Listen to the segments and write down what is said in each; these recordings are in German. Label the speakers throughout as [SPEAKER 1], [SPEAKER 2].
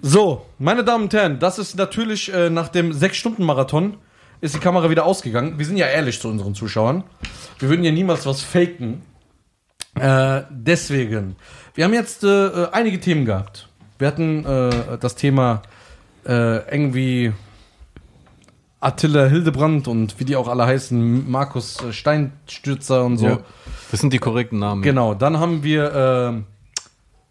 [SPEAKER 1] So, meine Damen und Herren, das ist natürlich äh, nach dem 6-Stunden-Marathon ist die Kamera wieder ausgegangen. Wir sind ja ehrlich zu unseren Zuschauern. Wir würden ja niemals was faken. Äh, deswegen, wir haben jetzt äh, einige Themen gehabt. Wir hatten äh, das Thema äh, irgendwie Attila Hildebrand und wie die auch alle heißen, Markus äh, Steinstürzer und so.
[SPEAKER 2] Ja. Das sind die korrekten Namen.
[SPEAKER 1] Genau, dann haben wir äh,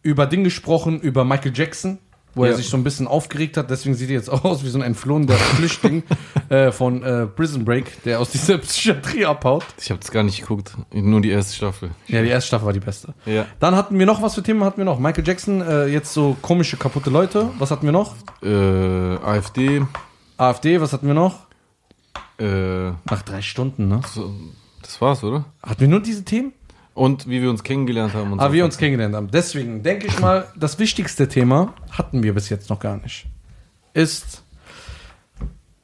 [SPEAKER 1] über Ding gesprochen, über Michael Jackson, wo er
[SPEAKER 2] Ja.
[SPEAKER 1] sich so ein bisschen aufgeregt hat. Deswegen sieht er jetzt auch aus wie so ein entflohener Flüchtling äh, von äh, Prison Break, der aus dieser Psychiatrie abhaut.
[SPEAKER 2] Ich habe das gar nicht geguckt. Nur die erste Staffel.
[SPEAKER 1] Ja, die erste Staffel war die beste.
[SPEAKER 2] Ja.
[SPEAKER 1] Dann hatten wir noch, was für Themen hatten wir noch? Michael Jackson, äh, jetzt so komische, kaputte Leute. Was hatten wir noch?
[SPEAKER 2] Äh, AfD.
[SPEAKER 1] AfD, was hatten wir noch?
[SPEAKER 2] Äh,
[SPEAKER 1] Nach drei Stunden, ne?
[SPEAKER 2] so, das war's, oder?
[SPEAKER 1] Hatten wir nur diese Themen?
[SPEAKER 2] Und wie wir uns kennengelernt haben. Und
[SPEAKER 1] Aber
[SPEAKER 2] so.
[SPEAKER 1] Ah, wir uns kennengelernt haben. Deswegen denke ich mal, das wichtigste Thema hatten wir bis jetzt noch gar nicht. Ist,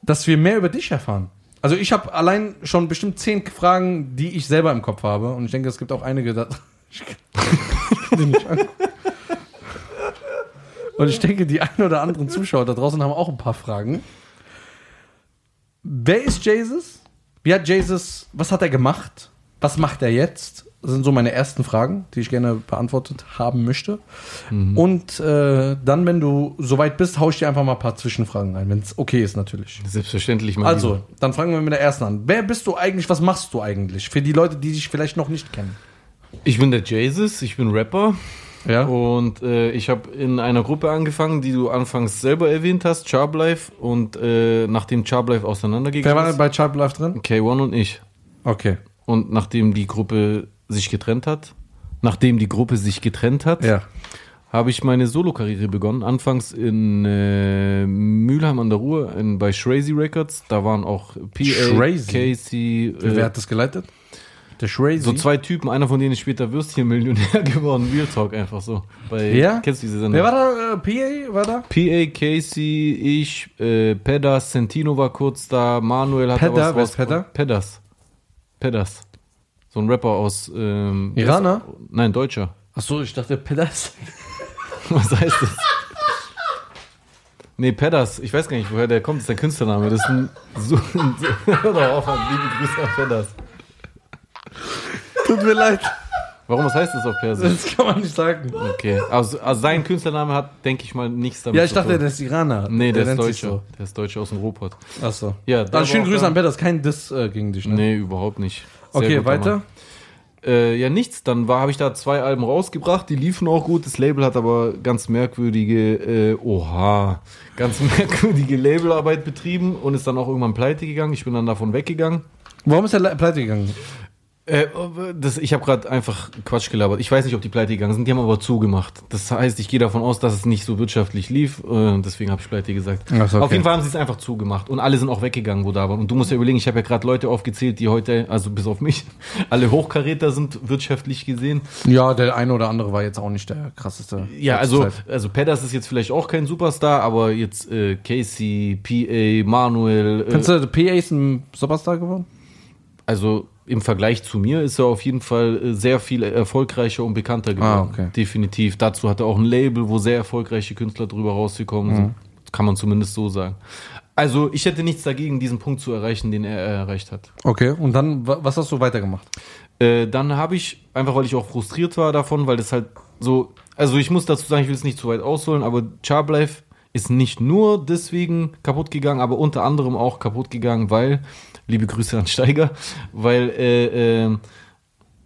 [SPEAKER 1] dass wir mehr über dich erfahren. Also ich habe allein schon bestimmt zehn Fragen, die ich selber im Kopf habe. Und ich denke, es gibt auch einige, da ich kann, ich kann die nicht angucken. Und ich denke, die ein oder anderen Zuschauer da draußen haben auch ein paar Fragen. Wer ist Jesus? Wie hat Jesus, was hat er gemacht? Was macht er jetzt? Das sind so meine ersten Fragen, die ich gerne beantwortet haben möchte. Und äh, dann, wenn du soweit bist, haue ich dir einfach mal ein paar Zwischenfragen ein, wenn es okay ist natürlich.
[SPEAKER 2] Selbstverständlich, mein
[SPEAKER 1] Also,
[SPEAKER 2] Lieber.
[SPEAKER 1] dann fangen wir mit der ersten an. Wer bist du eigentlich? Was machst du eigentlich? Für die Leute, die dich vielleicht noch nicht kennen.
[SPEAKER 2] Ich bin der Jesus, ich bin Rapper.
[SPEAKER 1] Ja.
[SPEAKER 2] Und äh, ich habe in einer Gruppe angefangen, die du anfangs selber erwähnt hast, Charb Life. Und äh, nachdem Charb Life
[SPEAKER 1] Wer war
[SPEAKER 2] auseinandergegangen
[SPEAKER 1] denn
[SPEAKER 2] ist,
[SPEAKER 1] bei Child Life drin?
[SPEAKER 2] K1 und ich.
[SPEAKER 1] Okay.
[SPEAKER 2] Und nachdem die Gruppe sich getrennt hat, nachdem die Gruppe sich getrennt hat,
[SPEAKER 1] Ja.
[SPEAKER 2] habe ich meine Solo-Karriere begonnen. Anfangs in äh, Mülheim an der Ruhr in, bei Shrazy Records. Da waren auch PA,
[SPEAKER 1] Shrazy?
[SPEAKER 2] Casey,
[SPEAKER 1] Wer
[SPEAKER 2] äh,
[SPEAKER 1] hat das geleitet? Der Shrazy.
[SPEAKER 2] so zwei Typen. Einer von denen ist später Würstchen-Millionär geworden. Real Talk einfach so. Bei,
[SPEAKER 1] Ja?
[SPEAKER 2] Kennst du diese Sendung?
[SPEAKER 1] Wer war da? Äh, PA war da?
[SPEAKER 2] PA, Casey, ich, äh, Pedas, Sentino war kurz da, Manuel hat
[SPEAKER 1] Pedda,
[SPEAKER 2] da was
[SPEAKER 1] wer ist
[SPEAKER 2] rausgebracht. Pedas. Pedas. So ein Rapper aus... Ähm,
[SPEAKER 1] Iraner?
[SPEAKER 2] Nein, Deutscher.
[SPEAKER 1] Achso, ich dachte Pedas.
[SPEAKER 2] Was heißt das? Nee, Pedas. Ich weiß gar nicht, woher der kommt. Das ist der Künstlername. Das ist ein... So, hör doch auf, Mann. liebe Grüße an Pedas.
[SPEAKER 1] Tut mir leid.
[SPEAKER 2] Warum, was heißt das auf Persisch?
[SPEAKER 1] Das kann man nicht sagen.
[SPEAKER 2] Okay. Also, also sein Künstlername hat, denke ich mal, nichts damit
[SPEAKER 1] Ja, ich
[SPEAKER 2] zu
[SPEAKER 1] dachte,
[SPEAKER 2] tun.
[SPEAKER 1] der ist Iraner.
[SPEAKER 2] Nee, der, ist
[SPEAKER 1] nennt sich
[SPEAKER 2] Deutscher. Der ist Deutscher aus dem Ruhrpott.
[SPEAKER 1] So. Achso.
[SPEAKER 2] Ja, der
[SPEAKER 1] Dann schönen
[SPEAKER 2] war auch
[SPEAKER 1] Grüße
[SPEAKER 2] da.
[SPEAKER 1] an Pedas. Kein Diss äh, gegen dich, ne?
[SPEAKER 2] Nee, überhaupt nicht. Sehr
[SPEAKER 1] okay,
[SPEAKER 2] guter
[SPEAKER 1] weiter.
[SPEAKER 2] Mann. Äh, ja, nichts. Dann war habe ich da zwei Alben rausgebracht, die liefen auch gut. Das Label hat aber ganz merkwürdige, äh, oha, ganz merkwürdige Labelarbeit betrieben und ist dann auch irgendwann pleite gegangen. Ich bin dann davon weggegangen.
[SPEAKER 1] Warum ist er le- pleite gegangen?
[SPEAKER 2] Äh, das, ich habe gerade einfach Quatsch gelabert. Ich weiß nicht, ob die pleite gegangen sind. Die haben aber zugemacht. Das heißt, ich gehe davon aus, dass es nicht so wirtschaftlich lief. Äh, deswegen habe ich pleite gesagt.
[SPEAKER 1] Ach so, okay.
[SPEAKER 2] Auf jeden Fall haben sie es einfach zugemacht. Und alle sind auch weggegangen, wo da waren. Und du musst ja überlegen, ich habe ja gerade Leute aufgezählt, die heute, also bis auf mich, alle Hochkaräter sind, wirtschaftlich gesehen.
[SPEAKER 1] Ja, der eine oder andere war jetzt auch nicht der krasseste.
[SPEAKER 2] Ja,
[SPEAKER 1] letzte
[SPEAKER 2] also,
[SPEAKER 1] Zeit.
[SPEAKER 2] also Pedas ist jetzt vielleicht auch kein Superstar, aber jetzt äh, Casey, PA, Manuel,
[SPEAKER 1] Findest
[SPEAKER 2] äh,
[SPEAKER 1] du, der PA ist ein Superstar geworden?
[SPEAKER 2] also im Vergleich zu mir ist er auf jeden Fall äh, sehr viel erfolgreicher und bekannter geworden.
[SPEAKER 1] okay.
[SPEAKER 2] Definitiv. Dazu hat er auch ein Label, wo sehr erfolgreiche Künstler drüber rausgekommen sind. Kann man zumindest so sagen. Also ich hätte nichts dagegen, diesen Punkt zu erreichen, den er äh, erreicht hat.
[SPEAKER 1] Okay, und dann, wa- was hast du weitergemacht?
[SPEAKER 2] Äh, dann habe ich, einfach weil ich auch frustriert war davon, weil das halt so, also ich muss dazu sagen, ich will es nicht zu weit ausholen, aber Charblife ist nicht nur deswegen kaputt gegangen, aber unter anderem auch kaputt gegangen, weil, liebe Grüße an Steiger, weil, äh, äh,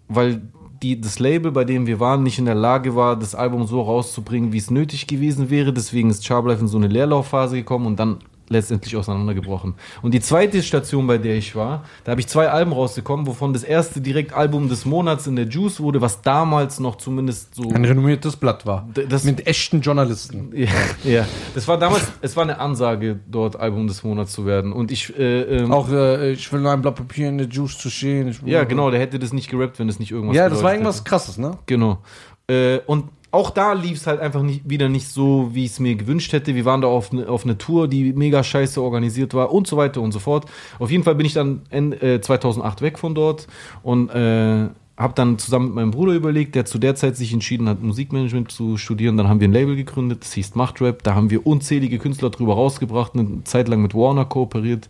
[SPEAKER 2] weil die, das Label, bei dem wir waren, nicht in der Lage war, das Album so rauszubringen, wie es nötig gewesen wäre. Deswegen ist Charblife in so eine Leerlaufphase gekommen und dann letztendlich auseinandergebrochen. Und die zweite Station, bei der ich war, da habe ich zwei Alben rausgekommen, wovon das erste direkt Album des Monats in der Juice wurde, was damals noch zumindest so
[SPEAKER 1] Ein renommiertes Blatt war.
[SPEAKER 2] D- das-
[SPEAKER 1] mit echten Journalisten.
[SPEAKER 2] ja, ja, das war damals, es war eine Ansage, dort Album des Monats zu werden. Und ich, äh, ähm,
[SPEAKER 1] Auch, äh, ich will ein Blatt Papier in der Juice zu stehen. Ich-
[SPEAKER 2] ja, genau, der hätte das nicht gerappt, wenn es nicht irgendwas
[SPEAKER 1] Ja, das war
[SPEAKER 2] bedeutet
[SPEAKER 1] irgendwas krasses, ne?
[SPEAKER 2] Genau. Äh, und auch da lief es halt einfach nicht, wieder nicht so, wie ich es mir gewünscht hätte. Wir waren da auf, ne, auf eine Tour, die mega scheiße organisiert war und so weiter und so fort. Auf jeden Fall bin ich dann en- äh, 2008 weg von dort und äh, habe dann zusammen mit meinem Bruder überlegt, der zu der Zeit sich entschieden hat, Musikmanagement zu studieren. Dann haben wir ein Label gegründet, das hieß Machtrap. Da haben wir unzählige Künstler drüber rausgebracht, eine Zeit lang mit Warner kooperiert.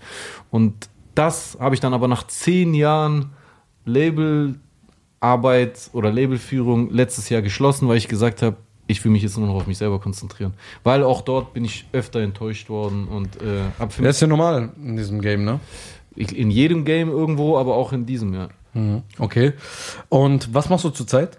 [SPEAKER 2] Und das habe ich dann aber nach zehn Jahren Labelarbeit oder Labelführung letztes Jahr geschlossen, weil ich gesagt habe, ich will mich jetzt nur noch auf mich selber konzentrieren. Weil auch dort bin ich öfter enttäuscht worden und äh, ab
[SPEAKER 1] Das ist ja normal in diesem Game, ne?
[SPEAKER 2] ich- in jedem Game irgendwo, aber auch in diesem Jahr.
[SPEAKER 1] Mhm. Okay. Und was machst du zurzeit?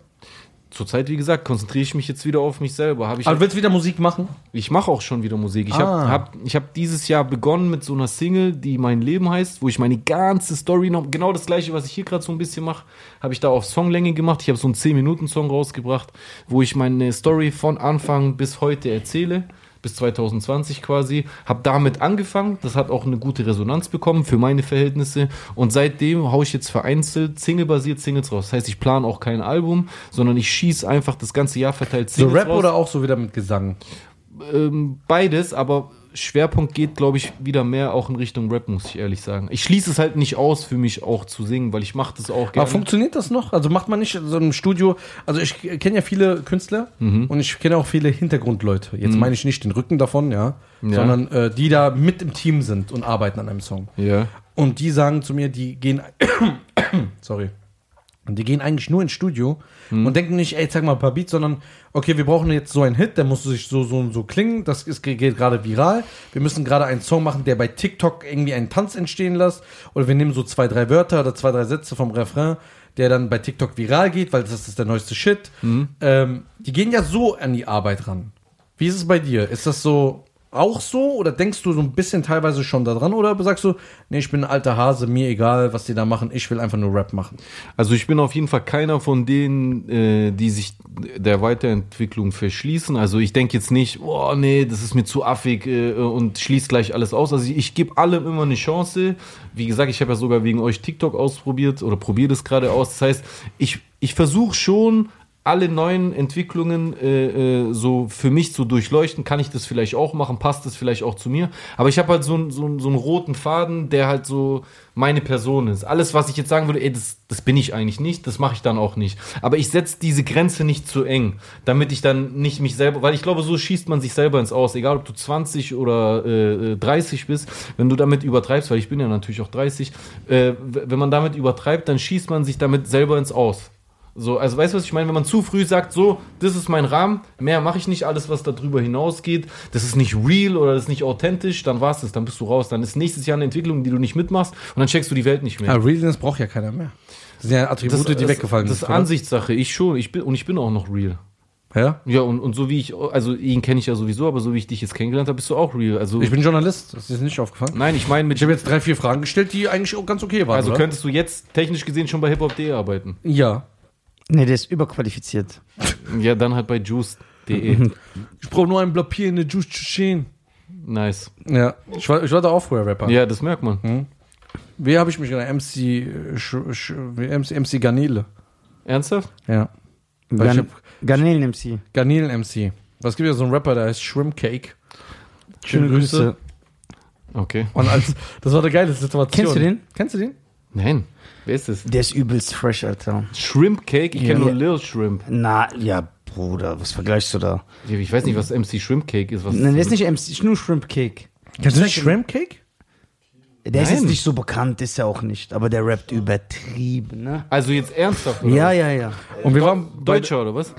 [SPEAKER 2] Zurzeit, wie gesagt, konzentriere ich mich jetzt wieder auf mich selber. Habe ich
[SPEAKER 1] Also willst du wieder Musik machen?
[SPEAKER 2] Ich mache auch schon wieder Musik. Ich
[SPEAKER 1] Ah.
[SPEAKER 2] habe hab, ich hab dieses Jahr begonnen mit so einer Single, die Mein Leben heißt, wo ich meine ganze Story noch, genau das gleiche, was ich hier gerade so ein bisschen mache, habe ich da auf Songlänge gemacht. Ich habe so einen 10-Minuten-Song rausgebracht, wo ich meine Story von Anfang bis heute erzähle, bis 2020 quasi. Habe damit angefangen, das hat auch eine gute Resonanz bekommen für meine Verhältnisse und seitdem haue ich jetzt vereinzelt Single-basiert Singles raus. Das heißt, ich plane auch kein Album, sondern ich schieße einfach das ganze Jahr verteilt
[SPEAKER 1] So
[SPEAKER 2] Singles
[SPEAKER 1] Rap
[SPEAKER 2] raus
[SPEAKER 1] oder auch so wieder mit Gesang?
[SPEAKER 2] ähm, beides, aber Schwerpunkt geht, glaube ich, wieder mehr auch in Richtung Rap, muss ich ehrlich sagen. Ich schließe es halt nicht aus, für mich auch zu singen, weil ich mache das auch
[SPEAKER 1] Aber
[SPEAKER 2] gerne.
[SPEAKER 1] funktioniert das noch? Also macht man nicht so im Studio, also ich kenne ja viele Künstler
[SPEAKER 2] Mhm.
[SPEAKER 1] und ich kenne auch viele Hintergrundleute. Jetzt meine ich nicht den Rücken davon, ja,
[SPEAKER 2] Ja.
[SPEAKER 1] sondern äh, die da mit im Team sind und arbeiten an einem Song.
[SPEAKER 2] ja.
[SPEAKER 1] Und die sagen zu mir, die gehen, sorry, und die gehen eigentlich nur ins Studio und denken nicht, ey, zeig mal ein paar Beats, sondern, okay, wir brauchen jetzt so einen Hit, der muss sich so so und so klingen, das ist, geht gerade viral. Wir müssen gerade einen Song machen, der bei TikTok irgendwie einen Tanz entstehen lässt. Oder wir nehmen so zwei, drei Wörter oder zwei, drei Sätze vom Refrain, der dann bei TikTok viral geht, weil das ist der neueste Shit. Ähm, die gehen ja so an die Arbeit ran. Wie ist es bei dir? Ist das so auch so oder denkst du so ein bisschen teilweise schon da dran oder sagst du, nee, ich bin ein alter Hase, mir egal, was die da machen, ich will einfach nur Rap machen?
[SPEAKER 2] Also ich bin auf jeden Fall keiner von denen, äh, die sich der Weiterentwicklung verschließen. Also ich denke jetzt nicht, oh nee, das ist mir zu affig äh, und schließt gleich alles aus. Also ich, ich gebe allem immer eine Chance. Wie gesagt, ich habe ja sogar wegen euch TikTok ausprobiert oder probiere das gerade aus. Das heißt, ich, ich versuche schon alle neuen Entwicklungen äh, äh, so für mich zu durchleuchten, kann ich das vielleicht auch machen, passt das vielleicht auch zu mir. Aber ich habe halt so, einen- so, einen- so einen roten Faden, der halt so meine Person ist. Alles, was ich jetzt sagen würde, ey, das, das bin ich eigentlich nicht, das mache ich dann auch nicht. Aber ich setze diese Grenze nicht zu eng, damit ich dann nicht mich selber, weil ich glaube, so schießt man sich selber ins Aus, egal ob du 20 oder äh, äh, 30 bist, wenn du damit übertreibst, weil ich bin ja natürlich auch 30, äh, w- wenn man damit übertreibt, dann schießt man sich damit selber ins Aus. So, also weißt du, was ich meine? Wenn man zu früh sagt, so, das ist mein Rahmen, mehr mache ich nicht, alles, was darüber hinausgeht, das ist nicht real oder das ist nicht authentisch, dann war's das, dann bist du raus. Dann ist nächstes Jahr eine Entwicklung, die du nicht mitmachst und dann checkst du die Welt nicht mehr.
[SPEAKER 1] Ja, Realness Ah, braucht ja keiner mehr. Das sind ja Attribute, die
[SPEAKER 2] das,
[SPEAKER 1] weggefallen
[SPEAKER 2] das
[SPEAKER 1] sind.
[SPEAKER 2] ist
[SPEAKER 1] oder?
[SPEAKER 2] Ansichtssache, ich schon, ich bin, und ich bin auch noch real.
[SPEAKER 1] Ja?
[SPEAKER 2] Ja, und, und so wie ich, also ihn kenne ich ja sowieso, aber so wie ich dich jetzt kennengelernt habe, bist du auch real. Also,
[SPEAKER 1] Ich bin Journalist, das ist nicht aufgefallen.
[SPEAKER 2] nein, ich meine mit,
[SPEAKER 1] Ich habe jetzt drei, vier Fragen gestellt, die eigentlich auch ganz okay waren.
[SPEAKER 2] also
[SPEAKER 1] oder?
[SPEAKER 2] könntest du jetzt technisch gesehen schon bei hiphop.de arbeiten.
[SPEAKER 1] Ja.
[SPEAKER 3] Nee, der ist überqualifiziert.
[SPEAKER 2] Ja, dann halt bei juice.de.
[SPEAKER 1] Ich brauche nur einen Blapier in der Juice zu stehen.
[SPEAKER 2] nice.
[SPEAKER 1] Ja. Ich war, ich war da auch früher Rapper.
[SPEAKER 2] Ja, das merkt man.
[SPEAKER 1] Hm? Wie habe ich mich genannt? MC, äh, Sch- Sch- wie MC, MC Garnele.
[SPEAKER 2] Ernsthaft?
[SPEAKER 1] Ja. Weil ich
[SPEAKER 3] Garn Garnelen nimmt sie.
[SPEAKER 1] Garnelen-MC. Was gibt ja so einen Rapper, der heißt Shrimp Cake. Schöne Grüße.
[SPEAKER 2] Okay.
[SPEAKER 1] Und als, das war eine geile Situation.
[SPEAKER 3] Kennst du den?
[SPEAKER 1] Kennst du den?
[SPEAKER 2] Nein. Wer ist das?
[SPEAKER 3] Der ist übelst fresh, Alter.
[SPEAKER 2] Shrimp Cake? Ich kenne
[SPEAKER 3] Ja.
[SPEAKER 2] nur Lil Shrimp.
[SPEAKER 3] Na, ja, Bruder, was vergleichst du da?
[SPEAKER 2] Ja, Ich weiß nicht, was MC Shrimp Cake ist. Was
[SPEAKER 1] Hm.
[SPEAKER 3] Nein, der ist nicht MC, ist nur Shrimp Cake.
[SPEAKER 1] Kennst du den Shrimp Cake?
[SPEAKER 3] Der ist jetzt
[SPEAKER 2] Nein.
[SPEAKER 3] nicht so bekannt, ist er auch nicht, aber der rappt übertrieben, ne?
[SPEAKER 2] also jetzt ernsthaft? Oder?
[SPEAKER 3] Ja, ja, ja.
[SPEAKER 1] Und wir waren bei-
[SPEAKER 2] Deutscher oder was?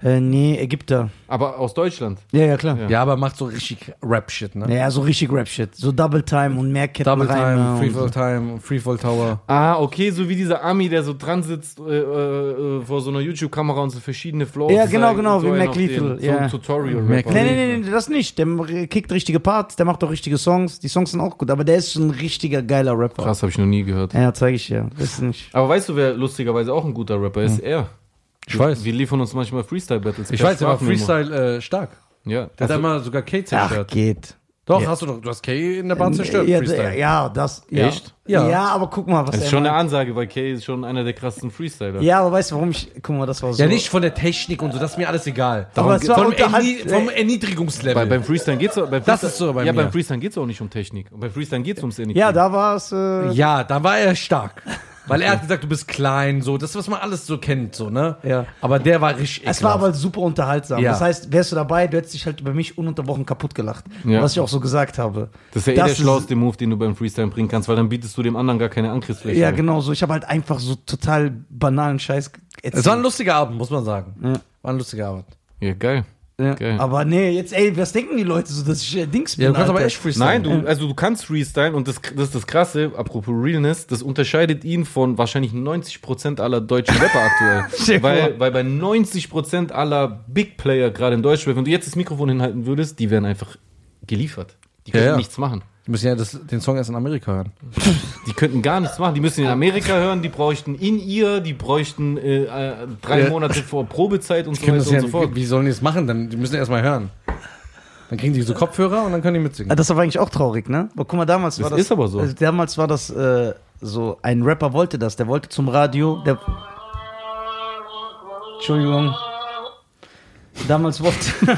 [SPEAKER 3] Äh, nee, Ägypter.
[SPEAKER 2] Aber aus Deutschland.
[SPEAKER 3] Ja, ja, klar.
[SPEAKER 1] Ja, aber macht so richtig Rap-Shit, ne?
[SPEAKER 3] Naja, so richtig Rap-Shit. So Double Time und mehr
[SPEAKER 1] Double
[SPEAKER 3] Kettenreime.
[SPEAKER 1] Time,
[SPEAKER 3] und so.
[SPEAKER 1] Freefall Time, Freefall Tower.
[SPEAKER 2] Ah, okay, so wie dieser Ami, der so dran sitzt äh, äh, äh, vor so einer YouTube-Kamera und so verschiedene Flows.
[SPEAKER 3] Ja,
[SPEAKER 2] zeigt
[SPEAKER 3] genau,
[SPEAKER 2] und
[SPEAKER 3] genau, wie
[SPEAKER 2] einen
[SPEAKER 3] Mac
[SPEAKER 2] auf den-
[SPEAKER 3] Lethal,
[SPEAKER 2] So
[SPEAKER 3] ja.
[SPEAKER 2] ein tutorial
[SPEAKER 1] Mac
[SPEAKER 2] rapper
[SPEAKER 3] Nee, nee, nee, nee, das nicht. Der kickt richtige Parts, der macht auch richtige Songs. Die Songs sind auch gut, aber der ist ein richtiger geiler Rapper.
[SPEAKER 2] Krass, habe ich noch nie gehört.
[SPEAKER 3] Ja, zeige ich dir. Das ist nicht.
[SPEAKER 2] Aber weißt du, wer lustigerweise auch ein guter Rapper
[SPEAKER 3] Hm.
[SPEAKER 2] ist? Er.
[SPEAKER 1] Ich weiß.
[SPEAKER 2] Wir liefern uns manchmal Freestyle-Battles.
[SPEAKER 1] Ich
[SPEAKER 2] per
[SPEAKER 1] weiß, er war
[SPEAKER 2] Sprachmemo.
[SPEAKER 1] Freestyle äh, stark.
[SPEAKER 2] Ja.
[SPEAKER 1] Der hat
[SPEAKER 2] Also,
[SPEAKER 1] einmal sogar K
[SPEAKER 3] Ach,
[SPEAKER 1] zerstört.
[SPEAKER 3] geht.
[SPEAKER 1] Doch,
[SPEAKER 3] Ja.
[SPEAKER 1] hast du doch, du hast K in der Bahn zerstört,
[SPEAKER 3] ja,
[SPEAKER 1] Freestyle.
[SPEAKER 3] ja, das. Ja.
[SPEAKER 2] Echt?
[SPEAKER 3] Ja.
[SPEAKER 1] Ja.
[SPEAKER 3] ja, aber guck mal, was
[SPEAKER 2] das ist
[SPEAKER 3] er
[SPEAKER 2] schon eine
[SPEAKER 3] macht.
[SPEAKER 2] Ansage, weil Kay ist schon einer der krassesten Freestyler.
[SPEAKER 3] Ja, aber weißt du, warum ich. Guck mal, das war so.
[SPEAKER 1] Ja, nicht von der Technik und so, das ist mir alles egal.
[SPEAKER 3] Aber es war
[SPEAKER 1] vom,
[SPEAKER 3] unterhalt-
[SPEAKER 1] Erni vom
[SPEAKER 2] Bei,
[SPEAKER 1] Erniedrigungslevel.
[SPEAKER 2] beim Freestyle geht's auch- beim
[SPEAKER 1] Das
[SPEAKER 2] Freestyle-
[SPEAKER 1] ist so bei
[SPEAKER 2] Ja,
[SPEAKER 1] mir.
[SPEAKER 2] beim Freestyle geht's auch nicht um Technik. Und beim Freestyle geht's ums Energie.
[SPEAKER 3] Ja, da war es. Äh,
[SPEAKER 1] ja, da war er stark. Weil er hat gesagt, du bist klein, so, das, was man alles so kennt, so, ne?
[SPEAKER 3] Ja.
[SPEAKER 1] Aber der war richtig
[SPEAKER 3] Es war
[SPEAKER 1] ekelhaft.
[SPEAKER 3] aber super unterhaltsam.
[SPEAKER 1] Ja.
[SPEAKER 3] Das heißt, wärst du dabei, du hättest dich halt über mich ununterbrochen kaputt gelacht.
[SPEAKER 2] Ja.
[SPEAKER 3] Was ich auch so gesagt habe.
[SPEAKER 2] Das ist ja eh der schlauste Move, den du beim Freestyle bringen kannst, weil dann bietest du dem anderen gar keine Angriffsfläche.
[SPEAKER 3] Ja,
[SPEAKER 2] an.
[SPEAKER 3] genau so. Ich habe halt einfach so total banalen Scheiß
[SPEAKER 1] Es war
[SPEAKER 3] erzählt.
[SPEAKER 1] ein lustiger Abend, muss man sagen.
[SPEAKER 3] Ja.
[SPEAKER 1] War ein lustiger Abend.
[SPEAKER 2] Ja, geil. Geil.
[SPEAKER 3] ja. Aber nee, jetzt, ey, was denken die Leute so, dass ich äh, Dings bin? Alter.
[SPEAKER 2] Nein, du, also du kannst freestylen und das, das ist das Krasse, apropos Realness, das unterscheidet ihn von wahrscheinlich 90% aller deutschen Rapper
[SPEAKER 3] Stell dir
[SPEAKER 2] aktuell. weil, weil bei 90% aller Big Player gerade in Deutschland, wenn du jetzt das Mikrofon hinhalten würdest, die wären einfach geliefert. Die könnten
[SPEAKER 1] ja.
[SPEAKER 2] nichts machen.
[SPEAKER 1] Wir müssen ja das, den Song erst in Amerika hören.
[SPEAKER 2] Die könnten gar nichts machen. Die müssen in Amerika hören, die bräuchten in ihr, die bräuchten äh, äh, drei
[SPEAKER 1] Ja.
[SPEAKER 2] Monate vor Probezeit und so
[SPEAKER 1] Können
[SPEAKER 2] weiter
[SPEAKER 1] das ja,
[SPEAKER 2] und so fort.
[SPEAKER 1] Wie sollen die das machen? Dann, die müssen erst mal hören. Dann kriegen die so Kopfhörer und dann können die
[SPEAKER 3] Ah,
[SPEAKER 1] mitsingen.
[SPEAKER 3] Das war eigentlich auch traurig, ne? Aber guck mal, damals war das.
[SPEAKER 2] ist aber so.
[SPEAKER 3] Also damals war das äh, so, ein Rapper wollte das. Der wollte zum Radio. Der, Entschuldigung. Damals wollte.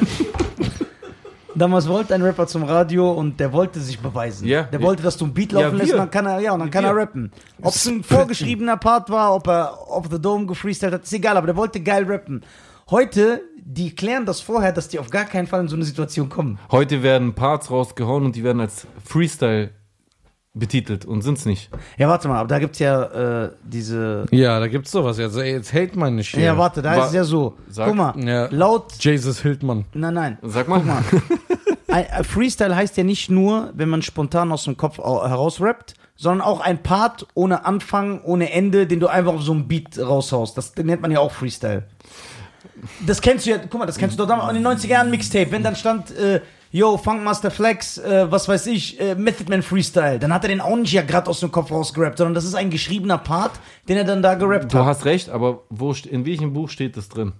[SPEAKER 3] Damals wollte ein Rapper zum Radio und der wollte sich beweisen.
[SPEAKER 2] Ja.
[SPEAKER 3] der wollte, dass du ein Beat laufen
[SPEAKER 2] Ja,
[SPEAKER 3] lässt
[SPEAKER 2] wir.
[SPEAKER 3] und dann kann er, ja, und dann kann er
[SPEAKER 2] Wir.
[SPEAKER 3] rappen. Ob es ein vorgeschriebener Part war, ob er off the dome gefreestylt hat, ist egal, aber der wollte geil rappen. Heute, die klären das vorher, dass die auf gar keinen Fall in so eine Situation kommen.
[SPEAKER 2] Heute werden Parts rausgehauen und die werden als Freestyle betitelt und sind's nicht.
[SPEAKER 3] Ja, warte mal, aber da gibt's ja äh, diese.
[SPEAKER 1] Ja, da gibt's sowas. Jetzt, jetzt hält man nicht
[SPEAKER 3] Ja,
[SPEAKER 1] hier.
[SPEAKER 3] warte, da
[SPEAKER 2] Wa-
[SPEAKER 3] ist es ja so.
[SPEAKER 2] Sag-
[SPEAKER 3] Guck mal,
[SPEAKER 1] Ja.
[SPEAKER 3] laut.
[SPEAKER 1] Jesus Hildmann.
[SPEAKER 3] Nein, nein.
[SPEAKER 2] Sag mal.
[SPEAKER 3] Ein, ein Freestyle heißt ja nicht nur, wenn man spontan aus dem Kopf au- heraus rappt, sondern auch ein Part ohne Anfang, ohne Ende, den du einfach auf so einem Beat raushaust. Das nennt man ja auch Freestyle. Das kennst du ja, guck mal, das kennst du doch damals in den 90er Jahren Mixtape, wenn dann stand, äh, yo, Funkmaster Flex, äh, was weiß ich, äh, Method Man Freestyle, dann hat er den auch nicht ja gerade aus dem Kopf rausgerappt, sondern das ist ein geschriebener Part, den er dann da gerappt
[SPEAKER 2] Du
[SPEAKER 3] hat.
[SPEAKER 2] hast recht, aber wo, st- in welchem Buch steht das drin?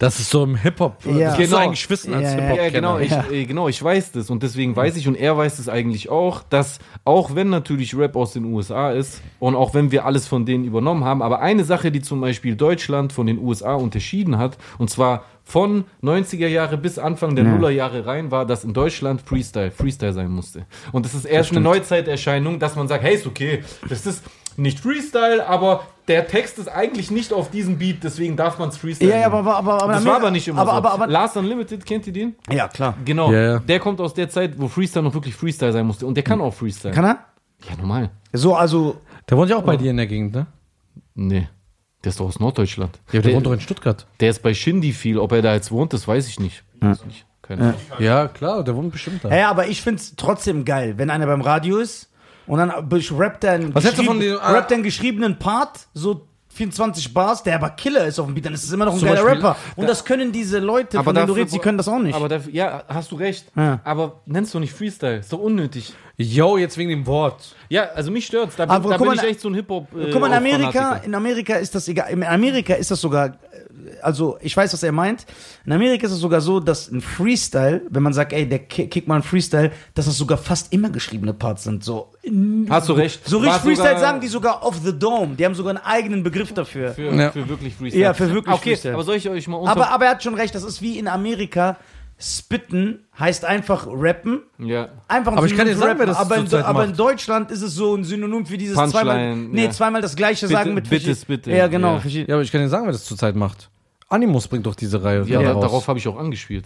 [SPEAKER 1] Das ist so im Hip-Hop.
[SPEAKER 3] Ja.
[SPEAKER 1] Das musst du
[SPEAKER 2] Genau.
[SPEAKER 1] eigentlich wissen als
[SPEAKER 3] Ja, ja,
[SPEAKER 1] Hip-Hop-Kenner.
[SPEAKER 2] Ja, genau, ich,
[SPEAKER 3] Ja.
[SPEAKER 2] äh, genau, ich weiß das und deswegen weiß ich und er weiß es eigentlich auch, dass auch wenn natürlich Rap aus den USA ist und auch wenn wir alles von denen übernommen haben, aber eine Sache, die zum Beispiel Deutschland von den USA unterschieden hat und zwar von 90er Jahre bis Anfang der Nullerjahre rein war, dass in Deutschland Freestyle, Freestyle sein musste. Und das ist erst eine Neuzeiterscheinung, dass man sagt, hey, ist okay, das ist nicht Freestyle, aber der Text ist eigentlich nicht auf diesem Beat, deswegen darf man es Freestyle.
[SPEAKER 3] Ja, ja,
[SPEAKER 2] nennen.
[SPEAKER 3] aber, aber, aber, aber
[SPEAKER 2] das war aber nicht immer
[SPEAKER 3] aber,
[SPEAKER 2] so.
[SPEAKER 3] Aber, aber,
[SPEAKER 2] Last Unlimited, kennt ihr den?
[SPEAKER 3] ja, klar.
[SPEAKER 2] Genau.
[SPEAKER 1] Ja, ja.
[SPEAKER 2] Der kommt aus der Zeit, wo Freestyle noch wirklich Freestyle sein musste. Und der kann auch Freestyle.
[SPEAKER 3] Kann er?
[SPEAKER 2] ja, normal.
[SPEAKER 3] So, also,
[SPEAKER 1] Der wohnt ja auch bei dir in der Gegend, ne?
[SPEAKER 2] Nee. Der ist doch aus Norddeutschland.
[SPEAKER 1] Ja, der
[SPEAKER 2] der,
[SPEAKER 1] wohnt doch in Stuttgart.
[SPEAKER 2] der ist bei Shindy viel. Ob er da jetzt wohnt, das weiß ich nicht. Weiß nicht. Keine Ahnung.
[SPEAKER 1] Ja, klar, der wohnt bestimmt da.
[SPEAKER 3] ja, aber ich find's trotzdem geil, wenn einer beim Radio ist und dann be- rappt er einen,
[SPEAKER 1] Was hältst du von
[SPEAKER 3] geschrieben-
[SPEAKER 1] dem, äh,
[SPEAKER 3] rappt er einen geschriebenen Part, so 24 Bars, der aber Killer ist auf dem Beat, dann ist es immer noch ein
[SPEAKER 1] Zum
[SPEAKER 3] geiler
[SPEAKER 1] Beispiel-
[SPEAKER 3] Rapper. Und das können diese Leute, von denen du redest, die können das auch nicht.
[SPEAKER 2] Aber dafür, ja, hast du recht.
[SPEAKER 3] Ja.
[SPEAKER 2] Aber nennst du nicht Freestyle. Ist doch unnötig.
[SPEAKER 1] Yo, jetzt wegen dem Wort.
[SPEAKER 2] Ja, also mich stört's. Da bin,
[SPEAKER 3] Aber
[SPEAKER 2] da
[SPEAKER 3] guck
[SPEAKER 2] bin ich
[SPEAKER 3] mal,
[SPEAKER 2] echt so ein Hip-Hop. Äh,
[SPEAKER 3] Guck mal, in Amerika,
[SPEAKER 2] Fanatiker.
[SPEAKER 3] in Amerika ist das egal. In Amerika ist das sogar, äh, also ich weiß, was er meint. In Amerika ist es sogar so, dass ein Freestyle, wenn man sagt, ey, der ki- kickt mal einen Freestyle, dass das sogar fast immer geschriebene Parts sind. So,
[SPEAKER 2] Hast du recht.
[SPEAKER 3] so richtig
[SPEAKER 2] War
[SPEAKER 3] Freestyle
[SPEAKER 2] sogar-
[SPEAKER 3] sagen die sogar off the dome. Die haben sogar einen eigenen Begriff dafür.
[SPEAKER 2] Für,
[SPEAKER 1] Ja.
[SPEAKER 2] für wirklich Freestyle.
[SPEAKER 3] Ja, für wirklich
[SPEAKER 2] okay,
[SPEAKER 3] Freestyle.
[SPEAKER 2] Aber soll ich euch mal unter...
[SPEAKER 3] aber, aber er hat schon recht, das ist wie in Amerika. Spitten heißt einfach rappen.
[SPEAKER 2] ja.
[SPEAKER 3] Einfach ein
[SPEAKER 1] Aber ich kann dir sagen,
[SPEAKER 3] Synonym für
[SPEAKER 1] wer das
[SPEAKER 3] aber, in,
[SPEAKER 1] zurzeit
[SPEAKER 3] aber in
[SPEAKER 1] macht.
[SPEAKER 3] Deutschland ist es so ein Synonym für dieses
[SPEAKER 2] Punchline,
[SPEAKER 3] zweimal, nee,
[SPEAKER 2] ja.
[SPEAKER 3] zweimal das gleiche sagen mit
[SPEAKER 2] bitte,
[SPEAKER 3] verschied-
[SPEAKER 2] bitte.
[SPEAKER 3] Ja, genau.
[SPEAKER 2] Ja.
[SPEAKER 3] verschied-
[SPEAKER 1] Ja, aber ich kann dir sagen, wer das zurzeit macht. Animus bringt doch diese Reihe
[SPEAKER 2] Ja,
[SPEAKER 1] da
[SPEAKER 2] da-
[SPEAKER 1] raus.
[SPEAKER 2] darauf habe ich auch angespielt.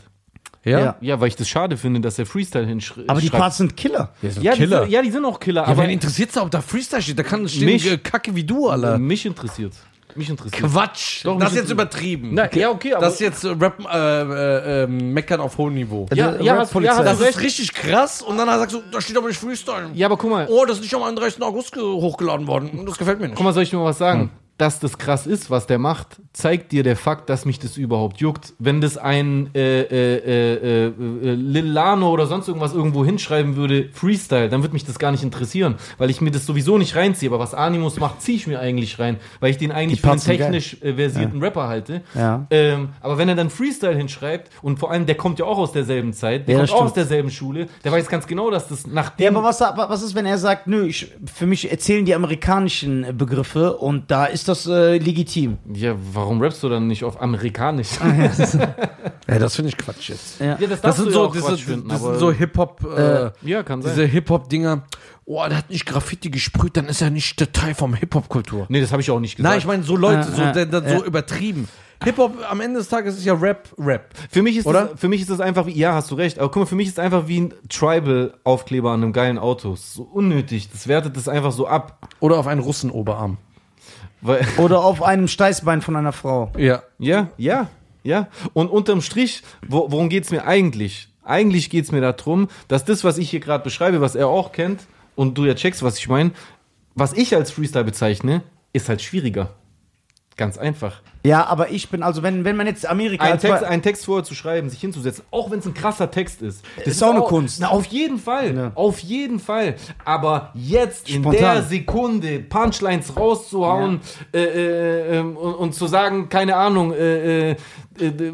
[SPEAKER 1] Ja?
[SPEAKER 3] Ja.
[SPEAKER 2] Ja, weil ich das schade finde, dass der Freestyle hinschreibt.
[SPEAKER 3] Aber die Parts sind Killer.
[SPEAKER 1] Der ist ein
[SPEAKER 2] Ja,
[SPEAKER 1] Killer.
[SPEAKER 2] Die, sind- ja, die sind auch Killer,
[SPEAKER 1] Ja,
[SPEAKER 2] aber
[SPEAKER 1] wen interessiert's, da, ob da Freestyle steht? Da kann stehen
[SPEAKER 2] Mich-
[SPEAKER 1] äh, Kacke wie du, Alter.
[SPEAKER 2] mich interessiert. Mich interessiert.
[SPEAKER 1] Quatsch.
[SPEAKER 2] Doch,
[SPEAKER 1] das ist
[SPEAKER 2] mich
[SPEAKER 1] jetzt übertrieben.
[SPEAKER 2] Na, ja, okay, aber-
[SPEAKER 1] Das ist jetzt äh, Rappen, äh, äh, äh, meckern auf hohem Niveau.
[SPEAKER 2] Ja,
[SPEAKER 3] Rap-
[SPEAKER 2] ja, hast, ja,
[SPEAKER 3] Polizei.
[SPEAKER 2] hast
[SPEAKER 1] Das
[SPEAKER 2] du
[SPEAKER 1] ist
[SPEAKER 2] recht.
[SPEAKER 1] richtig krass und dann sagst du, da steht aber nicht Freestyle.
[SPEAKER 2] Ja, aber guck mal,
[SPEAKER 1] Oh, das ist nicht am 31. August ge- hochgeladen worden. Das gefällt mir nicht.
[SPEAKER 2] guck mal, soll ich dir mal was
[SPEAKER 3] Hm.
[SPEAKER 2] sagen? Dass das krass ist, was der macht, zeigt dir der Fakt, dass mich das überhaupt juckt. Wenn das ein äh, äh, äh, äh, äh, Lil Lano oder sonst irgendwas irgendwo hinschreiben würde, Freestyle, dann würde mich das gar nicht interessieren, weil ich mir das sowieso nicht reinziehe. Aber was Animus macht, ziehe ich mir eigentlich rein, weil ich den eigentlich für einen
[SPEAKER 3] Parts sind geil.
[SPEAKER 2] technisch äh, versierten Rapper halte.
[SPEAKER 3] Ja.
[SPEAKER 2] Ähm, aber wenn er dann Freestyle hinschreibt und vor allem, der kommt ja auch aus derselben Zeit, der
[SPEAKER 3] Ja, das
[SPEAKER 2] kommt auch
[SPEAKER 3] stimmt.
[SPEAKER 2] aus derselben Schule, der weiß ganz genau, dass das nach
[SPEAKER 3] Ja,
[SPEAKER 2] dem
[SPEAKER 3] aber was, was ist, wenn er sagt, nö, ich, für mich erzählen die amerikanischen Begriffe und da ist das das äh, legitim.
[SPEAKER 2] Ja, warum rappst du dann nicht auf Amerikanisch?
[SPEAKER 1] Ja, das finde ich Quatsch jetzt.
[SPEAKER 3] Ja.
[SPEAKER 2] das,
[SPEAKER 1] Das
[SPEAKER 2] darfst du
[SPEAKER 1] sind
[SPEAKER 2] ja
[SPEAKER 1] so,
[SPEAKER 2] auch
[SPEAKER 1] diese,
[SPEAKER 2] Quatsch finden,
[SPEAKER 1] das
[SPEAKER 2] aber-
[SPEAKER 1] sind so Hip-Hop, äh,
[SPEAKER 2] ja, kann sein.
[SPEAKER 1] diese Hip-Hop-Dinger. Oh, der hat nicht Graffiti gesprüht, dann ist er nicht der Teil vom Hip-Hop-Kultur.
[SPEAKER 2] nee, das habe ich auch nicht gesagt.
[SPEAKER 1] Nein, ich äh, meine so Leute, so,
[SPEAKER 3] Ja, ja,
[SPEAKER 1] der, der, so übertrieben. Hip-Hop am Ende des Tages ist ja Rap, Rap.
[SPEAKER 2] Für mich ist
[SPEAKER 1] Oder?
[SPEAKER 2] Das, für mich ist das einfach wie, ja, hast du recht, aber guck mal, für mich ist es einfach wie ein Tribal-Aufkleber an einem geilen Auto. Ist So unnötig. Das wertet das einfach so ab.
[SPEAKER 1] Oder auf einen Russen-Oberarm.
[SPEAKER 2] Weil,
[SPEAKER 3] Oder auf einem Steißbein von einer Frau.
[SPEAKER 1] Ja.
[SPEAKER 2] ja, ja, ja. Und unterm Strich, wo, worum geht's mir eigentlich? Eigentlich geht's mir darum, dass das, was ich hier gerade beschreibe, was er auch kennt, und du ja checkst, was ich meine, was ich als Freestyle bezeichne, ist halt schwieriger. Ganz einfach.
[SPEAKER 3] Ja, aber ich bin, also wenn, wenn man jetzt Amerika
[SPEAKER 2] Ein
[SPEAKER 3] als
[SPEAKER 2] Text,
[SPEAKER 3] Be-
[SPEAKER 2] einen Text vorher zu schreiben, sich hinzusetzen, auch wenn es ein krasser Text ist. Das
[SPEAKER 3] Äh, ist auch eine Kunst.
[SPEAKER 2] Na, auf jeden Fall.
[SPEAKER 3] Ja.
[SPEAKER 2] Auf jeden Fall. Aber jetzt
[SPEAKER 3] Spontan.
[SPEAKER 2] in der Sekunde Punchlines rauszuhauen äh, äh, ähm, und, und zu sagen, keine Ahnung, äh, äh, äh, äh,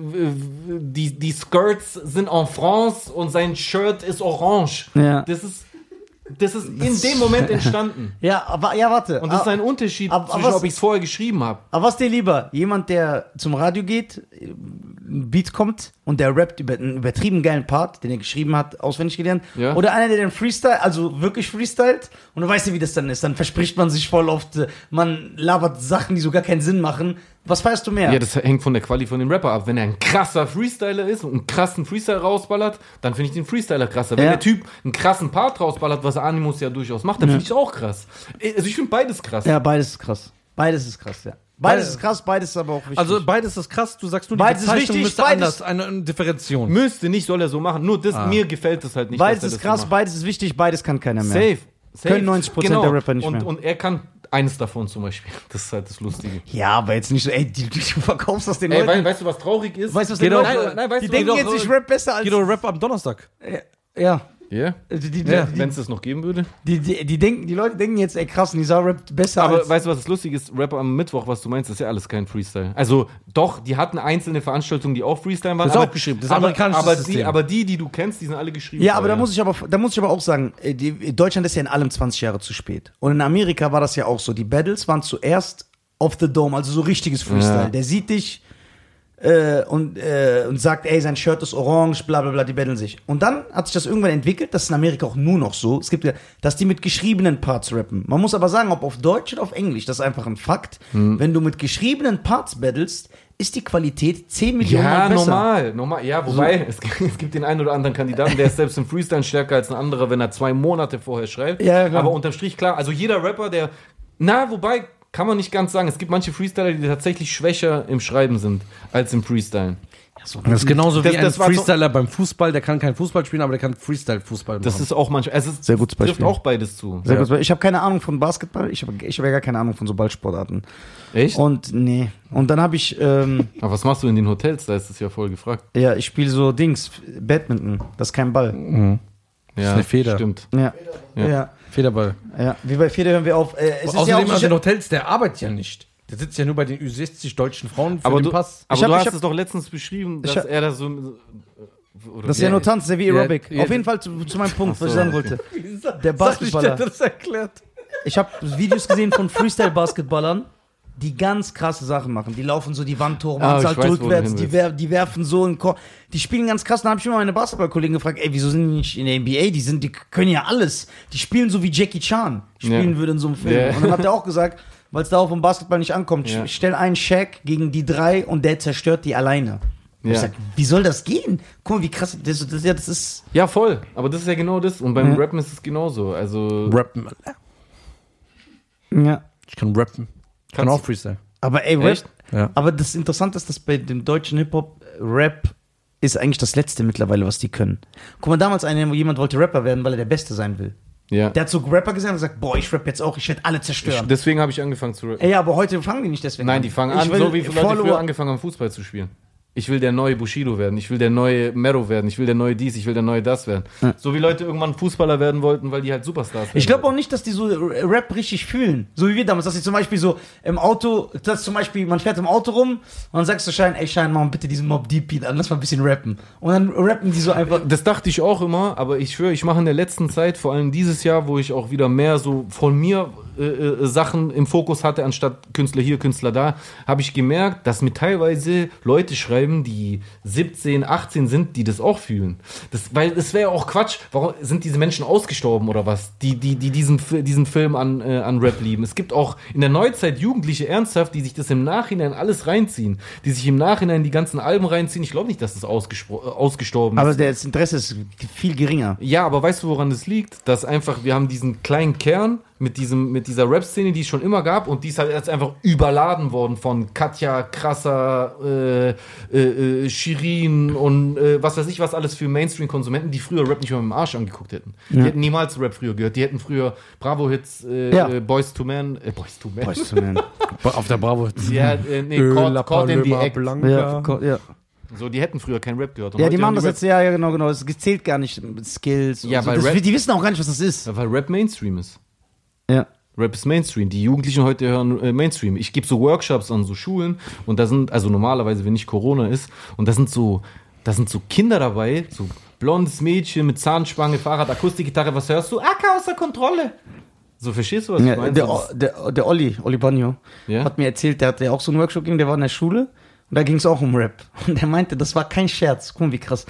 [SPEAKER 2] die, die Skirts sind en France und sein Shirt ist orange.
[SPEAKER 3] Ja.
[SPEAKER 2] Das ist. Das ist in dem Moment entstanden.
[SPEAKER 3] ja, aber, ja, warte.
[SPEAKER 2] Und das ist
[SPEAKER 3] Ah,
[SPEAKER 2] ein Unterschied
[SPEAKER 3] aber- aber
[SPEAKER 2] zwischen,
[SPEAKER 3] was-
[SPEAKER 2] ob ich es vorher geschrieben habe.
[SPEAKER 3] Aber was dir lieber? Jemand, der zum Radio geht, äh, ein Beat kommt und der rappt über einen übertrieben geilen Part, den er geschrieben hat, auswendig gelernt.
[SPEAKER 2] Ja.
[SPEAKER 3] Oder einer, der den Freestyle, also wirklich freestylt und du weißt ja, wie das dann ist. Dann verspricht man sich voll oft, äh, man labert Sachen, die so gar keinen Sinn machen. Was feierst du mehr?
[SPEAKER 2] Ja, das hängt von der Quali von dem Rapper ab. Wenn er ein krasser Freestyler ist und einen krassen Freestyle rausballert, dann finde ich den Freestyler krasser. Wenn
[SPEAKER 3] Ja.
[SPEAKER 2] der Typ einen krassen Part rausballert, was Animus ja durchaus macht, dann finde ich es auch krass. Also ich finde beides krass.
[SPEAKER 3] ja, beides ist krass. Beides ist krass, ja. Beides ist krass, beides ist aber auch wichtig.
[SPEAKER 1] Also beides ist krass, du sagst nur, die
[SPEAKER 3] Beides ist
[SPEAKER 1] Bezeichnung
[SPEAKER 3] wichtig,
[SPEAKER 1] müsste anders,
[SPEAKER 3] beides-
[SPEAKER 1] eine, eine Differenzierung.
[SPEAKER 2] Müsste nicht, soll er so machen. Nur das, mir gefällt das halt nicht.
[SPEAKER 3] beides
[SPEAKER 2] dass er
[SPEAKER 3] ist
[SPEAKER 2] das
[SPEAKER 3] krass,
[SPEAKER 2] so macht.
[SPEAKER 3] beides ist wichtig, beides kann keiner mehr.
[SPEAKER 2] Safe. Safe. Genau.
[SPEAKER 3] Können 90% der Rapper nicht
[SPEAKER 2] und,
[SPEAKER 3] mehr.
[SPEAKER 2] Und er kann eines davon zum Beispiel. Das ist halt das Lustige.
[SPEAKER 3] Ja, aber jetzt nicht so, ey, die- du verkaufst das den
[SPEAKER 2] Ey,
[SPEAKER 3] Leuten.
[SPEAKER 2] wei- weißt du, was traurig ist?
[SPEAKER 3] Weißt du, was
[SPEAKER 1] Geh
[SPEAKER 3] die
[SPEAKER 1] doch-
[SPEAKER 3] Leute-
[SPEAKER 1] nein,
[SPEAKER 2] nein, weißt
[SPEAKER 3] die
[SPEAKER 2] du,
[SPEAKER 3] denken
[SPEAKER 1] geh
[SPEAKER 3] jetzt,
[SPEAKER 1] doch-
[SPEAKER 3] ich rap besser als.
[SPEAKER 1] Guido Rap am Donnerstag.
[SPEAKER 3] ja.
[SPEAKER 2] Ja.
[SPEAKER 3] Die, die,
[SPEAKER 1] Ja.
[SPEAKER 3] die,
[SPEAKER 2] Wenn es das noch geben würde.
[SPEAKER 3] die, die, die, denken, die Leute denken jetzt, ey, krass, Nisa rappt besser
[SPEAKER 2] Aber
[SPEAKER 3] als.
[SPEAKER 2] weißt du, was das Lustige ist? Rapper am Mittwoch, was du meinst, ist ja alles kein Freestyle. Also doch, die hatten einzelne Veranstaltungen, die auch Freestyle waren.
[SPEAKER 1] Das ist
[SPEAKER 2] aber-
[SPEAKER 1] auch geschrieben, das ist
[SPEAKER 2] aber,
[SPEAKER 1] amerikanisches
[SPEAKER 2] aber Die,
[SPEAKER 1] System.
[SPEAKER 2] aber die, die du kennst, die sind alle geschrieben.
[SPEAKER 3] ja, aber da muss ich aber da muss ich aber auch sagen, äh, die, Deutschland ist ja in allem 20 Jahre zu spät. Und in Amerika war das ja auch so. Die Battles waren zuerst off the dome, also so richtiges Freestyle.
[SPEAKER 2] Ja.
[SPEAKER 3] Der sieht dich äh, und, äh, und sagt, ey, sein Shirt ist orange, bla bla bla, die betteln sich. Und dann hat sich das irgendwann entwickelt, das ist in Amerika auch nur noch so. Es gibt ja, dass die mit geschriebenen Parts rappen. Man muss aber sagen, ob auf Deutsch oder auf Englisch, das ist einfach ein Fakt.
[SPEAKER 2] Hm.
[SPEAKER 3] Wenn du mit geschriebenen Parts battlest, ist die Qualität 10 Millionen
[SPEAKER 2] Ja,
[SPEAKER 3] Mal besser.
[SPEAKER 2] normal, normal. Ja, wobei, es, gibt- es gibt den einen oder anderen Kandidaten, der ist selbst im Freestyle stärker als ein anderer, wenn er zwei Monate vorher schreibt.
[SPEAKER 3] Ja, ja, klar.
[SPEAKER 2] aber unterm Strich, klar, also jeder Rapper, der. Na, wobei, kann man nicht ganz sagen. Es gibt manche Freestyler, die tatsächlich schwächer im Schreiben sind als im Freestylen.
[SPEAKER 1] Das ist genauso
[SPEAKER 2] Das-
[SPEAKER 1] wie ein
[SPEAKER 2] das war so-
[SPEAKER 1] Freestyler beim Fußball, der kann kein Fußball spielen, aber der kann Freestyle-Fußball machen.
[SPEAKER 2] Das ist auch manchmal. Es ist,
[SPEAKER 3] Sehr gutes
[SPEAKER 2] trifft
[SPEAKER 3] Beispiel.
[SPEAKER 2] auch beides zu.
[SPEAKER 3] Sehr kurz, weil ich habe keine Ahnung von Basketball, ich habe ich hab ja gar keine Ahnung von so Ballsportarten.
[SPEAKER 2] Echt?
[SPEAKER 3] Und nee. Und dann habe ich, ähm,
[SPEAKER 2] Aber was machst du in den Hotels? Da ist es ja voll gefragt.
[SPEAKER 3] ja, ich spiele so Dings, Badminton, das ist kein Ball.
[SPEAKER 2] Ja,
[SPEAKER 1] eine Feder.
[SPEAKER 2] Stimmt.
[SPEAKER 3] Ja. Ja.
[SPEAKER 2] Ja.
[SPEAKER 3] ja.
[SPEAKER 1] Federball.
[SPEAKER 3] Wie bei Feder hören wir auf. Äh, es ist ja
[SPEAKER 1] Außerdem
[SPEAKER 3] auch so,
[SPEAKER 1] aus
[SPEAKER 3] schön-
[SPEAKER 1] den Hotels, der arbeitet ja nicht. Der sitzt ja nur bei den Ü60 deutschen Frauen für
[SPEAKER 2] Aber
[SPEAKER 1] den
[SPEAKER 2] du,
[SPEAKER 1] Pass.
[SPEAKER 2] aber
[SPEAKER 3] Ich hab-
[SPEAKER 2] du
[SPEAKER 3] ich
[SPEAKER 2] hast
[SPEAKER 3] hab-
[SPEAKER 2] es doch letztens beschrieben, dass
[SPEAKER 3] Ich hab-
[SPEAKER 2] er da so. äh, Oder
[SPEAKER 3] Das ist ja nur Tanz, das ist ja wie
[SPEAKER 1] Ja,
[SPEAKER 3] Aerobic.
[SPEAKER 1] ja.
[SPEAKER 3] Auf jeden Fall zu, zu meinem Punkt, was ich
[SPEAKER 2] so,
[SPEAKER 3] sagen
[SPEAKER 2] okay.
[SPEAKER 3] wollte. Der Basketballer.
[SPEAKER 1] das erklärt.
[SPEAKER 3] Ich habe Videos gesehen von Freestyle-Basketballern, die ganz krasse Sachen machen. Die laufen so die Wand hoch,
[SPEAKER 2] Ah,
[SPEAKER 3] machen es
[SPEAKER 2] ich
[SPEAKER 3] halt
[SPEAKER 2] weiß, wo du
[SPEAKER 3] rückwärts,
[SPEAKER 2] hin
[SPEAKER 3] die,
[SPEAKER 2] willst.
[SPEAKER 3] wer die werfen so in den Korb. Die spielen ganz krass. Dann habe ich immer meine Basketballkollegen gefragt, ey, wieso sind die nicht in der NBA? Die, sind, die können ja alles. Die spielen so wie Jackie Chan spielen
[SPEAKER 2] Ja.
[SPEAKER 3] würde in so einem Film.
[SPEAKER 2] Ja.
[SPEAKER 3] Und dann hat er auch gesagt, weil es darauf im Basketball nicht ankommt,
[SPEAKER 2] Ja.
[SPEAKER 3] stell einen Shaq gegen die drei und der zerstört die alleine. Und Ich
[SPEAKER 2] Ja.
[SPEAKER 3] sag, wie soll das gehen? Guck mal, wie krass. Das, das, ja, das ist.
[SPEAKER 2] Ja, voll. Aber das ist ja genau das. Und
[SPEAKER 3] Mhm.
[SPEAKER 2] beim Rappen ist es genauso. Also.
[SPEAKER 1] Rappen.
[SPEAKER 3] Ja.
[SPEAKER 1] Ich kann rappen. Ich kann auch Freestyle.
[SPEAKER 3] Aber ey, Rap,
[SPEAKER 2] Echt?
[SPEAKER 1] Ja.
[SPEAKER 3] aber das Interessante ist, dass bei dem deutschen Hip-Hop äh, Rap ist eigentlich das Letzte mittlerweile, was die können. Guck mal, damals einer, jemand wollte Rapper werden, weil er der Beste sein will.
[SPEAKER 2] Ja.
[SPEAKER 3] Der hat so Rapper gesehen und gesagt, boah, ich rap jetzt auch, ich werde alle zerstören.
[SPEAKER 2] Deswegen habe ich angefangen zu rappen.
[SPEAKER 3] ey, aber heute fangen die nicht deswegen
[SPEAKER 2] Nein, die fangen
[SPEAKER 3] ich
[SPEAKER 2] an,
[SPEAKER 3] will
[SPEAKER 2] so wie Leute früher
[SPEAKER 3] Follower.
[SPEAKER 2] angefangen haben, Fußball zu spielen. Ich will der neue Bushido werden, ich will der neue Mero werden, ich will der neue dies, ich will der neue das werden. So wie Leute irgendwann Fußballer werden wollten, weil die halt Superstars
[SPEAKER 3] Ich
[SPEAKER 2] werden
[SPEAKER 3] glaube auch nicht, dass die so äh, Rap richtig fühlen. So wie wir damals, dass sie zum Beispiel so im Auto, dass zum Beispiel, man fährt im Auto rum und dann sagst du Schein, ey Schein, mach mal bitte diesen Mob Deep Beat an, lass mal ein bisschen rappen. Und dann rappen die so einfach.
[SPEAKER 2] Das dachte ich auch immer, aber ich schwöre, ich mache in der letzten Zeit, vor allem dieses Jahr, wo ich auch wieder mehr so von mir äh, äh, Sachen im Fokus hatte, anstatt Künstler hier, Künstler da, habe ich gemerkt, dass mir teilweise Leute schreiben, die 17, 18 sind, die das auch fühlen. Das, weil das wäre ja auch Quatsch. Warum sind diese Menschen ausgestorben oder was? Die, die, die diesen, Fi- diesen Film an, äh, an Rap lieben. Es gibt auch in der Neuzeit Jugendliche ernsthaft, die sich das im Nachhinein alles reinziehen, die sich im Nachhinein die ganzen Alben reinziehen. Ich glaube nicht, dass das ausgespro- äh, ausgestorben ist.
[SPEAKER 3] Aber das Interesse ist viel geringer.
[SPEAKER 2] Ja, aber weißt du, woran es liegt? Dass einfach, wir haben diesen kleinen Kern mit, diesem, mit dieser Rap-Szene, die es schon immer gab, und die ist halt jetzt einfach überladen worden von Katja, Krasser, äh, äh, äh, Shirin und äh, was weiß ich, was alles für Mainstream-Konsumenten, die früher Rap nicht mehr mit dem Arsch angeguckt hätten. Die hätten niemals Rap früher gehört. Die hätten früher Bravo-Hits, äh,
[SPEAKER 3] Ja.
[SPEAKER 2] äh, Boys to Man, äh, Boys to Man.
[SPEAKER 3] Weißt du, man.
[SPEAKER 1] Auf der Bravo.
[SPEAKER 2] Ja, äh, nee,
[SPEAKER 3] Öh,
[SPEAKER 2] Caught, Caught in the Act.
[SPEAKER 3] ja, ja.
[SPEAKER 2] So, die hätten früher keinen Rap gehört. Und
[SPEAKER 3] ja,
[SPEAKER 2] heute
[SPEAKER 3] die machen
[SPEAKER 2] hören
[SPEAKER 3] das jetzt, ja, ja, genau, genau. Es zählt gar nicht mit Skills. und
[SPEAKER 2] Ja,
[SPEAKER 3] so.
[SPEAKER 2] weil
[SPEAKER 3] das,
[SPEAKER 2] Rap-
[SPEAKER 3] die wissen auch gar nicht, was das ist.
[SPEAKER 2] Rap, weil Rap Mainstream ist.
[SPEAKER 3] Ja.
[SPEAKER 2] Rap ist Mainstream. Die Jugendlichen heute hören äh, Mainstream. Ich gebe so Workshops an so Schulen und da sind, also normalerweise, wenn nicht Corona ist, und da sind so, da sind so Kinder dabei, so blondes Mädchen mit Zahnspange, Fahrrad, Akustikgitarre, was hörst du? Acker außer Kontrolle. So, verstehst du, was ich
[SPEAKER 3] Ja,
[SPEAKER 2] meine?
[SPEAKER 3] der,
[SPEAKER 2] So,
[SPEAKER 3] O-
[SPEAKER 2] das-
[SPEAKER 3] der, der Olli, Olli Bagno,
[SPEAKER 2] Ja?
[SPEAKER 3] hat mir erzählt, der hatte ja auch so einen Workshop gegeben, der war in der Schule und da ging es auch um Rap. Und er meinte, das war kein Scherz. Guck mal, wie krass.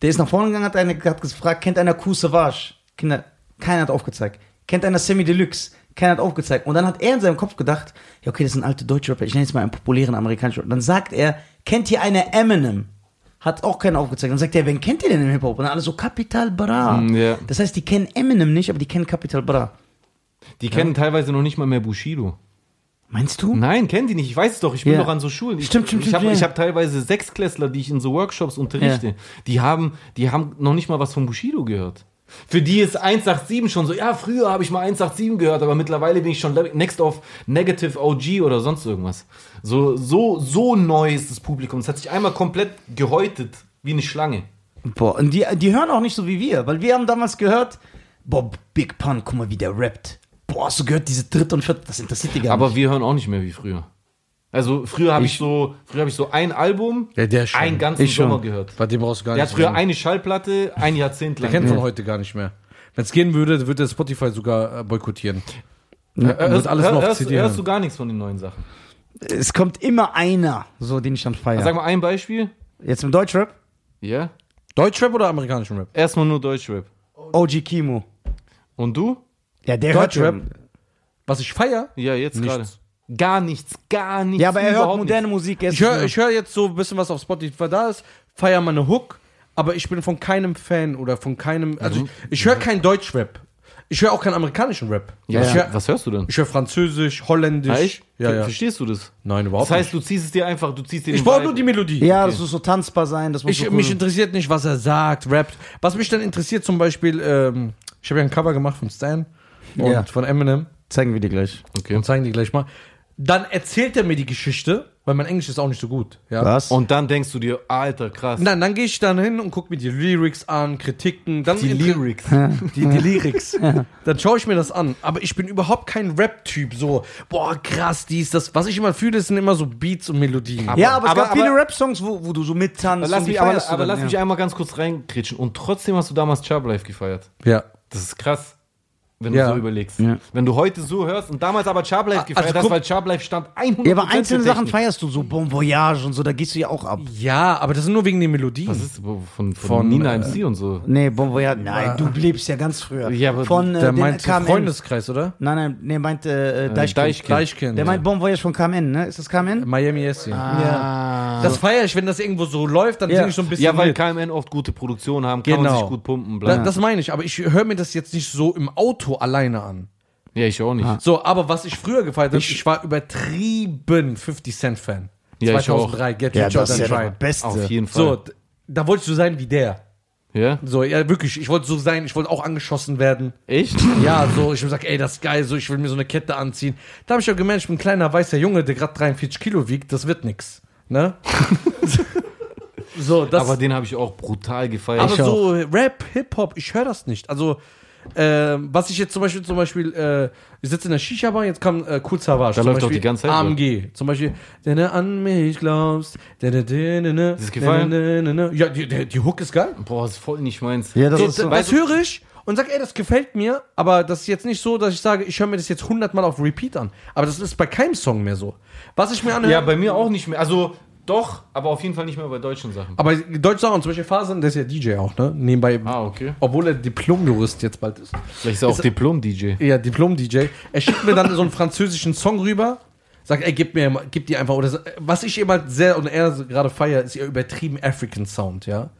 [SPEAKER 3] Der ist nach vorne gegangen, hat, eine, hat gefragt, kennt einer Cool Savage? Kinder, keiner hat aufgezeigt. Kennt einer Semi Deluxe? Keiner hat aufgezeigt. Und dann hat er in seinem Kopf gedacht, ja okay, das sind alte deutsche Rapper, ich nenne jetzt mal einen populären amerikanischen Rapper. Dann sagt er, kennt hier einer Eminem? Hat auch keiner aufgezeigt. Dann sagt er, wen kennt ihr denn im Hip-Hop? Und dann alle so, Capital Bra.
[SPEAKER 2] Mm, ja.
[SPEAKER 3] Das heißt, die kennen Eminem nicht, aber die kennen Capital Bra.
[SPEAKER 2] die kennen teilweise noch nicht mal mehr Bushido.
[SPEAKER 3] Meinst du?
[SPEAKER 2] Nein, kennen die nicht. Ich weiß es doch. Ich bin
[SPEAKER 3] Ja.
[SPEAKER 2] doch an so Schulen. Ich,
[SPEAKER 3] Stimmt, stimmt,
[SPEAKER 2] Ich
[SPEAKER 3] stimmt,
[SPEAKER 2] habe
[SPEAKER 3] ja.
[SPEAKER 2] hab teilweise Sechsklässler, die ich in so Workshops unterrichte.
[SPEAKER 3] Ja.
[SPEAKER 2] Die haben, die haben noch nicht mal was von Bushido gehört. Für die ist 187 schon so, ja, früher habe ich mal 187 gehört, aber mittlerweile bin ich schon le- next auf Negative OG oder sonst irgendwas. So, so, so neu ist das Publikum. Es hat sich einmal komplett gehäutet, wie eine Schlange.
[SPEAKER 3] Boah, und die, die hören auch nicht so wie wir, weil wir haben damals gehört, boah, Big Pun, guck mal, wie der rappt. Boah, hast du gehört, diese dritte und vierte, das interessiert die gar
[SPEAKER 2] Aber
[SPEAKER 3] nicht.
[SPEAKER 2] wir hören auch nicht mehr wie früher. Also früher habe ich, so, früher habe ich so ein Album,
[SPEAKER 1] Ja, der schon.
[SPEAKER 2] einen ganzen
[SPEAKER 3] Ich schon.
[SPEAKER 2] Sommer gehört.
[SPEAKER 1] Bei dem brauchst du gar
[SPEAKER 2] Der hat
[SPEAKER 1] nicht
[SPEAKER 2] früher
[SPEAKER 1] reden.
[SPEAKER 2] eine Schallplatte, ein Jahrzehnt
[SPEAKER 1] Der
[SPEAKER 2] lang.
[SPEAKER 1] kennt
[SPEAKER 2] gehört.
[SPEAKER 1] von heute gar nicht mehr. Wenn es gehen würde, würde der Spotify sogar äh, boykottieren. Äh, wird
[SPEAKER 2] Hörst,
[SPEAKER 1] alles nur auf
[SPEAKER 2] hörst,
[SPEAKER 1] CD.
[SPEAKER 2] hörst du
[SPEAKER 1] hören.
[SPEAKER 2] gar nichts von den neuen Sachen.
[SPEAKER 3] Es kommt immer einer, so den ich dann feiere.
[SPEAKER 2] Sag mal ein Beispiel.
[SPEAKER 3] Jetzt im Deutschrap,
[SPEAKER 2] Ja.
[SPEAKER 1] Deutschrap oder amerikanischen Rap?
[SPEAKER 2] Erstmal nur Deutschrap.
[SPEAKER 3] OG Kimo.
[SPEAKER 2] Und du?
[SPEAKER 3] Ja, der
[SPEAKER 1] Deutschrap?
[SPEAKER 3] hört
[SPEAKER 1] Was ich feier?
[SPEAKER 2] Ja, jetzt
[SPEAKER 1] Nichts.
[SPEAKER 2] gerade. Gar nichts, gar nichts.
[SPEAKER 3] Ja, aber er hört
[SPEAKER 2] überhaupt
[SPEAKER 3] moderne Musik. er ist
[SPEAKER 1] Ich höre
[SPEAKER 3] nicht
[SPEAKER 1] ich hör jetzt so ein bisschen was auf Spotify da ist, feier meine Hook, aber ich bin von keinem Fan oder von keinem. Also ich, ich höre kein Deutschrap. Ich höre auch keinen amerikanischen Rap.
[SPEAKER 2] nichts.
[SPEAKER 1] Ich
[SPEAKER 2] Ja, was,
[SPEAKER 1] höre
[SPEAKER 2] was hörst du denn?
[SPEAKER 1] ich hör Französisch, Holländisch.
[SPEAKER 2] Echt?
[SPEAKER 1] Ja, ja.
[SPEAKER 2] Verstehst du das?
[SPEAKER 1] Nein, überhaupt
[SPEAKER 2] Das heißt,
[SPEAKER 1] nicht.
[SPEAKER 2] du ziehst es dir einfach, du ziehst dir
[SPEAKER 1] Ich
[SPEAKER 2] den
[SPEAKER 1] brauche
[SPEAKER 2] Vibe.
[SPEAKER 1] nur die Melodie.
[SPEAKER 3] Ja, das muss so tanzbar sein, das muss
[SPEAKER 1] Ich,
[SPEAKER 3] so
[SPEAKER 1] mich
[SPEAKER 3] cool.
[SPEAKER 1] interessiert nicht, was er sagt, rappt. Was mich dann interessiert, zum Beispiel, ähm, ich habe ja ein Cover gemacht von Stan und
[SPEAKER 3] Ja.
[SPEAKER 1] von Eminem.
[SPEAKER 3] Zeigen wir dir gleich.
[SPEAKER 2] Okay.
[SPEAKER 1] Und zeigen die gleich mal. Dann erzählt er mir die Geschichte, weil mein Englisch ist auch nicht so gut. Ja.
[SPEAKER 3] Was?
[SPEAKER 2] Und dann denkst du dir, alter, krass.
[SPEAKER 1] Nein, dann gehe ich dann hin und gucke mir die Lyrics an, Kritiken, dann
[SPEAKER 2] die Lyrics.
[SPEAKER 1] die, die Lyrics. Dann schaue ich mir das an. Aber ich bin überhaupt kein Rap-Typ. So, boah, krass, dies, das. Was ich immer fühle, sind immer so Beats und Melodien.
[SPEAKER 3] ja, aber es
[SPEAKER 2] aber-
[SPEAKER 3] gab viele
[SPEAKER 2] aber-
[SPEAKER 3] Rap-Songs, wo, wo du so mittanzt.
[SPEAKER 2] Lass
[SPEAKER 3] und die
[SPEAKER 2] mich, aber,
[SPEAKER 3] feierst du
[SPEAKER 2] aber
[SPEAKER 3] dann,
[SPEAKER 2] lass
[SPEAKER 3] ja.
[SPEAKER 2] mich einmal ganz kurz reinkritschen. Und trotzdem hast du damals Chublife gefeiert.
[SPEAKER 1] ja.
[SPEAKER 2] Das ist krass, wenn
[SPEAKER 1] Ja.
[SPEAKER 2] du so überlegst.
[SPEAKER 3] Ja.
[SPEAKER 2] Wenn du heute so hörst und damals aber Charblife gefeiert
[SPEAKER 1] also
[SPEAKER 2] hast,
[SPEAKER 1] guck-
[SPEAKER 2] weil Charblife stand 100
[SPEAKER 3] Ja, aber einzelne
[SPEAKER 2] für
[SPEAKER 3] Sachen
[SPEAKER 2] Technik.
[SPEAKER 3] feierst du, so Bon Voyage und so, da gehst du ja auch ab.
[SPEAKER 1] Ja, aber das ist nur wegen den Melodien.
[SPEAKER 2] Was ist von, von,
[SPEAKER 1] Von,
[SPEAKER 2] Nina
[SPEAKER 1] äh,
[SPEAKER 2] MC und so?
[SPEAKER 3] Nee, Bon Voyage. Nein, du lebst ja ganz früher.
[SPEAKER 2] Ja, aber
[SPEAKER 3] von äh,
[SPEAKER 1] Der
[SPEAKER 3] den
[SPEAKER 1] meint
[SPEAKER 3] KMN.
[SPEAKER 1] Freundeskreis, oder?
[SPEAKER 3] Nein, nein, nee, meint äh, äh, Deichkind.
[SPEAKER 2] Deichkind.
[SPEAKER 1] Deichkind.
[SPEAKER 3] Der meint Bon Voyage von KMN, ne? Ist das KMN?
[SPEAKER 1] Miami Essay.
[SPEAKER 2] Ah.
[SPEAKER 1] Das feiere ich, wenn das irgendwo so läuft, dann
[SPEAKER 3] Ja.
[SPEAKER 1] singe ich so ein bisschen.
[SPEAKER 2] ja, weil
[SPEAKER 1] mit.
[SPEAKER 2] KMN oft gute Produktionen haben, kann man
[SPEAKER 1] Genau.
[SPEAKER 2] sich gut pumpen.
[SPEAKER 1] Da,
[SPEAKER 2] Bla.
[SPEAKER 1] das meine ich, aber ich höre mir das jetzt nicht so im Auto alleine an.
[SPEAKER 2] ja, ich auch nicht.
[SPEAKER 1] So, aber was ich früher gefeiert habe, ich, war übertrieben 50 Cent Fan.
[SPEAKER 2] Ja, ich auch.
[SPEAKER 1] 2003, Get Rich or Die Trying.
[SPEAKER 3] Beste.
[SPEAKER 2] Auf jeden Fall.
[SPEAKER 1] So, d- da wollte ich so sein wie der.
[SPEAKER 2] Ja?
[SPEAKER 1] So, ja, wirklich, ich wollte so sein, ich wollte auch angeschossen werden.
[SPEAKER 2] Echt?
[SPEAKER 1] Ja, so, ich hab gesagt, ey, das ist geil, so, ich will mir so eine Kette anziehen. Da habe ich auch gemerkt, ich bin ein kleiner weißer Junge, der gerade 43 Kilo wiegt, das wird nix. Ne? so, das
[SPEAKER 2] aber den habe ich auch brutal gefeiert.
[SPEAKER 1] Aber so Rap, Hip-Hop, ich höre das nicht. Also, ähm, was ich jetzt zum Beispiel, zum Beispiel, äh, ich sitze in der Shisha-Bar, jetzt kam äh, Cool Savage.
[SPEAKER 2] Da
[SPEAKER 1] zum
[SPEAKER 2] läuft doch
[SPEAKER 1] Beispiel
[SPEAKER 2] die ganze Zeit
[SPEAKER 1] AMG. Zum Beispiel, wenn du an mich glaubst, da, da, da, da, da,
[SPEAKER 2] Ist es gefallen?
[SPEAKER 1] da, da, da, da. Ja, die, die, die Hook ist geil.
[SPEAKER 2] Boah, ist voll nicht meins.
[SPEAKER 3] Ja, das
[SPEAKER 1] So,
[SPEAKER 3] ist so.
[SPEAKER 1] das höre ich und sage, ey, das gefällt mir, aber das ist jetzt nicht so, dass ich sage, ich höre mir das jetzt hundertmal auf Repeat an. Aber das ist bei keinem Song mehr so. Was ich mir anhöre.
[SPEAKER 2] Ja, bei mir auch nicht mehr. Also doch, aber auf jeden Fall nicht mehr bei deutschen Sachen.
[SPEAKER 1] aber Deutsch Sachen, zum Beispiel Fasern, der ist ja DJ auch, ne? Nebenbei.
[SPEAKER 2] Ah, okay.
[SPEAKER 1] Obwohl er Diplom-Jurist jetzt bald ist.
[SPEAKER 2] Vielleicht ist er auch Diplom-DJ.
[SPEAKER 1] Ja, Diplom-DJ. Er schickt mir dann so einen französischen Song rüber, sagt, ey, gib mir, gib die einfach. Oder so- was ich immer sehr und er so gerade feiert, ist ihr übertrieben African Sound, ja.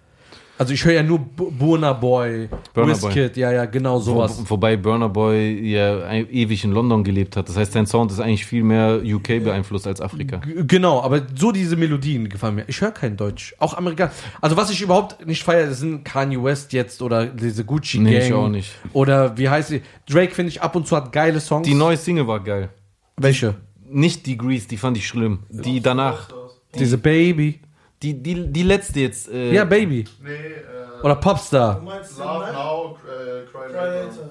[SPEAKER 1] Also ich höre ja nur Bu- Burna Boy,
[SPEAKER 2] Burna
[SPEAKER 1] Wizkid, ja, ja, genau sowas.
[SPEAKER 2] Wo, wobei Burner Boy ja ein- ewig in London gelebt hat. Das heißt, sein Sound ist eigentlich viel mehr UK beeinflusst als Afrika.
[SPEAKER 1] G- Genau, aber so diese Melodien gefallen mir. Ich höre kein Deutsch, auch Amerikaner. Also was ich überhaupt nicht feiere, das sind Kanye West jetzt oder diese Gucci Gang.
[SPEAKER 2] Nee, ich auch nicht.
[SPEAKER 1] Oder wie heißt sie? Drake finde ich ab und zu hat geile Songs.
[SPEAKER 2] Die neue Single war geil.
[SPEAKER 1] Welche?
[SPEAKER 2] Nicht die Grease, die fand ich schlimm. Die danach.
[SPEAKER 1] Diese Baby.
[SPEAKER 2] Die, die, die letzte jetzt. Äh,
[SPEAKER 1] Ja, Baby.
[SPEAKER 4] Nee, äh,
[SPEAKER 1] Oder Popstar.
[SPEAKER 5] Du
[SPEAKER 2] Oh.
[SPEAKER 5] meinst
[SPEAKER 4] Love
[SPEAKER 5] Love
[SPEAKER 4] Now, äh, Cry Later.
[SPEAKER 5] Later.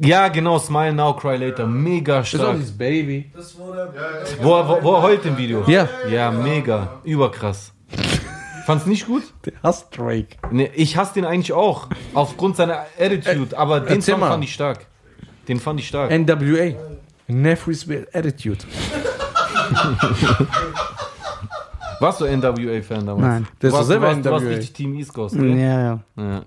[SPEAKER 2] ja, genau. Smile Now, Cry Later. Mega
[SPEAKER 1] Ist auch
[SPEAKER 2] stark.
[SPEAKER 1] dieses Baby.
[SPEAKER 5] Das wurde.
[SPEAKER 4] Ja, ja,
[SPEAKER 2] Wo, er- wo, wo er heult im Video.
[SPEAKER 1] Ja.
[SPEAKER 2] Ja, mega. Überkrass. Fand's nicht gut?
[SPEAKER 1] Der hasst Drake.
[SPEAKER 2] Nee, ich hasse den eigentlich auch. Aufgrund seiner Attitude. Aber den
[SPEAKER 1] Äh, erzähl
[SPEAKER 2] Song
[SPEAKER 1] mal.
[SPEAKER 2] fand ich stark. Den fand ich stark.
[SPEAKER 1] NWA. Nefris Attitude.
[SPEAKER 2] Warst du NWA-Fan damals?
[SPEAKER 3] Nein.
[SPEAKER 1] Der ist
[SPEAKER 2] du
[SPEAKER 1] doch
[SPEAKER 2] warst,
[SPEAKER 1] selber
[SPEAKER 2] du warst, du warst
[SPEAKER 1] NWA.
[SPEAKER 2] richtig Team East Coast,
[SPEAKER 3] Ja,
[SPEAKER 2] gell?
[SPEAKER 3] ja.
[SPEAKER 2] Ja.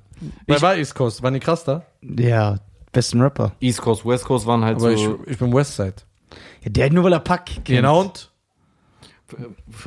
[SPEAKER 1] Wer war East Coast? Waren die krass da?
[SPEAKER 3] Ja, besten Rapper.
[SPEAKER 2] East Coast, West Coast waren halt
[SPEAKER 1] Aber
[SPEAKER 2] so.
[SPEAKER 1] ich, ich bin Westside.
[SPEAKER 3] Ja, der hat nur weil er Pack kennt.
[SPEAKER 1] Genau und?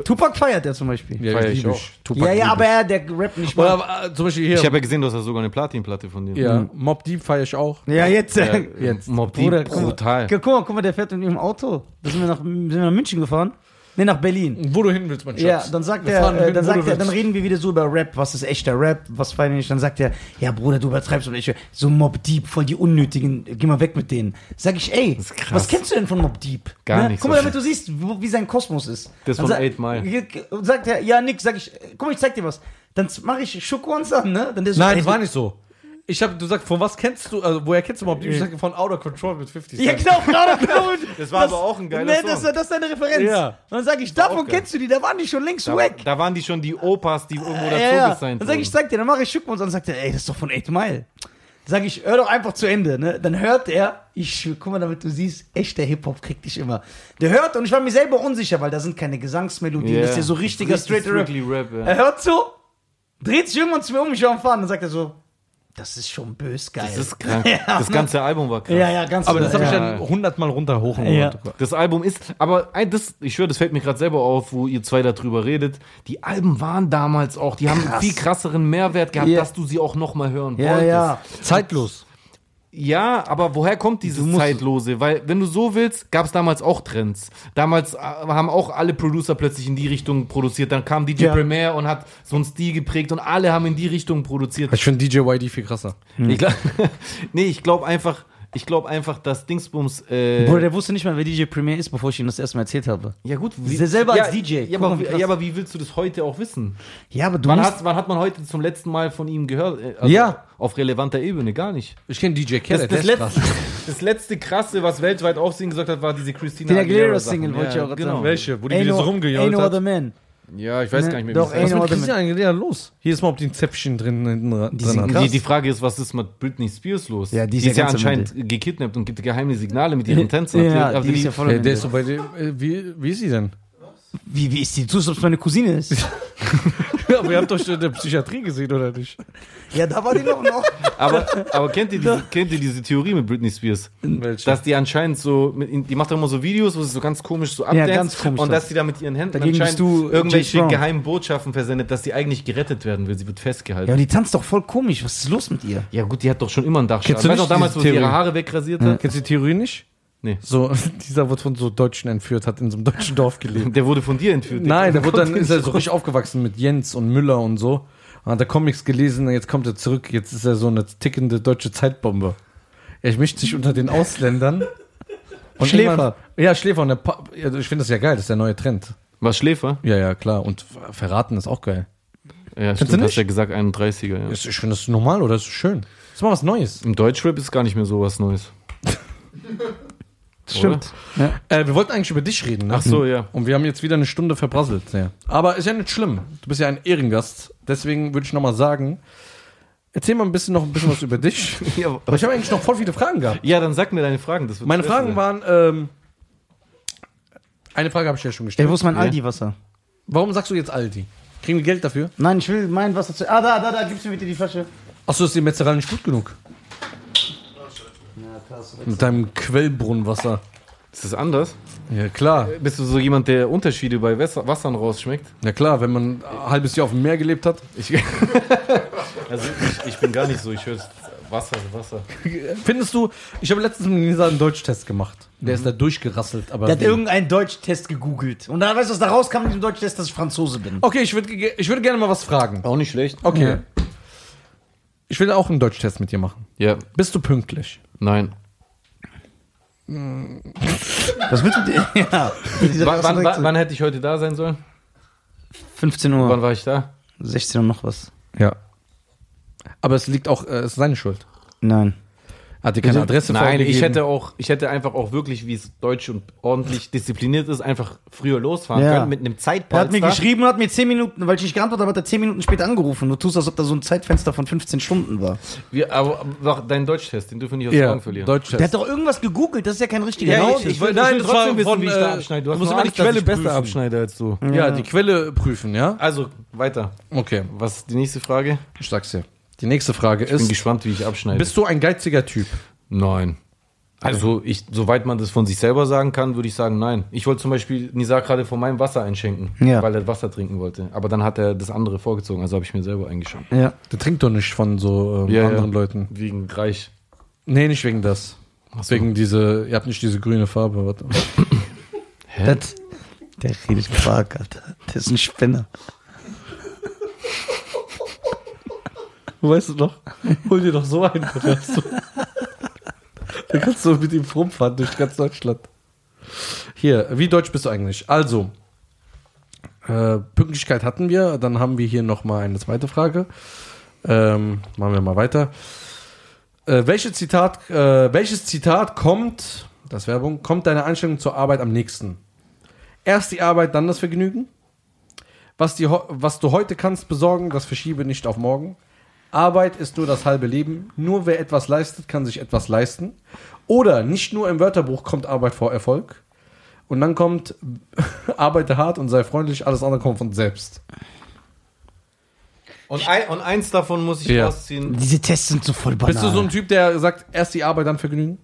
[SPEAKER 3] Tupac feiert er zum Beispiel.
[SPEAKER 1] Ja,
[SPEAKER 2] Feier ich
[SPEAKER 1] lieb
[SPEAKER 2] auch.
[SPEAKER 1] Tupac
[SPEAKER 3] Ja, ja,
[SPEAKER 1] lieb
[SPEAKER 3] aber er, der rappt nicht
[SPEAKER 1] ich.
[SPEAKER 3] mal.
[SPEAKER 1] Oder äh, zum Beispiel hier.
[SPEAKER 2] Ich habe ja gesehen, du hast ja sogar eine Platinplatte von dir.
[SPEAKER 1] ja, Mob Deep feiere ich auch.
[SPEAKER 3] Ja, jetzt.
[SPEAKER 2] Ja,
[SPEAKER 3] äh,
[SPEAKER 2] jetzt. Mob Deep,
[SPEAKER 3] Bruder, guck mal.
[SPEAKER 2] brutal.
[SPEAKER 3] Guck mal, guck mal, der fährt mit dem Auto. Da sind wir nach, sind wir nach München gefahren. Ne, nach Berlin.
[SPEAKER 1] Wo du hin willst, mein Schatz.
[SPEAKER 3] Ja, dann sagt
[SPEAKER 1] Wir
[SPEAKER 3] er,
[SPEAKER 1] fahren
[SPEAKER 3] äh,
[SPEAKER 1] hin, wo
[SPEAKER 3] dann sagt
[SPEAKER 1] du
[SPEAKER 3] er, dann
[SPEAKER 1] willst.
[SPEAKER 3] reden wir wieder so über Rap, was ist echter Rap, was feiern wir nicht. Dann sagt er, ja Bruder, du übertreibst und ich so Mob Deep, voll die Unnötigen, geh mal weg mit denen. Sag ich, ey,
[SPEAKER 2] ist krass.
[SPEAKER 3] was kennst du denn von Mob Deep? Ne?
[SPEAKER 2] Gar nichts.
[SPEAKER 3] Guck mal, damit du siehst, wo, wie sein Kosmos ist.
[SPEAKER 2] Das
[SPEAKER 3] Dann
[SPEAKER 2] von
[SPEAKER 3] sa-
[SPEAKER 2] Eight Mile.
[SPEAKER 3] Und sagt er, ja nix, sag ich, guck mal, ich zeig dir was. Dann mache ich Schuck uns an, ne? Dann der so,
[SPEAKER 1] Nein,
[SPEAKER 3] ey,
[SPEAKER 1] das war nicht so. Ich habe, du sagst, von was kennst du, also woher kennst du Mob Deep? Ich sage von Out of Control mit 50
[SPEAKER 3] Ja,
[SPEAKER 1] Cent.
[SPEAKER 3] genau, gerade genau.
[SPEAKER 2] Das war aber auch ein geiler
[SPEAKER 3] ne, Das,
[SPEAKER 2] Song.
[SPEAKER 3] das ist deine Referenz.
[SPEAKER 1] Ja.
[SPEAKER 3] Und dann sage ich, davon
[SPEAKER 2] auch geil.
[SPEAKER 3] kennst du die, da waren die schon längst
[SPEAKER 2] Da,
[SPEAKER 3] weg.
[SPEAKER 2] da waren die schon die Opas, die irgendwo dazu
[SPEAKER 3] Ja, ja.
[SPEAKER 2] gesigned
[SPEAKER 3] Dann sag ich,
[SPEAKER 2] wurden.
[SPEAKER 3] zeig dir, dann mache ich Schick uns an. Dann sagt er, ey, das ist doch von 8 Mile. Sag ich, hör doch einfach zu Ende. Ne? Dann hört er, ich schwör, guck mal, damit du siehst, echter Hip-Hop kriegt dich immer. Der hört und ich war mir selber unsicher, weil da sind keine Gesangsmelodien,
[SPEAKER 2] Ja.
[SPEAKER 3] das ist ja so richtiger
[SPEAKER 2] Richtig
[SPEAKER 3] straight Rap.
[SPEAKER 2] strictly Rap, ja.
[SPEAKER 3] Er hört so, dreht sich irgendwann zu mir um, ich war am Fahren, dann sagt er so, das ist schon bös geil.
[SPEAKER 2] Das ist krank. Das ganze Album war krass.
[SPEAKER 3] ja, ja, ganz
[SPEAKER 1] Aber das habe ich
[SPEAKER 3] ja.
[SPEAKER 1] dann hundertmal runter hoch und
[SPEAKER 3] Ja.
[SPEAKER 1] runter.
[SPEAKER 2] Das Album ist, aber ein- das, ich schwöre, das fällt mir gerade selber auf, wo ihr zwei darüber redet. Die Alben waren damals auch, die haben einen viel krasseren Mehrwert gehabt,
[SPEAKER 3] Ja.
[SPEAKER 2] dass du sie auch nochmal hören
[SPEAKER 3] Ja,
[SPEAKER 2] wolltest.
[SPEAKER 3] ja.
[SPEAKER 1] Zeitlos.
[SPEAKER 2] Ja, aber woher kommt dieses Zeitlose? Weil, wenn du so willst, gab es damals auch Trends. Damals äh, haben auch alle Producer plötzlich in die Richtung produziert. Dann kam DJ
[SPEAKER 3] Ja.
[SPEAKER 2] Premier und hat so einen Stil geprägt und alle haben in die Richtung produziert.
[SPEAKER 1] Ich finde DJ YD viel krasser.
[SPEAKER 2] Ich glaub, nee, ich glaube einfach, ich glaube einfach, dass Dingsbums. Äh,
[SPEAKER 3] Bruder, der wusste nicht mal, wer DJ Premier ist, bevor ich ihm das erste Mal erzählt habe.
[SPEAKER 2] ja gut, wie,
[SPEAKER 3] Der selber
[SPEAKER 2] ja,
[SPEAKER 3] als DJ.
[SPEAKER 2] Ja
[SPEAKER 3] Guck
[SPEAKER 2] aber,
[SPEAKER 3] mal, wie
[SPEAKER 2] wie-
[SPEAKER 3] krass.
[SPEAKER 2] ja, aber wie willst du das heute auch wissen?
[SPEAKER 3] Ja, aber du
[SPEAKER 2] Wann
[SPEAKER 3] musst-
[SPEAKER 2] hat, wann hat man heute zum letzten Mal von ihm gehört? Äh, also
[SPEAKER 1] Ja.
[SPEAKER 2] Auf relevanter Ebene gar nicht.
[SPEAKER 1] Ich kenne DJ Khaled, der
[SPEAKER 2] das,
[SPEAKER 1] ist
[SPEAKER 2] das,
[SPEAKER 1] krass.
[SPEAKER 2] letzte, das letzte krasse, was weltweit Aufsehen gesagt hat, war diese Christina
[SPEAKER 3] Den
[SPEAKER 2] Sache.
[SPEAKER 3] Aguilera-Single wollte ich
[SPEAKER 2] ja,
[SPEAKER 3] auch gerade
[SPEAKER 2] genau.
[SPEAKER 3] sagen.
[SPEAKER 1] Welche? Wo die
[SPEAKER 3] Ain't
[SPEAKER 1] wieder so
[SPEAKER 3] no- Ain't
[SPEAKER 1] rumgejault
[SPEAKER 3] no other
[SPEAKER 1] hat.
[SPEAKER 3] man.
[SPEAKER 2] Ja, ich weiß
[SPEAKER 3] Ne,
[SPEAKER 2] gar nicht mehr,
[SPEAKER 3] doch,
[SPEAKER 1] Was
[SPEAKER 2] wie es
[SPEAKER 1] ist mit
[SPEAKER 3] Ain't no
[SPEAKER 1] Christian Aguilera los? Hier ist mal ob die ein Zäpfchen drin, äh, drin, drin
[SPEAKER 3] sind
[SPEAKER 1] hat.
[SPEAKER 3] krass.
[SPEAKER 2] die, die Frage ist, was ist mit Britney Spears los?
[SPEAKER 3] Ja, die ist ja
[SPEAKER 2] ja,
[SPEAKER 3] ganz am
[SPEAKER 2] anscheinend gekidnappt und gibt geheime Signale mit ihren Tänzern.
[SPEAKER 3] Ja,
[SPEAKER 2] Also
[SPEAKER 3] die ist ja voll am
[SPEAKER 1] Ja, der
[SPEAKER 3] Ende.
[SPEAKER 1] ist so bei dem, äh, wie, wie ist sie denn?
[SPEAKER 3] Wie, wie ist die? Du ob es meine Cousine ist.
[SPEAKER 1] Aber ihr habt euch in der Psychiatrie gesehen, oder nicht?
[SPEAKER 3] ja, da war die noch. noch.
[SPEAKER 2] aber, aber kennt, ihr diese, kennt ihr diese Theorie mit Britney Spears?
[SPEAKER 1] Welche?
[SPEAKER 2] Dass die anscheinend so, mit, in- die macht doch immer so Videos, wo sie so ganz komisch so
[SPEAKER 3] Ja,
[SPEAKER 2] abdanzt
[SPEAKER 3] ganz komisch
[SPEAKER 2] und
[SPEAKER 3] das.
[SPEAKER 2] dass sie da mit ihren Händen
[SPEAKER 3] Dagegen
[SPEAKER 2] anscheinend
[SPEAKER 3] bist du, äh, Jay
[SPEAKER 2] irgendwelche
[SPEAKER 3] Strong.
[SPEAKER 2] geheimen Botschaften versendet, dass sie eigentlich gerettet werden will. Sie wird festgehalten.
[SPEAKER 3] Ja, und die tanzt doch voll komisch. Was ist los mit ihr?
[SPEAKER 2] Ja gut, die hat doch schon immer einen Dachschaden.
[SPEAKER 1] Kennst du
[SPEAKER 2] Weißt du noch
[SPEAKER 1] nicht
[SPEAKER 2] damals, wo
[SPEAKER 1] diese
[SPEAKER 2] sie ihre
[SPEAKER 1] Theorie?
[SPEAKER 2] Haare wegrasiert hat?
[SPEAKER 1] Kennst du die Theorie nicht?
[SPEAKER 2] Nee.
[SPEAKER 1] So, dieser wurde von so Deutschen entführt, hat in so einem deutschen Dorf gelebt.
[SPEAKER 2] Der wurde von dir entführt.
[SPEAKER 1] Nein, der wurde dann
[SPEAKER 2] Kommt
[SPEAKER 1] ist er
[SPEAKER 2] nicht
[SPEAKER 1] so richtig aufgewachsen mit Jens und Müller und so. Und hat er Comics gelesen, jetzt kommt er zurück, jetzt ist er so eine tickende deutsche Zeitbombe. Er mischt sich unter den Ausländern. Und
[SPEAKER 3] Schläfer.
[SPEAKER 1] irgendwann- Ja, Schläfer. Und der Pa- ja, ich finde das ja geil, das ist der neue Trend.
[SPEAKER 2] War Schläfer?
[SPEAKER 1] Ja, ja, klar. Und ver- verraten ist auch geil.
[SPEAKER 2] Ja,
[SPEAKER 1] du
[SPEAKER 2] stimmt, hast
[SPEAKER 1] nicht?
[SPEAKER 2] ja gesagt 31er. Ja.
[SPEAKER 1] Ist, ich finde das normal oder ist schön. Ist mal was Neues.
[SPEAKER 2] Im Deutschrap ist gar nicht mehr so was Neues.
[SPEAKER 3] Stimmt. Ja.
[SPEAKER 1] Äh, wir wollten eigentlich über dich reden. Ne?
[SPEAKER 2] Ach so, ja.
[SPEAKER 1] Und wir haben jetzt wieder eine Stunde verprasselt. Ja. Aber ist ja nicht schlimm. Du bist ja ein Ehrengast. Deswegen würde ich nochmal sagen, Erzähl mal ein bisschen noch ein bisschen was über dich. Aber ich habe eigentlich noch voll viele Fragen gehabt.
[SPEAKER 2] Ja, dann sag mir deine Fragen. Das wird
[SPEAKER 1] Meine
[SPEAKER 2] besser.
[SPEAKER 1] Fragen waren, ähm, eine Frage habe ich ja schon
[SPEAKER 3] Ey,
[SPEAKER 1] gestellt.
[SPEAKER 3] wo ist mein Aldi-Wasser?
[SPEAKER 1] Warum sagst du jetzt Aldi? Kriegen wir Geld dafür?
[SPEAKER 3] Nein, ich will mein Wasser zu. Ah, da, da, da, gibst du mir bitte die Flasche.
[SPEAKER 1] Achso, ist die Metzgerei nicht gut genug? Mit deinem Quellbrunnenwasser.
[SPEAKER 2] Ist das anders?
[SPEAKER 1] Ja klar,
[SPEAKER 2] Bist du so jemand, der Unterschiede bei Wässer- Wassern rausschmeckt?
[SPEAKER 1] ja klar, wenn man ein halbes Jahr auf dem Meer gelebt hat.
[SPEAKER 2] Ich, also ich, ich bin gar nicht so. Ich höre Wasser, Wasser.
[SPEAKER 1] Findest du, ich habe letztens mit Nisa einen Deutschtest gemacht. Der ist da durchgerasselt, aber.
[SPEAKER 3] Der hat
[SPEAKER 1] wie-
[SPEAKER 3] irgendeinen Deutschtest gegoogelt. Und dann weißt du, was da rauskam mit dem Deutschtest, dass ich Franzose bin.
[SPEAKER 1] okay, ich würde ge- ich würde gerne mal was fragen.
[SPEAKER 2] Auch nicht schlecht.
[SPEAKER 1] Okay. Ich will auch einen Deutschtest mit dir machen.
[SPEAKER 2] Ja,
[SPEAKER 1] Bist du pünktlich?
[SPEAKER 2] nein.
[SPEAKER 3] Was willst du dir? Ja.
[SPEAKER 2] Wann, wann, wann, wann hätte ich heute da sein sollen?
[SPEAKER 3] 15
[SPEAKER 2] Wann
[SPEAKER 3] Uhr.
[SPEAKER 2] war ich da?
[SPEAKER 3] 16 Uhr noch was.
[SPEAKER 1] Ja. Aber es liegt auch, äh, es ist seine Schuld.
[SPEAKER 3] Nein.
[SPEAKER 1] Hat dir keine Adresse
[SPEAKER 2] Nein,
[SPEAKER 1] vorgegeben?
[SPEAKER 2] ich hätte auch, ich hätte einfach auch wirklich, wie es deutsch und ordentlich diszipliniert ist, einfach früher losfahren
[SPEAKER 3] Ja.
[SPEAKER 2] können mit einem
[SPEAKER 3] Er
[SPEAKER 2] Zeitpolster.
[SPEAKER 3] hat mir geschrieben und hat mir 10 Minuten, weil ich nicht geantwortet habe, hat er 10 Minuten später angerufen. Du tust, als ob da so ein Zeitfenster von 15 Stunden war.
[SPEAKER 2] Wir, aber, aber deinen Deutschtest, den dürfen wir nicht aus den
[SPEAKER 1] ja,
[SPEAKER 2] Augen verlieren.
[SPEAKER 1] Deutschtest.
[SPEAKER 3] Der hat doch irgendwas gegoogelt, das ist ja kein richtiger
[SPEAKER 1] Ja,
[SPEAKER 3] Name.
[SPEAKER 1] ich- ich- nein, das war von, äh,
[SPEAKER 2] Du,
[SPEAKER 1] du musst
[SPEAKER 2] hast nur
[SPEAKER 1] immer
[SPEAKER 2] Angst,
[SPEAKER 1] die Quelle
[SPEAKER 2] dass ich besser
[SPEAKER 1] prüfen.
[SPEAKER 2] abschneide als du.
[SPEAKER 1] ja, die Quelle prüfen, ja?
[SPEAKER 2] Also, weiter.
[SPEAKER 1] Okay,
[SPEAKER 2] Was ist die nächste Frage?
[SPEAKER 1] ich sag's dir. Die nächste Frage
[SPEAKER 2] Ich bin
[SPEAKER 1] ist,
[SPEAKER 2] gespannt, wie ich abschneide.
[SPEAKER 1] bist du ein geiziger Typ?
[SPEAKER 2] nein. Also, ich, soweit man das von sich selber sagen kann, würde ich sagen, nein. Ich wollte zum Beispiel Nizar gerade von meinem Wasser einschenken,
[SPEAKER 3] Ja.
[SPEAKER 2] weil er Wasser trinken wollte. Aber dann hat er das andere vorgezogen, also habe ich mir selber eingeschenkt.
[SPEAKER 3] Ja.
[SPEAKER 1] Der trinkt doch nicht von so ähm, anderen Leuten.
[SPEAKER 2] Wegen Reich.
[SPEAKER 1] Nee, nicht wegen das.
[SPEAKER 2] so.
[SPEAKER 1] Wegen diese, ihr habt nicht diese grüne Farbe. Warte.
[SPEAKER 3] Das, der redet Quark, Alter. Der ist ein Spinner.
[SPEAKER 1] Weißt du noch? Hol dir doch so einen. Da kannst du, da kannst du mit ihm rumfahren durch ganz Deutschland. Hier, wie deutsch bist du eigentlich? Also, äh, Pünktlichkeit hatten wir. Dann haben wir hier nochmal eine zweite Frage. Ähm, machen wir mal weiter. Äh, welche Zitat, äh, welches Zitat kommt, das Werbung, kommt deiner Einstellung zur Arbeit am nächsten? Erst die Arbeit, dann das Vergnügen? Was, die, ho- was du heute kannst besorgen, das verschiebe nicht auf morgen. Arbeit ist nur das halbe Leben. Nur wer etwas leistet, kann sich etwas leisten. Oder nicht nur im Wörterbuch kommt Arbeit vor Erfolg. Und dann kommt arbeite hart und sei freundlich, alles andere kommt von selbst.
[SPEAKER 2] Und, ein, und eins davon muss ich
[SPEAKER 1] Ja.
[SPEAKER 2] rausziehen.
[SPEAKER 3] Diese Tests sind so voll banal.
[SPEAKER 1] Bist du so ein Typ, der sagt, erst die Arbeit, dann Vergnügen?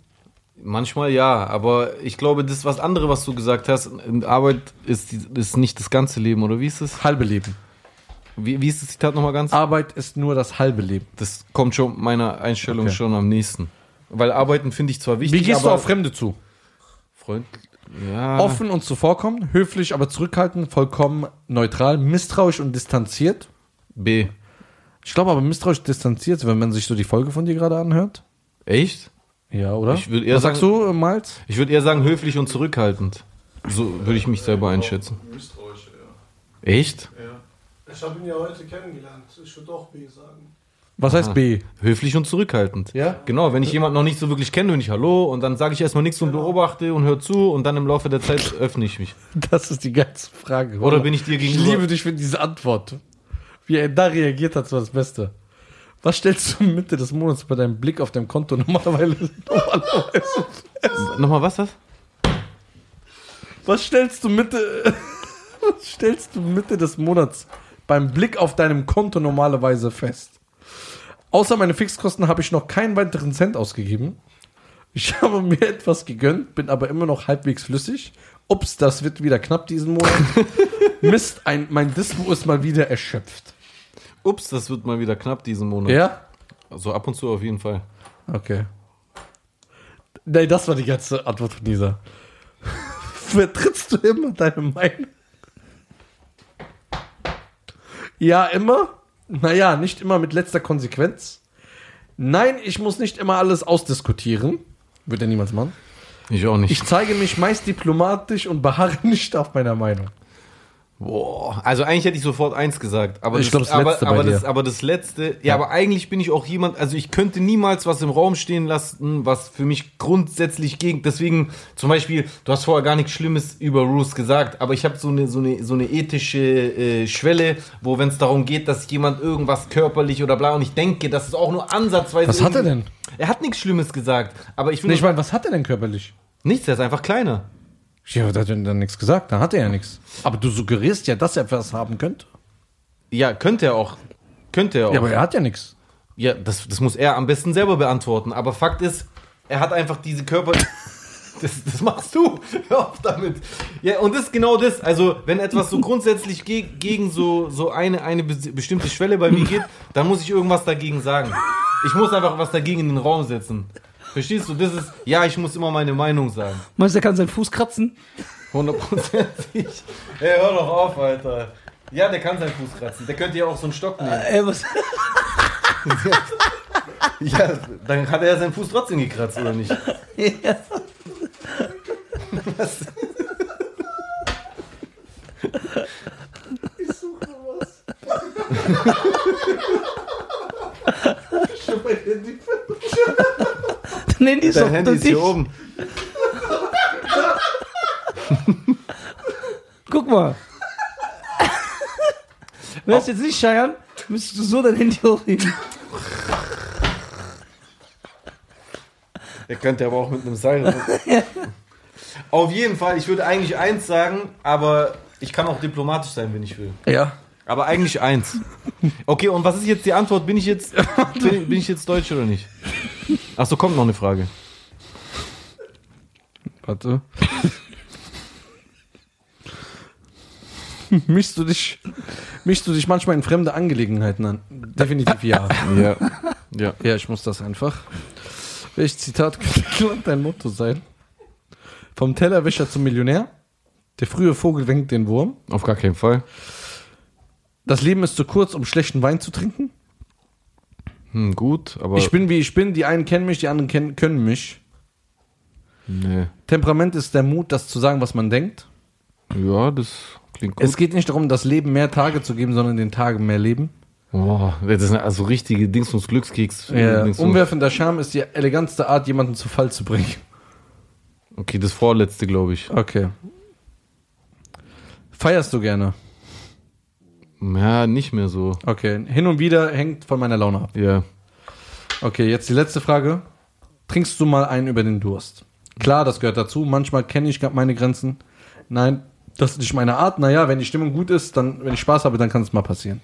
[SPEAKER 2] Manchmal ja, aber ich glaube, das was andere, was du gesagt hast, Arbeit ist, die- ist nicht das ganze Leben, oder wie ist es?
[SPEAKER 1] Halbe Leben.
[SPEAKER 2] Wie, wie ist das Zitat nochmal ganz?
[SPEAKER 1] Arbeit ist nur das halbe Leben.
[SPEAKER 2] Das kommt schon meiner Einstellung
[SPEAKER 1] Okay.
[SPEAKER 2] schon am nächsten. Weil Arbeiten finde ich zwar
[SPEAKER 1] Wie
[SPEAKER 2] wichtig,
[SPEAKER 1] gehst du
[SPEAKER 2] aber
[SPEAKER 1] auf Fremde zu?
[SPEAKER 2] Freund, ja,
[SPEAKER 1] Offen und zuvorkommen, höflich, aber zurückhaltend, vollkommen neutral, misstrauisch und distanziert.
[SPEAKER 2] B.
[SPEAKER 1] Ich glaube aber misstrauisch distanziert, wenn man sich so die Folge von dir gerade anhört.
[SPEAKER 2] Echt?
[SPEAKER 1] Ja, oder?
[SPEAKER 2] Ich würd eher
[SPEAKER 1] Was sagst
[SPEAKER 2] sagen-
[SPEAKER 1] du, äh, Malz?
[SPEAKER 2] Ich würde eher sagen höflich und zurückhaltend. So würde ich mich selber einschätzen.
[SPEAKER 4] Misstrauisch, ja.
[SPEAKER 2] Echt?
[SPEAKER 5] Ich habe ihn ja heute kennengelernt. Ich würde auch B sagen.
[SPEAKER 1] Was heißt B?
[SPEAKER 2] Höflich und zurückhaltend.
[SPEAKER 1] Ja?
[SPEAKER 2] Genau, wenn ich jemanden noch nicht so wirklich kenne, bin ich Hallo und dann sage ich erstmal nichts und beobachte und höre zu und dann im Laufe der Zeit öffne ich mich.
[SPEAKER 1] Das ist die ganze Frage.
[SPEAKER 2] Oder bin ich dir gegenüber-
[SPEAKER 1] Ich liebe dich für diese Antwort. Wie er da reagiert hat, war das Beste. Was stellst du Mitte des Monats bei deinem Blick auf deinem Konto normalerweise? normalerweise
[SPEAKER 2] Nochmal was das?
[SPEAKER 1] was stellst du Mitte? Was stellst du Mitte des Monats beim Blick auf deinem Konto normalerweise fest? Außer meine Fixkosten habe ich noch keinen weiteren Cent ausgegeben. Ich habe mir etwas gegönnt, bin aber immer noch halbwegs flüssig. Ups, das wird wieder knapp diesen Monat. Mist, ein, mein Dispo ist mal wieder erschöpft.
[SPEAKER 2] Ups, das wird mal wieder knapp diesen Monat.
[SPEAKER 1] Ja?
[SPEAKER 2] Also ab und zu auf jeden Fall.
[SPEAKER 1] Okay. Nein, das war die ganze Antwort von dieser. Vertrittst du immer deine Meinung? Ja, immer? Naja, nicht immer mit letzter Konsequenz. Nein, ich muss nicht immer alles ausdiskutieren. Wird er niemals machen.
[SPEAKER 2] Ich auch nicht.
[SPEAKER 1] Ich zeige mich meist diplomatisch und beharre nicht auf meiner Meinung.
[SPEAKER 2] Boah, also eigentlich hätte ich sofort eins gesagt, aber
[SPEAKER 1] Ich
[SPEAKER 2] das,
[SPEAKER 1] glaub, das
[SPEAKER 2] aber,
[SPEAKER 1] Letzte bei
[SPEAKER 2] aber, das
[SPEAKER 1] dir.
[SPEAKER 2] aber das letzte, ja, aber eigentlich bin ich auch jemand, also ich könnte niemals was im Raum stehen lassen, was für mich grundsätzlich gegen, deswegen zum Beispiel, du hast vorher gar nichts Schlimmes über Roos gesagt, aber ich habe so eine, so eine, so eine ethische äh, Schwelle, wo wenn es darum geht, dass jemand irgendwas körperlich oder bla und ich denke, das ist auch nur ansatzweise.
[SPEAKER 1] Was hat er
[SPEAKER 2] irgendwie- Er hat nichts Schlimmes gesagt, aber ich will
[SPEAKER 1] Nee, ich
[SPEAKER 2] nur-
[SPEAKER 1] meine, was hat er denn körperlich?
[SPEAKER 2] nichts, er ist einfach kleiner.
[SPEAKER 1] Ja, da hat er dann nichts gesagt, da hat er ja nichts. Aber du suggerierst ja, dass er was haben könnte.
[SPEAKER 2] Ja, könnte er auch. Könnte er auch.
[SPEAKER 1] Ja, aber er hat ja nichts.
[SPEAKER 2] Ja, das, das muss er am besten selber beantworten. Aber Fakt ist, er hat einfach diese Körper. Das, das machst du. Hör auf damit. Ja, und das ist genau das. Also, wenn etwas so grundsätzlich ge gegen so, so eine, eine bes- bestimmte Schwelle bei mir geht, dann muss ich irgendwas dagegen sagen. Ich muss einfach was dagegen in den Raum setzen. Verstehst du? Das ist, ja, ich muss immer meine Meinung sagen.
[SPEAKER 3] Meinst du, der kann seinen Fuß kratzen?
[SPEAKER 2] Hundertprozentig. Ey, hör doch auf, Alter. Ja, der kann seinen Fuß kratzen. Der könnte ja auch so einen Stock nehmen.
[SPEAKER 3] Ey, Äh, was?
[SPEAKER 2] Ja, dann hat er seinen Fuß trotzdem gekratzt, oder nicht?
[SPEAKER 3] Ja. Dein Handy ist
[SPEAKER 2] Dein
[SPEAKER 3] auf
[SPEAKER 2] Handy
[SPEAKER 3] dem
[SPEAKER 2] ist hier
[SPEAKER 3] Tisch.
[SPEAKER 2] oben.
[SPEAKER 3] Guck mal. Wärst jetzt nicht scheiern, müsstest du so dein Handy hochheben.
[SPEAKER 2] Er könnte aber auch mit einem Seil. Auf jeden Fall, ich würde eigentlich eins sagen, aber ich kann auch diplomatisch sein, wenn ich will.
[SPEAKER 1] Ja.
[SPEAKER 2] Aber eigentlich eins. Okay, und was ist jetzt die Antwort? Bin ich jetzt, bin, bin ich jetzt deutsch oder nicht? Achso, kommt noch eine Frage.
[SPEAKER 1] Warte. mischst du dich, mischst du dich manchmal in fremde Angelegenheiten an? Definitiv ja.
[SPEAKER 2] Ja. Ja.
[SPEAKER 1] Ja, ich muss das einfach. Welches Zitat könnte dein Motto sein? Vom Tellerwäscher zum Millionär. Der frühe Vogel winkt den Wurm.
[SPEAKER 2] Auf gar keinen Fall.
[SPEAKER 1] Das Leben ist zu kurz, um schlechten Wein zu trinken.
[SPEAKER 2] Hm, gut, aber.
[SPEAKER 1] Ich bin wie ich bin, die einen kennen mich, die anderen kennen, können mich.
[SPEAKER 2] Nee.
[SPEAKER 1] Temperament ist der Mut, das zu sagen, was man denkt.
[SPEAKER 2] Ja, das klingt
[SPEAKER 1] Es geht nicht darum, das Leben mehr Tage zu geben, sondern den Tagen mehr Leben.
[SPEAKER 2] Boah, das sind also richtige Dings und Glückskeks.
[SPEAKER 1] Ja.
[SPEAKER 2] Dings-
[SPEAKER 1] Umwerfender Charme ist die elegantste Art, jemanden zu Fall zu bringen.
[SPEAKER 2] Okay, das vorletzte, glaube ich.
[SPEAKER 1] Okay. Feierst du gerne?
[SPEAKER 2] Ja, nicht mehr so.
[SPEAKER 1] Okay. Hin und wieder hängt von meiner Laune ab.
[SPEAKER 2] Ja.
[SPEAKER 1] Okay, jetzt die letzte Frage. Trinkst du mal einen über den Durst? Klar, das gehört dazu. Manchmal kenne ich gar meine Grenzen. Nein, das ist nicht meine Art. Naja, wenn die Stimmung gut ist, dann, wenn ich Spaß habe, dann kann es mal passieren.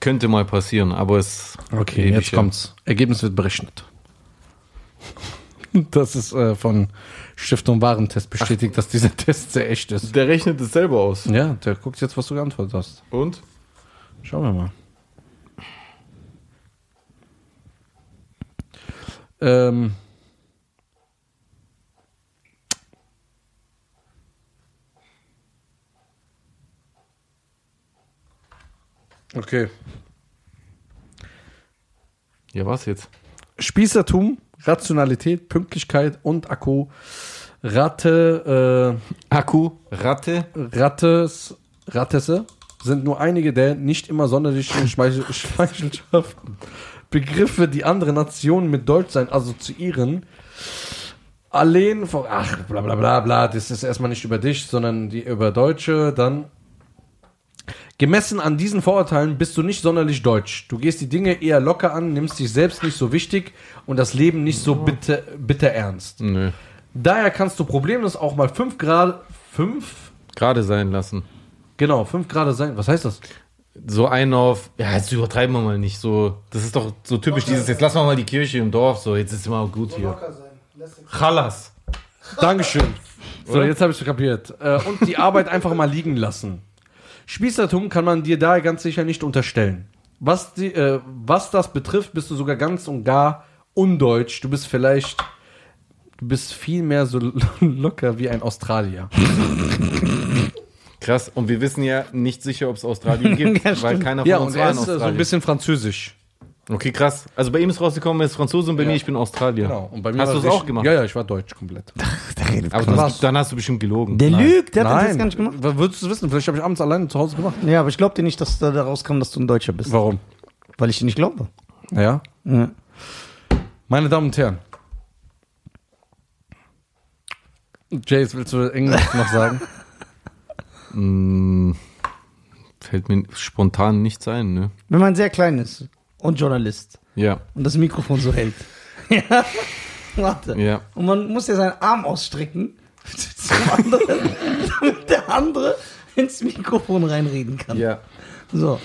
[SPEAKER 2] Könnte mal passieren, aber es.
[SPEAKER 1] Okay,
[SPEAKER 2] Ewig,
[SPEAKER 1] jetzt
[SPEAKER 2] ja.
[SPEAKER 1] kommt's. Ergebnis wird berechnet. Das ist äh, von Stiftung Warentest bestätigt, dass dieser Test sehr echt ist.
[SPEAKER 2] Der rechnet es selber aus.
[SPEAKER 1] Ja, der guckt jetzt, was du geantwortet hast.
[SPEAKER 2] Und?
[SPEAKER 1] Schauen wir mal. Ähm. Okay.
[SPEAKER 2] Ja, was jetzt?
[SPEAKER 1] Spießertum, Rationalität, Pünktlichkeit und Akku. Ratte,
[SPEAKER 2] Akku, Ratte.
[SPEAKER 1] äh, Rattes, Rattesse sind nur einige der nicht immer sonderlichen Schmeichel Schmeichelschaften. Begriffe, die andere Nationen mit Deutschsein assoziieren. Allein von, ach, bla bla bla bla, das ist erstmal nicht über dich, sondern die über Deutsche, dann. Gemessen an diesen Vorurteilen bist du nicht sonderlich deutsch. Du gehst die Dinge eher locker an, nimmst dich selbst nicht so wichtig und das Leben nicht so bitter, bitter ernst.
[SPEAKER 2] Nö.
[SPEAKER 1] Daher kannst du problemlos auch mal 5 Grad, 5?
[SPEAKER 2] Gerade sein lassen.
[SPEAKER 1] Genau, 5 Grad sein. Was heißt das?
[SPEAKER 2] So einen auf, ja, jetzt übertreiben wir mal nicht. So, das ist doch so typisch dieses, jetzt lassen wir mal die Kirche im Dorf, so, jetzt ist immer gut hier.
[SPEAKER 5] Locker sein. Lässt sich-
[SPEAKER 2] Chalas.
[SPEAKER 1] Dankeschön. So, jetzt habe ich es kapiert. Äh, und die Arbeit einfach mal liegen lassen. Spießertum kann man dir daher ganz sicher nicht unterstellen. Was, die, äh, was das betrifft, bist du sogar ganz und gar undeutsch. Du bist vielleicht, du bist viel mehr so lo- locker wie ein Australier.
[SPEAKER 2] Krass, und wir wissen ja nicht sicher, ob es Australien gibt,
[SPEAKER 3] Ja,
[SPEAKER 2] weil
[SPEAKER 3] stimmt.
[SPEAKER 2] keiner von
[SPEAKER 1] Ja,
[SPEAKER 2] uns
[SPEAKER 1] und
[SPEAKER 2] war
[SPEAKER 1] er
[SPEAKER 2] in
[SPEAKER 1] ist äh, so
[SPEAKER 2] Australien.
[SPEAKER 1] ein bisschen französisch.
[SPEAKER 2] Okay, krass. Also bei ihm ist rausgekommen, er ist Franzose und bei
[SPEAKER 1] Ja.
[SPEAKER 2] mir, ich bin Australier.
[SPEAKER 1] Genau. Und bei mir
[SPEAKER 2] Hast
[SPEAKER 1] war
[SPEAKER 2] du es
[SPEAKER 1] ich-
[SPEAKER 2] auch gemacht?
[SPEAKER 1] Ja, ja, ich war deutsch komplett.
[SPEAKER 3] Der redet
[SPEAKER 2] Aber
[SPEAKER 3] krass.
[SPEAKER 2] das, dann hast du bestimmt gelogen.
[SPEAKER 3] Der lügt, der hat das
[SPEAKER 1] Nein.
[SPEAKER 3] jetzt gar nicht gemacht.
[SPEAKER 1] W- Würdest du es wissen? Vielleicht habe ich abends alleine zu Hause gemacht.
[SPEAKER 3] Ja, aber ich glaub dir nicht, dass da daraus kam, dass du ein Deutscher bist.
[SPEAKER 1] Warum?
[SPEAKER 3] Weil ich dir nicht glaube.
[SPEAKER 1] Ja.
[SPEAKER 3] Ja.
[SPEAKER 1] Meine Damen und Herren. Jace, willst du Englisch noch sagen?
[SPEAKER 2] Mm, fällt mir spontan nichts ein, ne?
[SPEAKER 3] Wenn man sehr klein ist und Journalist
[SPEAKER 2] Ja,
[SPEAKER 3] und das Mikrofon so hält. ja. Warte.
[SPEAKER 2] ja.
[SPEAKER 3] Und man muss ja seinen Arm ausstrecken zum anderen, damit der andere ins Mikrofon reinreden kann.
[SPEAKER 2] Ja.
[SPEAKER 3] So.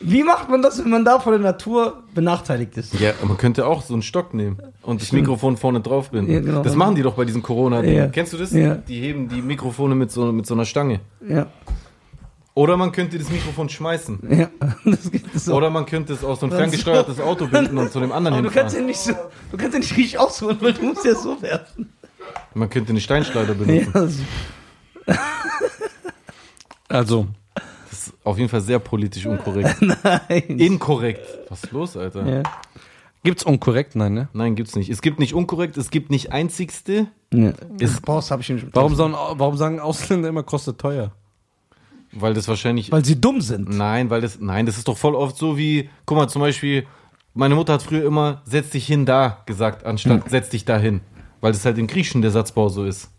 [SPEAKER 3] Wie macht man das, wenn man da von der Natur benachteiligt ist?
[SPEAKER 2] Ja, man könnte auch so einen Stock nehmen und das Mikrofon vorne drauf binden.
[SPEAKER 3] Ja, genau.
[SPEAKER 2] Das machen die doch bei diesem corona -Ding.
[SPEAKER 3] Ja.
[SPEAKER 2] Kennst du das?
[SPEAKER 3] Ja.
[SPEAKER 2] Die heben die Mikrofone mit so, mit so einer Stange.
[SPEAKER 3] Ja.
[SPEAKER 2] Oder man könnte das Mikrofon schmeißen.
[SPEAKER 3] Ja. Das geht so.
[SPEAKER 2] Oder man könnte es aus so ein
[SPEAKER 3] Dann
[SPEAKER 2] ferngesteuertes Auto binden und zu dem anderen
[SPEAKER 3] Aber du kannst
[SPEAKER 2] hinfahren.
[SPEAKER 3] ihn nicht so, du kannst ihn nicht richtig ausholen, weil du musst ja so werfen.
[SPEAKER 2] Man könnte eine Steinschleuder
[SPEAKER 3] Ja,
[SPEAKER 2] benutzen.
[SPEAKER 3] das-
[SPEAKER 1] Also,
[SPEAKER 2] Das ist auf jeden Fall sehr politisch unkorrekt.
[SPEAKER 3] nein.
[SPEAKER 2] Inkorrekt. Was ist los, Alter?
[SPEAKER 3] Ja.
[SPEAKER 1] gibt's unkorrekt? Nein, ne?
[SPEAKER 2] Nein, gibt's nicht. Es gibt nicht unkorrekt, es gibt nicht einzigste.
[SPEAKER 3] Ja. Das brauchst, hab ich ihm schon.
[SPEAKER 1] Warum, sagen, warum sagen Ausländer immer, kostet teuer?
[SPEAKER 2] Weil das wahrscheinlich.
[SPEAKER 3] Weil sie dumm sind.
[SPEAKER 2] Nein, weil das. Nein, das ist doch voll oft so wie. Guck mal, zum Beispiel, meine Mutter hat früher immer setz dich hin da gesagt,
[SPEAKER 3] Hm.
[SPEAKER 2] anstatt setz dich da hin. Weil das halt im Griechischen der Satzbau so ist.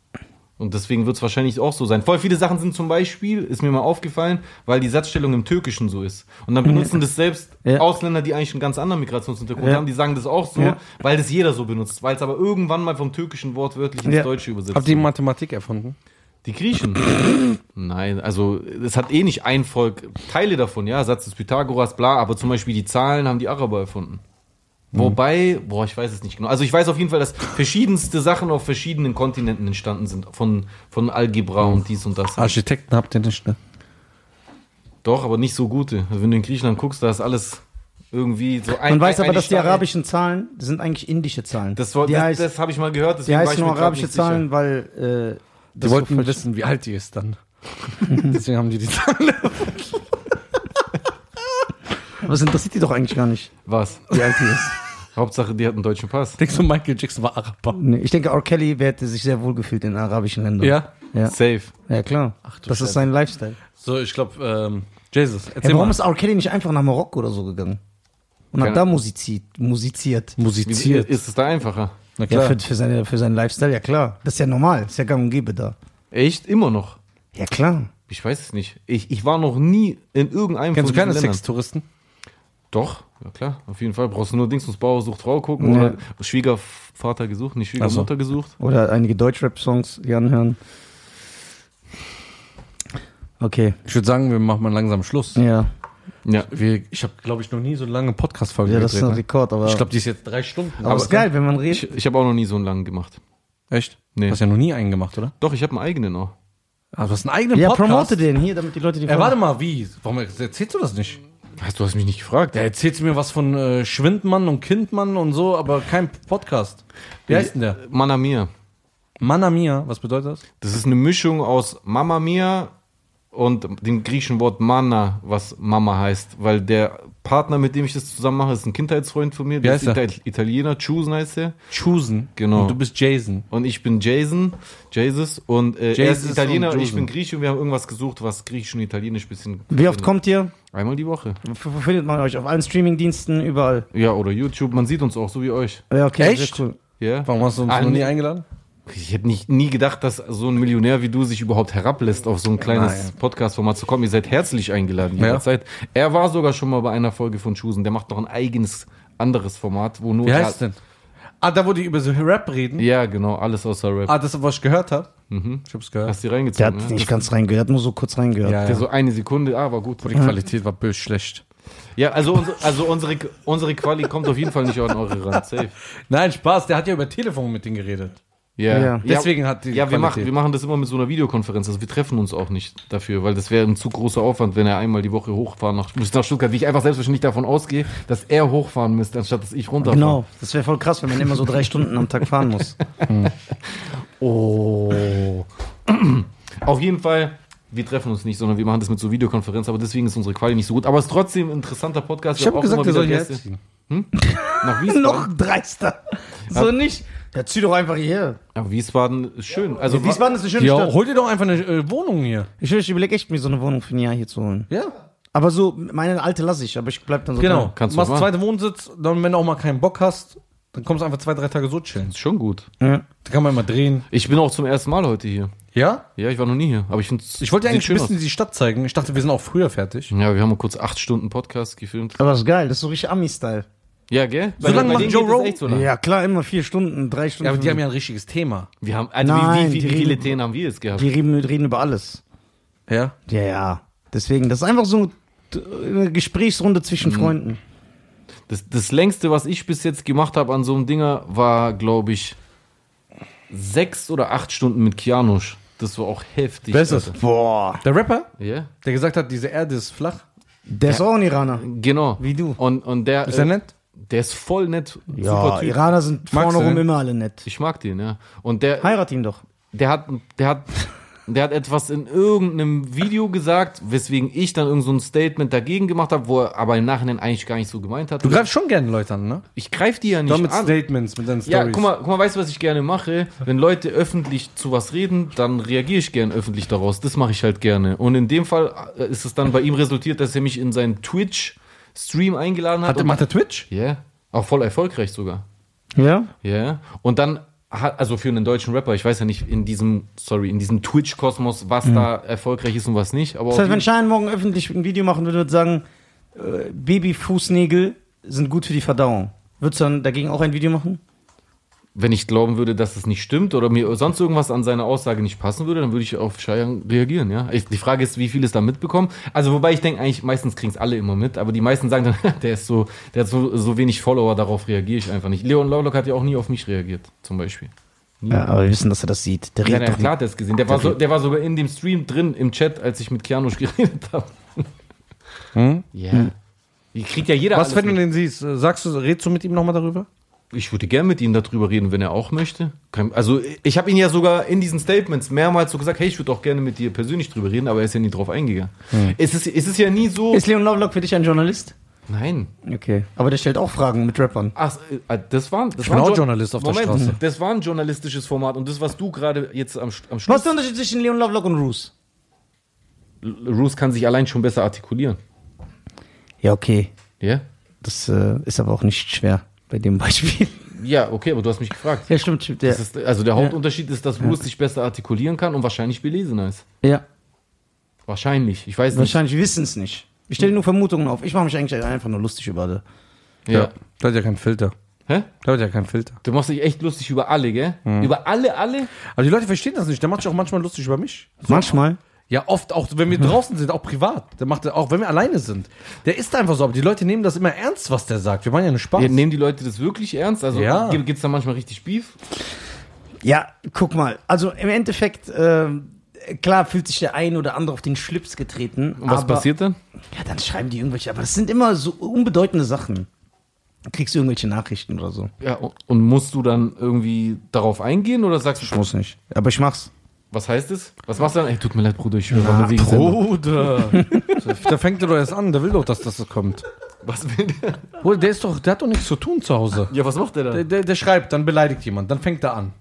[SPEAKER 2] Und deswegen wird es wahrscheinlich auch so sein. Voll viele Sachen sind zum Beispiel, ist mir mal aufgefallen, weil die Satzstellung im Türkischen so ist. Und dann benutzen das selbst
[SPEAKER 3] Hm. Ja.
[SPEAKER 2] Ausländer, die eigentlich einen ganz anderen Migrationshintergrund
[SPEAKER 3] Ja.
[SPEAKER 2] haben, die sagen das auch so,
[SPEAKER 3] Ja.
[SPEAKER 2] weil das jeder so benutzt, weil es aber irgendwann mal vom Türkischen wortwörtlich ins
[SPEAKER 3] Ja.
[SPEAKER 2] Deutsche übersetzt
[SPEAKER 1] Habt ihr Mathematik erfunden?
[SPEAKER 2] die Griechen. Nein, also es hat eh nicht ein Volk. Teile davon, ja, Satz des Pythagoras, bla, aber zum Beispiel die Zahlen haben die Araber erfunden.
[SPEAKER 3] Mhm.
[SPEAKER 2] Wobei, boah, ich weiß es nicht genau. Also ich weiß auf jeden Fall, dass verschiedenste Sachen auf verschiedenen Kontinenten entstanden sind. Von, von Algebra
[SPEAKER 3] Mhm.
[SPEAKER 2] und dies und das.
[SPEAKER 1] Architekten habt ihr nicht, ne?
[SPEAKER 2] Doch, aber nicht so gute. Also wenn du in Griechenland guckst, da ist alles irgendwie so ein.
[SPEAKER 3] Man weiß
[SPEAKER 2] ein-
[SPEAKER 3] aber,
[SPEAKER 2] eine
[SPEAKER 3] dass die
[SPEAKER 2] Stange.
[SPEAKER 3] arabischen Zahlen, das sind eigentlich indische Zahlen.
[SPEAKER 2] Das, war-
[SPEAKER 3] die
[SPEAKER 2] das,
[SPEAKER 3] heißt,
[SPEAKER 2] das habe ich mal gehört.
[SPEAKER 3] die
[SPEAKER 2] deswegen war ich
[SPEAKER 3] heißen
[SPEAKER 2] mir
[SPEAKER 3] nur
[SPEAKER 2] grad
[SPEAKER 3] arabische
[SPEAKER 2] nicht sicher.
[SPEAKER 3] Zahlen, weil äh,
[SPEAKER 1] Die
[SPEAKER 3] das
[SPEAKER 1] wollten
[SPEAKER 3] so
[SPEAKER 1] nur
[SPEAKER 3] falsch-
[SPEAKER 1] wissen, wie alt die ist dann. Deswegen haben die die Zahlen.
[SPEAKER 3] Aber das interessiert die doch eigentlich gar nicht,
[SPEAKER 2] Was?
[SPEAKER 3] wie alt die ist.
[SPEAKER 2] Hauptsache, die hat einen deutschen Pass.
[SPEAKER 1] Denkst du, Michael Jackson war Araber?
[SPEAKER 3] Nee, Ich denke, R. Kelly wer hätte sich sehr wohl gefühlt in arabischen Ländern.
[SPEAKER 1] Ja.
[SPEAKER 3] Ja,
[SPEAKER 2] Safe.
[SPEAKER 3] ja klar.
[SPEAKER 1] du
[SPEAKER 3] das
[SPEAKER 1] Scheiße.
[SPEAKER 3] ist sein Lifestyle.
[SPEAKER 1] So, ich glaube, ähm, Jesus,
[SPEAKER 3] Ja,
[SPEAKER 1] erzähl
[SPEAKER 3] warum
[SPEAKER 1] mal.
[SPEAKER 3] ist R. Kelly nicht einfach nach Marokko oder so gegangen? Und hat
[SPEAKER 2] Keine-
[SPEAKER 3] da musiziert. musiziert.
[SPEAKER 1] Musiziert.
[SPEAKER 2] Ist es da einfacher?
[SPEAKER 1] Na
[SPEAKER 3] Ja, für, für, seine, für seinen Lifestyle, ja klar. Das ist ja normal, ist ja gang und gäbe da.
[SPEAKER 2] Echt? Immer noch?
[SPEAKER 3] Ja klar.
[SPEAKER 2] Ich weiß es nicht. Ich, ich war noch nie in irgendeinem
[SPEAKER 1] Kennst du
[SPEAKER 2] von diesen
[SPEAKER 1] keine
[SPEAKER 2] Ländern.
[SPEAKER 1] Sextouristen?
[SPEAKER 2] Doch, ja klar, auf jeden Fall. Brauchst du nur Dings und Bauer sucht Frau gucken
[SPEAKER 3] Ja.
[SPEAKER 2] oder Schwiegervater gesucht, nicht Schwiegermutter gesucht.
[SPEAKER 3] Oder einige Deutschrap-Songs hier anhören. Okay,
[SPEAKER 1] Ich würde sagen, wir machen mal langsam Schluss.
[SPEAKER 3] ja.
[SPEAKER 2] Ja.
[SPEAKER 1] Wir, ich habe, glaube ich, noch nie so lange Podcast-Folge
[SPEAKER 3] Ja, das ist ein
[SPEAKER 1] gedreht. ne?
[SPEAKER 3] Rekord, aber.
[SPEAKER 1] Ich glaube, die ist jetzt drei Stunden.
[SPEAKER 3] aber ist geil, wenn man redet.
[SPEAKER 2] Ich, ich habe auch noch nie so einen langen gemacht.
[SPEAKER 1] Echt?
[SPEAKER 2] Nee.
[SPEAKER 1] Du hast ja noch nie einen gemacht, oder?
[SPEAKER 2] Doch, ich habe einen eigenen auch.
[SPEAKER 1] Ah, du hast einen eigenen
[SPEAKER 3] ja,
[SPEAKER 1] Podcast.
[SPEAKER 3] promote den hier, damit die Leute die
[SPEAKER 1] Ey, warte mal, wie? Warum erzählst du das nicht?
[SPEAKER 2] Hast du hast mich nicht gefragt. Äh,
[SPEAKER 1] Da erzählst du mir was von äh, Schwindmann und Kindmann und so, aber kein Podcast. Wie heißt denn der?
[SPEAKER 2] Mana Mia.
[SPEAKER 1] Manamia, was bedeutet das?
[SPEAKER 2] Das ist eine Mischung aus Mama Mia und dem griechischen Wort Mana, was Mama heißt. Weil der Partner, mit dem ich das zusammen mache, ist ein Kindheitsfreund von mir. Der
[SPEAKER 1] Wie
[SPEAKER 2] ist
[SPEAKER 1] heißt er?
[SPEAKER 2] Ital- Italiener, Chusen heißt der.
[SPEAKER 1] Chusen.
[SPEAKER 2] Genau.
[SPEAKER 1] Und du bist Jason.
[SPEAKER 2] Und ich bin Jason, Jesus und äh, er ist
[SPEAKER 1] Jesus
[SPEAKER 2] Italiener
[SPEAKER 1] und
[SPEAKER 2] und ich bin
[SPEAKER 1] Jason.
[SPEAKER 2] Grieche und wir haben irgendwas gesucht, was griechisch und italienisch bisschen.
[SPEAKER 3] Wie oft kommt ihr?
[SPEAKER 2] Einmal die Woche.
[SPEAKER 3] F- f- Findet man euch auf allen Streamingdiensten, überall.
[SPEAKER 2] Ja, oder YouTube. Man sieht uns auch, so wie euch.
[SPEAKER 3] Ja, okay,
[SPEAKER 1] Echt?
[SPEAKER 3] sehr cool.
[SPEAKER 2] Ja.
[SPEAKER 1] Warum hast du uns
[SPEAKER 2] Ah,
[SPEAKER 1] noch nie
[SPEAKER 2] nee.
[SPEAKER 1] eingeladen?
[SPEAKER 2] Ich hätte nicht, nie gedacht, dass so ein Millionär wie du sich überhaupt herablässt, auf so ein kleines Podcast-Format zu kommen. Ihr seid herzlich eingeladen
[SPEAKER 1] Ja.
[SPEAKER 2] jederzeit. Er war sogar schon mal bei einer Folge von Chusen. Der macht noch ein eigenes, anderes Format, wo nur.
[SPEAKER 1] Wie heißt denn? Ah, da, wo die über so Rap reden.
[SPEAKER 2] Ja, genau. Alles außer Rap.
[SPEAKER 1] Ah, das, was ich gehört habe. Ich hab's gehört.
[SPEAKER 2] Hast du
[SPEAKER 3] Der
[SPEAKER 2] reingezogen?
[SPEAKER 3] hat
[SPEAKER 2] ne?
[SPEAKER 3] nicht ganz reingehört, nur so kurz reingehört.
[SPEAKER 1] Ja,
[SPEAKER 2] Der so eine Sekunde, ah, war gut.
[SPEAKER 1] Die Qualität war bös schlecht.
[SPEAKER 2] Ja, also, unsere, also unsere, unsere Quali kommt auf jeden Fall nicht an eure ran. Safe.
[SPEAKER 1] Nein, Spaß, der hat ja über Telefon mit denen geredet.
[SPEAKER 2] Ja.
[SPEAKER 3] Ja.
[SPEAKER 1] Deswegen hat die
[SPEAKER 2] Ja, wir
[SPEAKER 1] Qualität.
[SPEAKER 2] machen, wir machen das immer mit so einer Videokonferenz. Also wir treffen uns auch nicht dafür, weil das wäre ein zu großer Aufwand, wenn er einmal die Woche hochfahren nach, bis nach Stuttgart, wie ich einfach selbstverständlich davon ausgehe, dass er hochfahren müsste, anstatt dass ich runterfahre.
[SPEAKER 3] Genau, das wäre voll krass, wenn man immer so drei Stunden am Tag fahren muss.
[SPEAKER 2] Oh. Auf jeden Fall, wir treffen uns nicht, sondern wir machen das mit so Videokonferenz, aber deswegen ist unsere Quali nicht so gut. Aber es ist trotzdem ein interessanter Podcast.
[SPEAKER 1] Ich habe
[SPEAKER 2] auch
[SPEAKER 1] gesagt,
[SPEAKER 2] immer
[SPEAKER 1] der
[SPEAKER 2] wieder
[SPEAKER 1] soll hier
[SPEAKER 2] Gäste.
[SPEAKER 1] herziehen.
[SPEAKER 2] Nach Wiesbaden.
[SPEAKER 3] Noch dreister. So nicht. Ja, zieh doch einfach hierher.
[SPEAKER 2] Ja, Wiesbaden ist schön. Also
[SPEAKER 3] Wiesbaden ist eine schöne
[SPEAKER 1] Ja,
[SPEAKER 3] Stadt.
[SPEAKER 1] hol dir doch einfach eine äh, Wohnung hier.
[SPEAKER 3] Ich, schwöre, ich überlege echt, mir so eine Wohnung für ein Jahr hier zu holen.
[SPEAKER 1] Ja,
[SPEAKER 3] Aber so, meine alte lasse ich, aber ich bleib dann so
[SPEAKER 1] genau.
[SPEAKER 2] kannst du
[SPEAKER 1] Machst
[SPEAKER 2] machen.
[SPEAKER 1] zweiten Wohnsitz, dann, wenn du auch mal keinen Bock hast, dann kommst du einfach zwei, drei Tage so chillen.
[SPEAKER 2] ist schon gut.
[SPEAKER 3] drin. Ja.
[SPEAKER 1] Da kann man immer drehen.
[SPEAKER 2] Ich bin auch zum ersten Mal heute hier.
[SPEAKER 1] Ja?
[SPEAKER 2] Ja, ich war noch nie hier. Aber ich finde
[SPEAKER 1] Ich wollte dir eigentlich ein bisschen die Stadt zeigen. Ich dachte, wir sind auch früher fertig.
[SPEAKER 2] Ja, wir haben mal kurz acht Stunden Podcast gefilmt.
[SPEAKER 3] Aber das ist geil, das ist so richtig Ami-Style.
[SPEAKER 2] Ja, gell?
[SPEAKER 1] So lange macht Joe Rogan-
[SPEAKER 2] So lang.
[SPEAKER 3] Ja, klar, immer vier Stunden, drei Stunden.
[SPEAKER 1] Ja, aber die haben ja ein richtiges Thema.
[SPEAKER 2] Wir haben, also
[SPEAKER 3] Nein,
[SPEAKER 2] wie, wie,
[SPEAKER 3] die
[SPEAKER 2] wie viele
[SPEAKER 3] reden-
[SPEAKER 2] Themen haben wir jetzt gehabt?
[SPEAKER 3] die reden, reden über alles.
[SPEAKER 1] Ja.
[SPEAKER 3] Ja, ja. Deswegen, das ist einfach so eine Gesprächsrunde zwischen
[SPEAKER 1] Mhm.
[SPEAKER 3] Freunden.
[SPEAKER 2] Das, das längste, was ich bis jetzt gemacht habe an so einem Dinger, war, glaube ich, sechs oder acht Stunden mit Kianusch. Das war auch heftig. Alter.
[SPEAKER 3] Boah.
[SPEAKER 1] Der Rapper,
[SPEAKER 2] Ja,
[SPEAKER 1] der gesagt hat, diese Erde ist flach.
[SPEAKER 3] Der ist auch ein Iraner.
[SPEAKER 2] genau.
[SPEAKER 3] Wie du.
[SPEAKER 2] Und, und der, äh,
[SPEAKER 1] Ist er nett?
[SPEAKER 2] der ist voll nett.
[SPEAKER 3] Ja,
[SPEAKER 2] Typ.
[SPEAKER 3] Iraner sind
[SPEAKER 1] Magst
[SPEAKER 3] vorne
[SPEAKER 1] du
[SPEAKER 3] rum
[SPEAKER 1] den?
[SPEAKER 3] immer alle nett.
[SPEAKER 2] Ich mag den, ja. Und der,
[SPEAKER 3] Heirat ihn doch.
[SPEAKER 2] der hat, der hat, der hat etwas in irgendeinem Video gesagt, weswegen ich dann irgend so ein Statement dagegen gemacht habe, wo er aber im Nachhinein eigentlich gar nicht so gemeint hat.
[SPEAKER 1] Du greifst schon gerne Leute an, ne?
[SPEAKER 2] ich greife die ja nicht
[SPEAKER 1] Doch mit
[SPEAKER 2] an.
[SPEAKER 1] Statements, mit deinen Stories.
[SPEAKER 2] Ja, guck mal, guck mal, weißt du, was ich gerne mache? Wenn Leute öffentlich zu was reden, dann reagiere ich gern öffentlich daraus. Das mache ich halt gerne. Und in dem Fall äh, ist es dann bei ihm resultiert, dass er mich in seinen Twitch-Stream eingeladen hat.
[SPEAKER 1] Hat,
[SPEAKER 2] und-
[SPEAKER 1] macht der Twitch?
[SPEAKER 2] Ja, auch voll erfolgreich sogar.
[SPEAKER 3] Ja?
[SPEAKER 2] Ja. Und dann hat, also für einen deutschen Rapper, ich weiß ja nicht in diesem, sorry, in diesem Twitch-Kosmos, was da erfolgreich ist und was nicht. Aber
[SPEAKER 3] Mhm. Das heißt,
[SPEAKER 2] auf
[SPEAKER 3] wenn
[SPEAKER 2] jeden-
[SPEAKER 3] Schein morgen öffentlich ein Video machen würde, würde sagen, äh, Babyfußnägel sind gut für die Verdauung. Würdest du dann dagegen auch ein Video machen?
[SPEAKER 2] wenn ich glauben würde, dass es nicht stimmt oder mir sonst irgendwas an seine Aussage nicht passen würde, dann würde ich auf Scheiern reagieren, ja. Ich, die Frage ist, wie viele es da mitbekommen. Also wobei ich denke, eigentlich meistens kriegen es alle immer mit, aber die meisten sagen dann, der ist so, der hat so, so wenig Follower, darauf reagiere ich einfach nicht. Leon Lawlock hat ja auch nie auf mich reagiert, zum Beispiel.
[SPEAKER 3] Ja, aber wir wissen, dass er das sieht. Der
[SPEAKER 2] Ja,
[SPEAKER 3] redet
[SPEAKER 2] na,
[SPEAKER 3] doch
[SPEAKER 2] klar, der ist gesehen. Der war, so, der war sogar in dem Stream drin im Chat, als ich mit Kianusch geredet habe. Ja. Die kriegt ja jeder
[SPEAKER 1] Hm? Was,
[SPEAKER 2] alles
[SPEAKER 1] wenn du
[SPEAKER 2] mit.
[SPEAKER 1] den siehst? äh, Sagst du, redst du mit ihm nochmal darüber?
[SPEAKER 2] Ich würde gern mit ihm darüber reden, wenn er auch möchte. Kein- Also ich habe ihn ja sogar in diesen Statements mehrmals so gesagt, hey, ich würde auch gerne mit dir persönlich drüber reden, aber er ist ja nie drauf eingegangen.
[SPEAKER 1] Hm.
[SPEAKER 2] Es, ist, es ist ja nie so.
[SPEAKER 3] Ist Leon Lovelock für dich ein Journalist?
[SPEAKER 2] Nein.
[SPEAKER 3] Okay. Aber der stellt auch Fragen mit Rappern.
[SPEAKER 2] Ach, äh, das war das
[SPEAKER 1] Ich bin
[SPEAKER 2] war ein
[SPEAKER 1] auch
[SPEAKER 2] Jo-
[SPEAKER 1] Journalist auf der
[SPEAKER 2] Moment,
[SPEAKER 1] Straße.
[SPEAKER 2] Das war ein journalistisches Format und das, was du gerade jetzt am, Sch- am
[SPEAKER 3] Was
[SPEAKER 2] Schluss...
[SPEAKER 3] ist der Unterschied zwischen Leon Lovelock und Roos?
[SPEAKER 2] Roos kann sich allein schon besser artikulieren.
[SPEAKER 3] Ja, okay.
[SPEAKER 2] Ja?
[SPEAKER 3] Das äh, ist aber auch nicht schwer bei dem Beispiel.
[SPEAKER 2] Ja, okay, aber du hast mich gefragt.
[SPEAKER 3] Ja, stimmt, stimmt. Ja.
[SPEAKER 2] Das ist, also der Hauptunterschied ist, dass Roos sich besser artikulieren kann und wahrscheinlich belesener ist.
[SPEAKER 3] ja.
[SPEAKER 2] Wahrscheinlich, ich weiß nicht.
[SPEAKER 3] Wahrscheinlich wissen es nicht. Ich stelle nur Vermutungen auf. Ich mache mich eigentlich einfach nur lustig über alle.
[SPEAKER 2] Ja.
[SPEAKER 1] Da hat ja keinen Filter.
[SPEAKER 2] Hä?
[SPEAKER 1] Da hat ja Mhm. keinen Filter.
[SPEAKER 2] Du machst dich echt lustig über alle, gell? Über alle, alle?
[SPEAKER 1] Aber die Leute verstehen das nicht. Der macht sich auch manchmal lustig über mich.
[SPEAKER 3] Manchmal.
[SPEAKER 1] Ja, oft, auch wenn wir draußen sind, auch privat. Der macht, er- auch wenn wir alleine sind. Der ist einfach so, aber die Leute nehmen das immer ernst, was der sagt. Wir machen ja einen Spaß.
[SPEAKER 2] Ja, nehmen die Leute das wirklich ernst? Also
[SPEAKER 1] Ja.
[SPEAKER 2] gibt es da manchmal richtig Beef?
[SPEAKER 3] Ja, guck mal. Also im Endeffekt, ähm, klar fühlt sich der ein oder andere auf den Schlips getreten.
[SPEAKER 2] Und was
[SPEAKER 3] aber,
[SPEAKER 2] passiert dann?
[SPEAKER 3] Ja, dann schreiben die irgendwelche. Aber das sind immer so unbedeutende Sachen. Dann kriegst du irgendwelche Nachrichten oder so.
[SPEAKER 2] Ja, und und musst du dann irgendwie darauf eingehen oder sagst du,
[SPEAKER 3] Muss nicht. Aber ich mach's.
[SPEAKER 2] was heißt es? Was machst du dann? Ey, tut mir leid, Bruder, ich höre nur wegen Sendung.
[SPEAKER 1] Bruder. da fängt er doch erst an. Der will doch, dass das kommt.
[SPEAKER 2] Was will der?
[SPEAKER 1] Bruder, der ist doch, der hat doch nichts zu tun zu Hause.
[SPEAKER 2] Ja, was macht der
[SPEAKER 1] Der,
[SPEAKER 2] dann?
[SPEAKER 1] der, der schreibt, dann beleidigt jemand, dann fängt er an.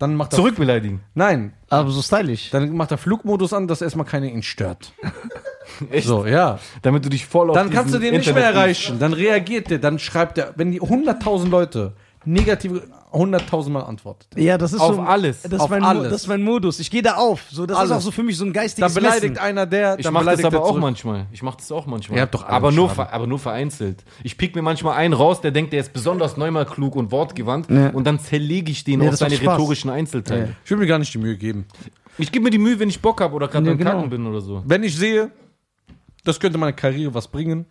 [SPEAKER 1] Dann macht er.
[SPEAKER 2] Zurückbeleidigen.
[SPEAKER 1] Nein,
[SPEAKER 3] Aber so stylisch.
[SPEAKER 1] dann macht er Flugmodus an, dass erstmal keiner ihn stört.
[SPEAKER 2] Echt?
[SPEAKER 1] So, ja.
[SPEAKER 2] Damit du dich voll auf
[SPEAKER 1] Dann kannst du
[SPEAKER 2] diesen
[SPEAKER 1] den nicht mehr
[SPEAKER 2] Internet-
[SPEAKER 1] erreichen. Dann reagiert der, dann schreibt er, wenn die 100.000 Leute negative 100.000 Mal antwortet.
[SPEAKER 3] Ja, das ist
[SPEAKER 2] Auf
[SPEAKER 3] so,
[SPEAKER 2] alles.
[SPEAKER 3] Das,
[SPEAKER 1] Auf
[SPEAKER 3] ist mein,
[SPEAKER 1] alles.
[SPEAKER 3] Mo- das ist mein Modus. Ich gehe da auf. So, das
[SPEAKER 1] Alles.
[SPEAKER 3] ist auch so für mich so ein
[SPEAKER 1] Dann
[SPEAKER 3] geistiges
[SPEAKER 1] beleidigt
[SPEAKER 3] Messen.
[SPEAKER 1] einer der,
[SPEAKER 2] Ich
[SPEAKER 1] dann
[SPEAKER 2] mache das
[SPEAKER 1] beleidigt
[SPEAKER 2] aber
[SPEAKER 1] der
[SPEAKER 2] auch
[SPEAKER 1] zurück.
[SPEAKER 2] manchmal. Ich mache das auch manchmal.
[SPEAKER 1] Ihr habt doch alle
[SPEAKER 2] aber, nur,
[SPEAKER 1] Schaden.
[SPEAKER 2] ver- aber nur vereinzelt. Ich pick mir manchmal einen raus, der denkt, der ist besonders neunmal klug und wortgewandt
[SPEAKER 3] Ja.
[SPEAKER 2] und dann zerlege ich den
[SPEAKER 3] Ja,
[SPEAKER 2] auf
[SPEAKER 3] das macht
[SPEAKER 2] seine
[SPEAKER 3] Spaß.
[SPEAKER 2] rhetorischen Einzelteile.
[SPEAKER 1] Ich will mir gar nicht die Mühe geben.
[SPEAKER 2] Ich gebe mir die Mühe, wenn ich Bock habe oder gerade
[SPEAKER 3] Ja,
[SPEAKER 2] am
[SPEAKER 3] genau.
[SPEAKER 2] Kacken bin oder so.
[SPEAKER 1] Wenn ich sehe, das könnte meiner Karriere was bringen.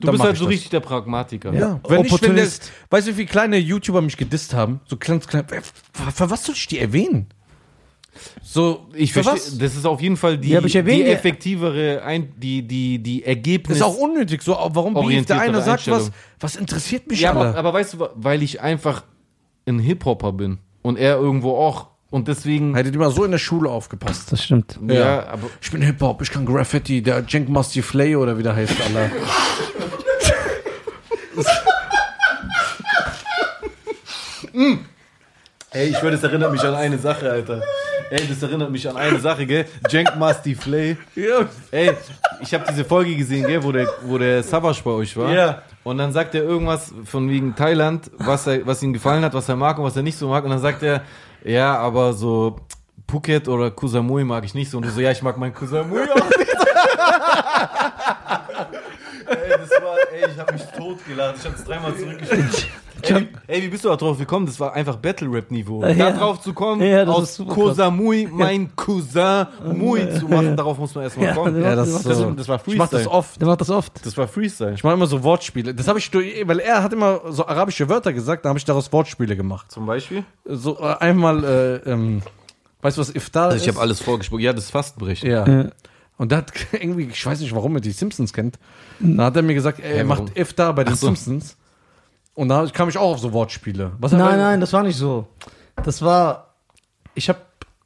[SPEAKER 2] Du
[SPEAKER 1] Dann
[SPEAKER 2] bist
[SPEAKER 1] mach
[SPEAKER 2] halt
[SPEAKER 1] ich
[SPEAKER 2] so
[SPEAKER 1] das.
[SPEAKER 2] richtig der Pragmatiker.
[SPEAKER 1] Ja, wenn ich, wenn der,
[SPEAKER 3] Opportunist.
[SPEAKER 1] weißt du, wie viele kleine YouTuber mich gedisst haben? So ganz klein. Für, für was soll ich die erwähnen? So,
[SPEAKER 2] Ich
[SPEAKER 1] für
[SPEAKER 2] verstehe,
[SPEAKER 1] was?
[SPEAKER 2] das ist auf jeden Fall die,
[SPEAKER 3] Ja, aber ich erwähne
[SPEAKER 2] die
[SPEAKER 3] ja-
[SPEAKER 2] effektivere, Ein die, die, die Ergebnis.
[SPEAKER 1] Das ist auch unnötig. So, warum beef? Der
[SPEAKER 2] Orientiertere
[SPEAKER 1] eine sagt was,
[SPEAKER 2] Einstellung.
[SPEAKER 1] was interessiert mich
[SPEAKER 2] ja, aber,
[SPEAKER 1] alle?
[SPEAKER 2] aber weißt du, wa- weil ich einfach ein Hip-Hopper bin und er irgendwo auch. Und deswegen.
[SPEAKER 1] Hättet ihr mal so in der Schule aufgepasst.
[SPEAKER 3] Das stimmt.
[SPEAKER 2] ja,
[SPEAKER 1] Halt, ja.
[SPEAKER 2] aber.
[SPEAKER 1] Ich bin Hip-Hop, ich kann Graffiti, der Jenk Musty Flay oder wie der heißt, Allah.
[SPEAKER 2] Ey, ich schwöre, das erinnert mich an eine Sache, Alter. Ey, das erinnert mich an eine Sache, gell? Jank Musty Flay.
[SPEAKER 1] Ja.
[SPEAKER 2] Ey, ich habe diese Folge gesehen, gell, wo der, wo der Savage bei euch war.
[SPEAKER 1] Ja.
[SPEAKER 2] Und dann sagt er irgendwas von wegen Thailand, was, er, was ihm gefallen hat, was er mag und was er nicht so mag. Und dann sagt er, ja, aber so Phuket oder Kusamui mag ich nicht so. Und du so, ja, ich mag meinen Kusamui auch nicht. ey, das war, ey, ich habe mich totgeladen. Ich habe es dreimal zurückgeschickt. Ey, wie- ey, wie bist du da drauf gekommen? Das war einfach Battle-Rap-Niveau. Da
[SPEAKER 3] Ja.
[SPEAKER 2] drauf zu kommen,
[SPEAKER 3] Ja, das ist
[SPEAKER 2] aus
[SPEAKER 3] super krass.
[SPEAKER 2] Kosamui mein Cousin Mui zu machen, darauf muss man erstmal
[SPEAKER 3] Ja,
[SPEAKER 2] kommen.
[SPEAKER 3] ja,
[SPEAKER 1] das ist so-
[SPEAKER 2] war
[SPEAKER 1] Ich mach das oft.
[SPEAKER 3] Der macht das oft.
[SPEAKER 2] Das war Freestyle.
[SPEAKER 1] Ich mache immer so Wortspiele. Das habe ich, durch- weil er hat immer so arabische Wörter gesagt, da habe ich daraus Wortspiele gemacht.
[SPEAKER 2] Zum Beispiel?
[SPEAKER 1] So äh, einmal, äh, ähm, weißt du was Iftar
[SPEAKER 2] Also ich
[SPEAKER 1] ist?
[SPEAKER 2] habe alles vorgesprochen. Ja, das Fastenbrechen.
[SPEAKER 1] Ja.
[SPEAKER 3] Ja.
[SPEAKER 1] Und da hat irgendwie, ich weiß nicht, warum er die Simpsons kennt.
[SPEAKER 3] Hm.
[SPEAKER 1] Da hat er mir gesagt, ey, er
[SPEAKER 2] Hä, warum?
[SPEAKER 1] macht Iftar bei den
[SPEAKER 2] Ach so.
[SPEAKER 1] Simpsons. Und da kam ich auch auf so Wortspiele. Was hat er-
[SPEAKER 3] Nein, nein, das war nicht so. Das war, ich habe,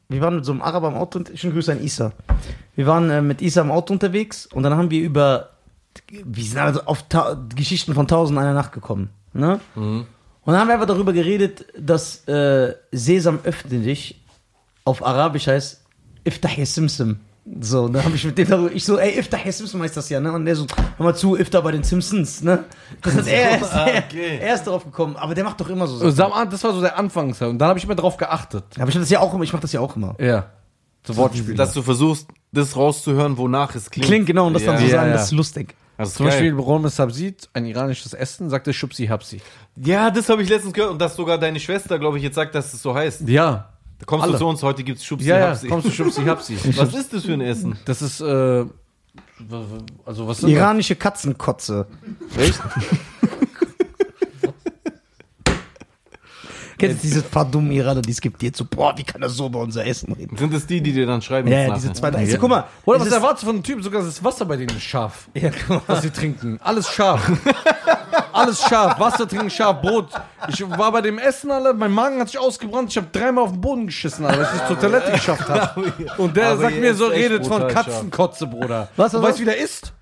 [SPEAKER 3] wir waren mit so einem Araber im Auto, und, schönen Grüße an Isa. Wir waren äh, mit Isa im Auto unterwegs und dann haben wir über, wir sind also auf ta Geschichten von Tausend einer Nacht gekommen. Ne?
[SPEAKER 1] Mhm.
[SPEAKER 3] Und dann haben wir einfach darüber geredet, dass äh, Sesam öffne dich auf Arabisch heißt Iftah Simsim. So, und dann habe ich mit dem darüber, ich so, ey, Iftah Simsim heißt das ja, ne? Und der so, hör mal zu, Iftah bei den Simpsons, ne? Das ist er, erst,
[SPEAKER 2] okay.
[SPEAKER 3] er ist darauf gekommen, aber der macht doch immer so Sachen.
[SPEAKER 1] Also, am- Das war ah, so der Anfangsteil. Und dann habe ich immer drauf geachtet.
[SPEAKER 3] Ja, Aber ich mach das ja auch immer. Ich mach das ja auch immer.
[SPEAKER 1] Ja. So Wortspiele.
[SPEAKER 2] Dass du versuchst, das rauszuhören, wonach es klingt.
[SPEAKER 3] Klingt genau und das
[SPEAKER 2] ja.
[SPEAKER 3] dann so
[SPEAKER 1] Ja,
[SPEAKER 3] sagen,
[SPEAKER 1] ja.
[SPEAKER 3] das ist lustig.
[SPEAKER 2] Das ist
[SPEAKER 1] Zum
[SPEAKER 2] geil.
[SPEAKER 1] Beispiel Romes Sabzit, ein iranisches Essen, sagt er Schubsi Hapsi.
[SPEAKER 2] Ja, das habe ich letztens gehört und dass sogar deine Schwester, glaube ich, jetzt sagt, dass es so heißt.
[SPEAKER 1] Ja.
[SPEAKER 2] Kommst
[SPEAKER 1] Alle.
[SPEAKER 2] du zu uns, heute gibt's Schubsi
[SPEAKER 1] Ja, ja,
[SPEAKER 2] Hapsi.
[SPEAKER 1] kommst du Schubsi Hapsi.
[SPEAKER 2] Was ist das für ein Essen?
[SPEAKER 1] Das ist, äh, w- w- also was sind
[SPEAKER 3] Iranische Katzenkotze.
[SPEAKER 2] Echt?
[SPEAKER 3] Kennst du diese verdummen Iraner, die es gibt, die jetzt so, boah, wie kann er so über unser Essen reden?
[SPEAKER 2] Sind es die, die dir dann schreiben?
[SPEAKER 3] Ja,
[SPEAKER 2] jetzt
[SPEAKER 3] ja, diese
[SPEAKER 2] nachher?
[SPEAKER 3] zwei, drei. Guck mal,
[SPEAKER 1] das? Oder
[SPEAKER 3] es
[SPEAKER 1] was
[SPEAKER 3] ist-
[SPEAKER 1] erwartest du von einem Typen? Sogar das Wasser bei denen ist scharf,
[SPEAKER 3] Ja, guck mal.
[SPEAKER 1] was sie trinken. Alles scharf. Alles scharf. Wasser trinken scharf. Brot. Ich war bei dem Essen, alle. Mein Magen hat sich ausgebrannt. Ich habe dreimal auf den Boden geschissen, Alter, weil ich es zur Toilette geschafft habe. Und der
[SPEAKER 2] aber
[SPEAKER 1] sagt
[SPEAKER 2] ihr
[SPEAKER 1] mir so,
[SPEAKER 2] esst Also echt
[SPEAKER 1] redet von
[SPEAKER 2] brutal scharf.
[SPEAKER 1] Katzenkotze, Bruder.
[SPEAKER 3] Was,
[SPEAKER 1] du
[SPEAKER 3] was,
[SPEAKER 1] weißt, wie der isst?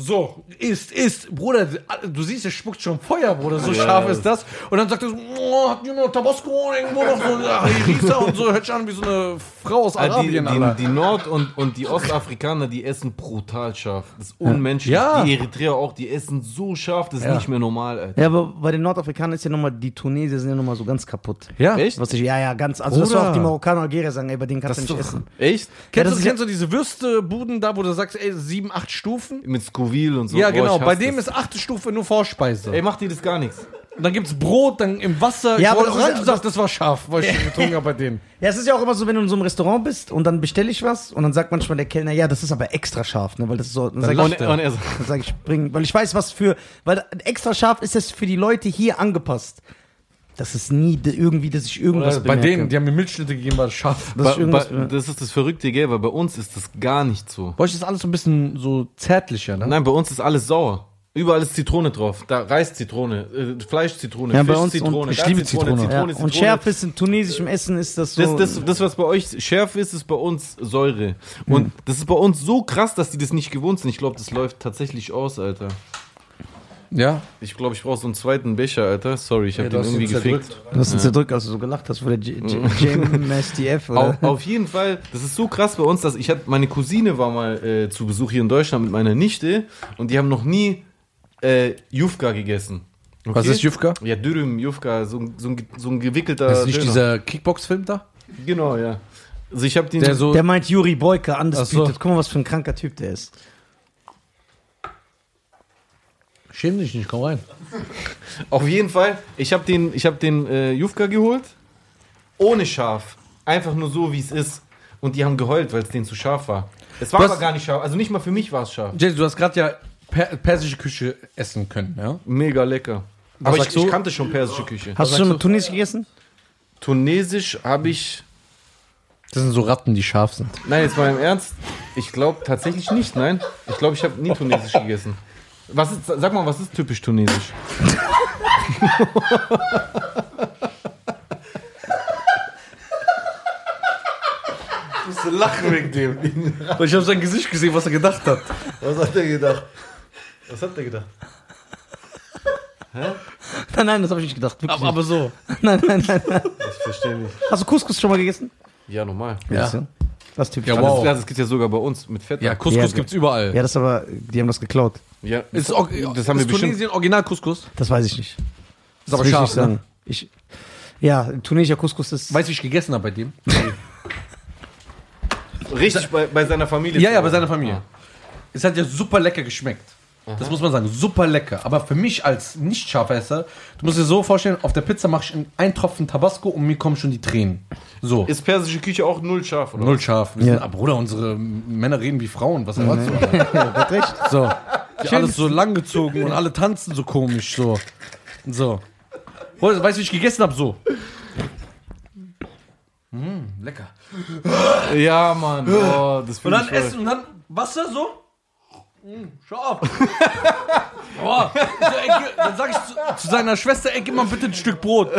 [SPEAKER 1] So, isst, isst. Bruder, du siehst, es spuckt schon Feuer, Bruder. So scharf ist das. Und dann sagt er so, oh, hat die noch Tabasco irgendwo noch so Harissa und so. Hört sich an wie so eine Frau aus
[SPEAKER 2] Ah, die,
[SPEAKER 1] Arabien, Alter.
[SPEAKER 2] die, die Nord- und, und die Ostafrikaner, die essen brutal scharf. Das ist unmenschlich.
[SPEAKER 1] Ja.
[SPEAKER 2] Die Eritreer auch, die essen so scharf, das ist
[SPEAKER 1] Ja.
[SPEAKER 2] nicht mehr normal, Alter.
[SPEAKER 3] Ja, aber bei den Nordafrikanern ist ja nochmal, die Tunesier sind ja nochmal so ganz kaputt.
[SPEAKER 1] Ja.
[SPEAKER 2] Echt?
[SPEAKER 3] Was ich, ja, ja, ganz. Also, das
[SPEAKER 1] Bruder.
[SPEAKER 3] war auch die Marokkaner Algerier sagen, ey, bei denen kannst
[SPEAKER 1] Das
[SPEAKER 3] du nicht
[SPEAKER 1] ist doch-
[SPEAKER 3] essen.
[SPEAKER 2] Echt?
[SPEAKER 1] Kennst,
[SPEAKER 3] Ja, das
[SPEAKER 1] du,
[SPEAKER 3] ist
[SPEAKER 1] kennst du diese Würstebuden da, wo du sagst, ey, sieben, acht Stufen?
[SPEAKER 2] Mit Scoville und so.
[SPEAKER 1] ja,
[SPEAKER 2] Boah,
[SPEAKER 1] genau.
[SPEAKER 2] ich hasse
[SPEAKER 1] Bei dem
[SPEAKER 2] das.
[SPEAKER 1] ist achte Stufe nur Vorspeise.
[SPEAKER 2] Ey, macht dir das gar nichts.
[SPEAKER 1] Und dann gibt's Brot, dann im Wasser.
[SPEAKER 3] Ja,
[SPEAKER 1] ich
[SPEAKER 3] aber
[SPEAKER 1] wollte
[SPEAKER 3] das ist-
[SPEAKER 1] Orangensaft, das war scharf, weil ich schon getrunken habe bei denen.
[SPEAKER 3] Ja, es ist ja auch immer so, wenn du in so einem Restaurant bist und dann bestelle ich was und dann sagt manchmal der Kellner, ja, das ist aber extra scharf, ne, weil das ist so. Dann sag ich,
[SPEAKER 2] Und, und er sagt,
[SPEAKER 3] Dann sage ich, bring, weil ich weiß, was für, weil extra scharf ist das für die Leute hier angepasst. Das ist nie de- irgendwie, dass ich irgendwas
[SPEAKER 1] Bei
[SPEAKER 3] bemerke.
[SPEAKER 1] denen, die haben mir Milchschnitte gegeben, war das scharf.
[SPEAKER 3] dass ich
[SPEAKER 2] bei,
[SPEAKER 3] irgendwas
[SPEAKER 2] bei, das ist das Verrückte, gell? Weil bei uns ist das gar nicht so.
[SPEAKER 1] Bei euch ist alles so ein bisschen so zärtlicher, ne?
[SPEAKER 2] Nein, bei uns ist alles sauer. Überall ist Zitrone drauf. Da Reis Zitrone, äh, Fleisch Zitrone,
[SPEAKER 3] Ja,
[SPEAKER 2] Fisch
[SPEAKER 3] bei uns und-
[SPEAKER 2] Zitrone.
[SPEAKER 1] ich liebe Zitrone.
[SPEAKER 3] ja. Und
[SPEAKER 2] Zitrone.
[SPEAKER 3] scharf ist in tunesischem Essen ist das so.
[SPEAKER 2] Das, das, das, was bei euch Schärfe ist, ist bei uns Säure. Und
[SPEAKER 3] Hm.
[SPEAKER 2] das ist bei uns so krass, dass die das nicht gewohnt sind. Ich glaube, das läuft tatsächlich aus, Alter.
[SPEAKER 1] Ja.
[SPEAKER 2] Ich glaube, ich brauche so einen zweiten Becher, Alter. Sorry, ich habe
[SPEAKER 1] du
[SPEAKER 2] den
[SPEAKER 1] hast
[SPEAKER 2] irgendwie
[SPEAKER 1] ihn zerdrückt.
[SPEAKER 2] gefickt.
[SPEAKER 3] du hast uns ja drückt, als du so gelacht hast, wo der
[SPEAKER 1] Mhm.
[SPEAKER 3] JMSDF oder.
[SPEAKER 2] Auf, auf jeden Fall, das ist so krass bei uns, dass ich hatte, meine Cousine war mal äh, zu Besuch hier in Deutschland mit meiner Nichte und die haben noch nie äh, Jufka gegessen.
[SPEAKER 1] Was ist Jufka?
[SPEAKER 2] Ja, Dürüm, Jufka, so, ein- so, ein, so ein gewickelter.
[SPEAKER 1] Das ist nicht
[SPEAKER 2] Döner.
[SPEAKER 1] dieser Kickbox-Film da?
[SPEAKER 2] Genau, ja. Also ich habe den.
[SPEAKER 1] Der so.
[SPEAKER 3] der meint Juri Boyka,
[SPEAKER 1] Ach so.
[SPEAKER 3] undisputed. Guck mal, was für ein kranker Typ der ist.
[SPEAKER 1] Schäm dich nicht, komm rein.
[SPEAKER 2] Auf jeden Fall, ich habe den, ich hab den äh, Jufka geholt. Ohne scharf. Einfach nur so, wie es ist. Und die haben geheult, weil es denen zu scharf war. Es war
[SPEAKER 1] Was-
[SPEAKER 2] aber gar nicht scharf. Also nicht mal für mich war es scharf.
[SPEAKER 1] Jay, du hast gerade ja per persische Küche essen können, ja?
[SPEAKER 2] Mega lecker. Aber ich,
[SPEAKER 1] sagst du?
[SPEAKER 2] ich kannte schon persische Küche.
[SPEAKER 3] Hast du schon mit Tunis gegessen?
[SPEAKER 2] Tunesisch habe ich.
[SPEAKER 1] Das sind so Ratten, die scharf sind.
[SPEAKER 2] Nein, jetzt mal im Ernst. Ich glaube tatsächlich nicht, nein. Ich glaube, ich habe nie Tunesisch gegessen. Was ist, sag mal, was ist typisch Tunesisch?
[SPEAKER 1] musst du lachen wegen dem. Weil ich habe sein Gesicht gesehen, was er gedacht hat.
[SPEAKER 2] Was hat der gedacht? Was hat der gedacht?
[SPEAKER 3] nein, nein, das habe ich nicht gedacht. Wirklich
[SPEAKER 1] Aber, aber so.
[SPEAKER 3] nicht. Nein, nein, nein, nein.
[SPEAKER 2] Ich verstehe nicht.
[SPEAKER 3] Hast du Couscous schon mal gegessen?
[SPEAKER 2] Ja, normal.
[SPEAKER 3] Siehst du? Das ist typisch.
[SPEAKER 1] Ja,
[SPEAKER 2] Das,
[SPEAKER 1] wow.
[SPEAKER 2] das, das gibt's ja sogar bei uns mit Fett. ne?
[SPEAKER 1] Ja, Couscous
[SPEAKER 3] Ja,
[SPEAKER 1] gibt's überall.
[SPEAKER 3] Ja, das ist aber, die haben das geklaut.
[SPEAKER 2] Ja,
[SPEAKER 1] Ist,
[SPEAKER 2] auch-
[SPEAKER 1] das haben ist wir Tunesien original Couscous?
[SPEAKER 3] Das weiß ich nicht. Das,
[SPEAKER 1] aber
[SPEAKER 3] will ich
[SPEAKER 1] scharf,
[SPEAKER 3] nicht sagen.
[SPEAKER 1] ne?
[SPEAKER 3] Ich, ja, Tunesier Couscous ist.
[SPEAKER 1] Weißt du, wie ich gegessen habe bei dem?
[SPEAKER 2] Richtig, bei, bei seiner Familie.
[SPEAKER 1] Ja, ja, bei seiner Familie. Es hat ja super lecker geschmeckt. Das muss man sagen, super lecker. Aber für mich als Nicht-Scharfesser, du musst dir so vorstellen, auf der Pizza mache ich einen- einen Tropfen Tabasco und mir kommen schon die Tränen. So.
[SPEAKER 2] Ist persische Küche auch null scharf, oder?
[SPEAKER 1] Null scharf. Wir
[SPEAKER 3] Ja.
[SPEAKER 1] sind, ah, Bruder, unsere Männer reden wie Frauen. Was erwartest du?
[SPEAKER 3] hat recht.
[SPEAKER 1] So. Die alles so langgezogen und alle tanzen so komisch. So. So. Weißt du, wie ich gegessen habe? So. Mm, lecker.
[SPEAKER 2] Ja, Mann. Oh, das
[SPEAKER 1] Und
[SPEAKER 2] finde
[SPEAKER 1] dann
[SPEAKER 2] ich
[SPEAKER 1] essen
[SPEAKER 2] essen.
[SPEAKER 1] und dann Wasser so. Mm, schau auf. Boah, ich so, ey, gib- dann sag ich zu, zu seiner Schwester, ey, gib mal bitte ein Stück Brot.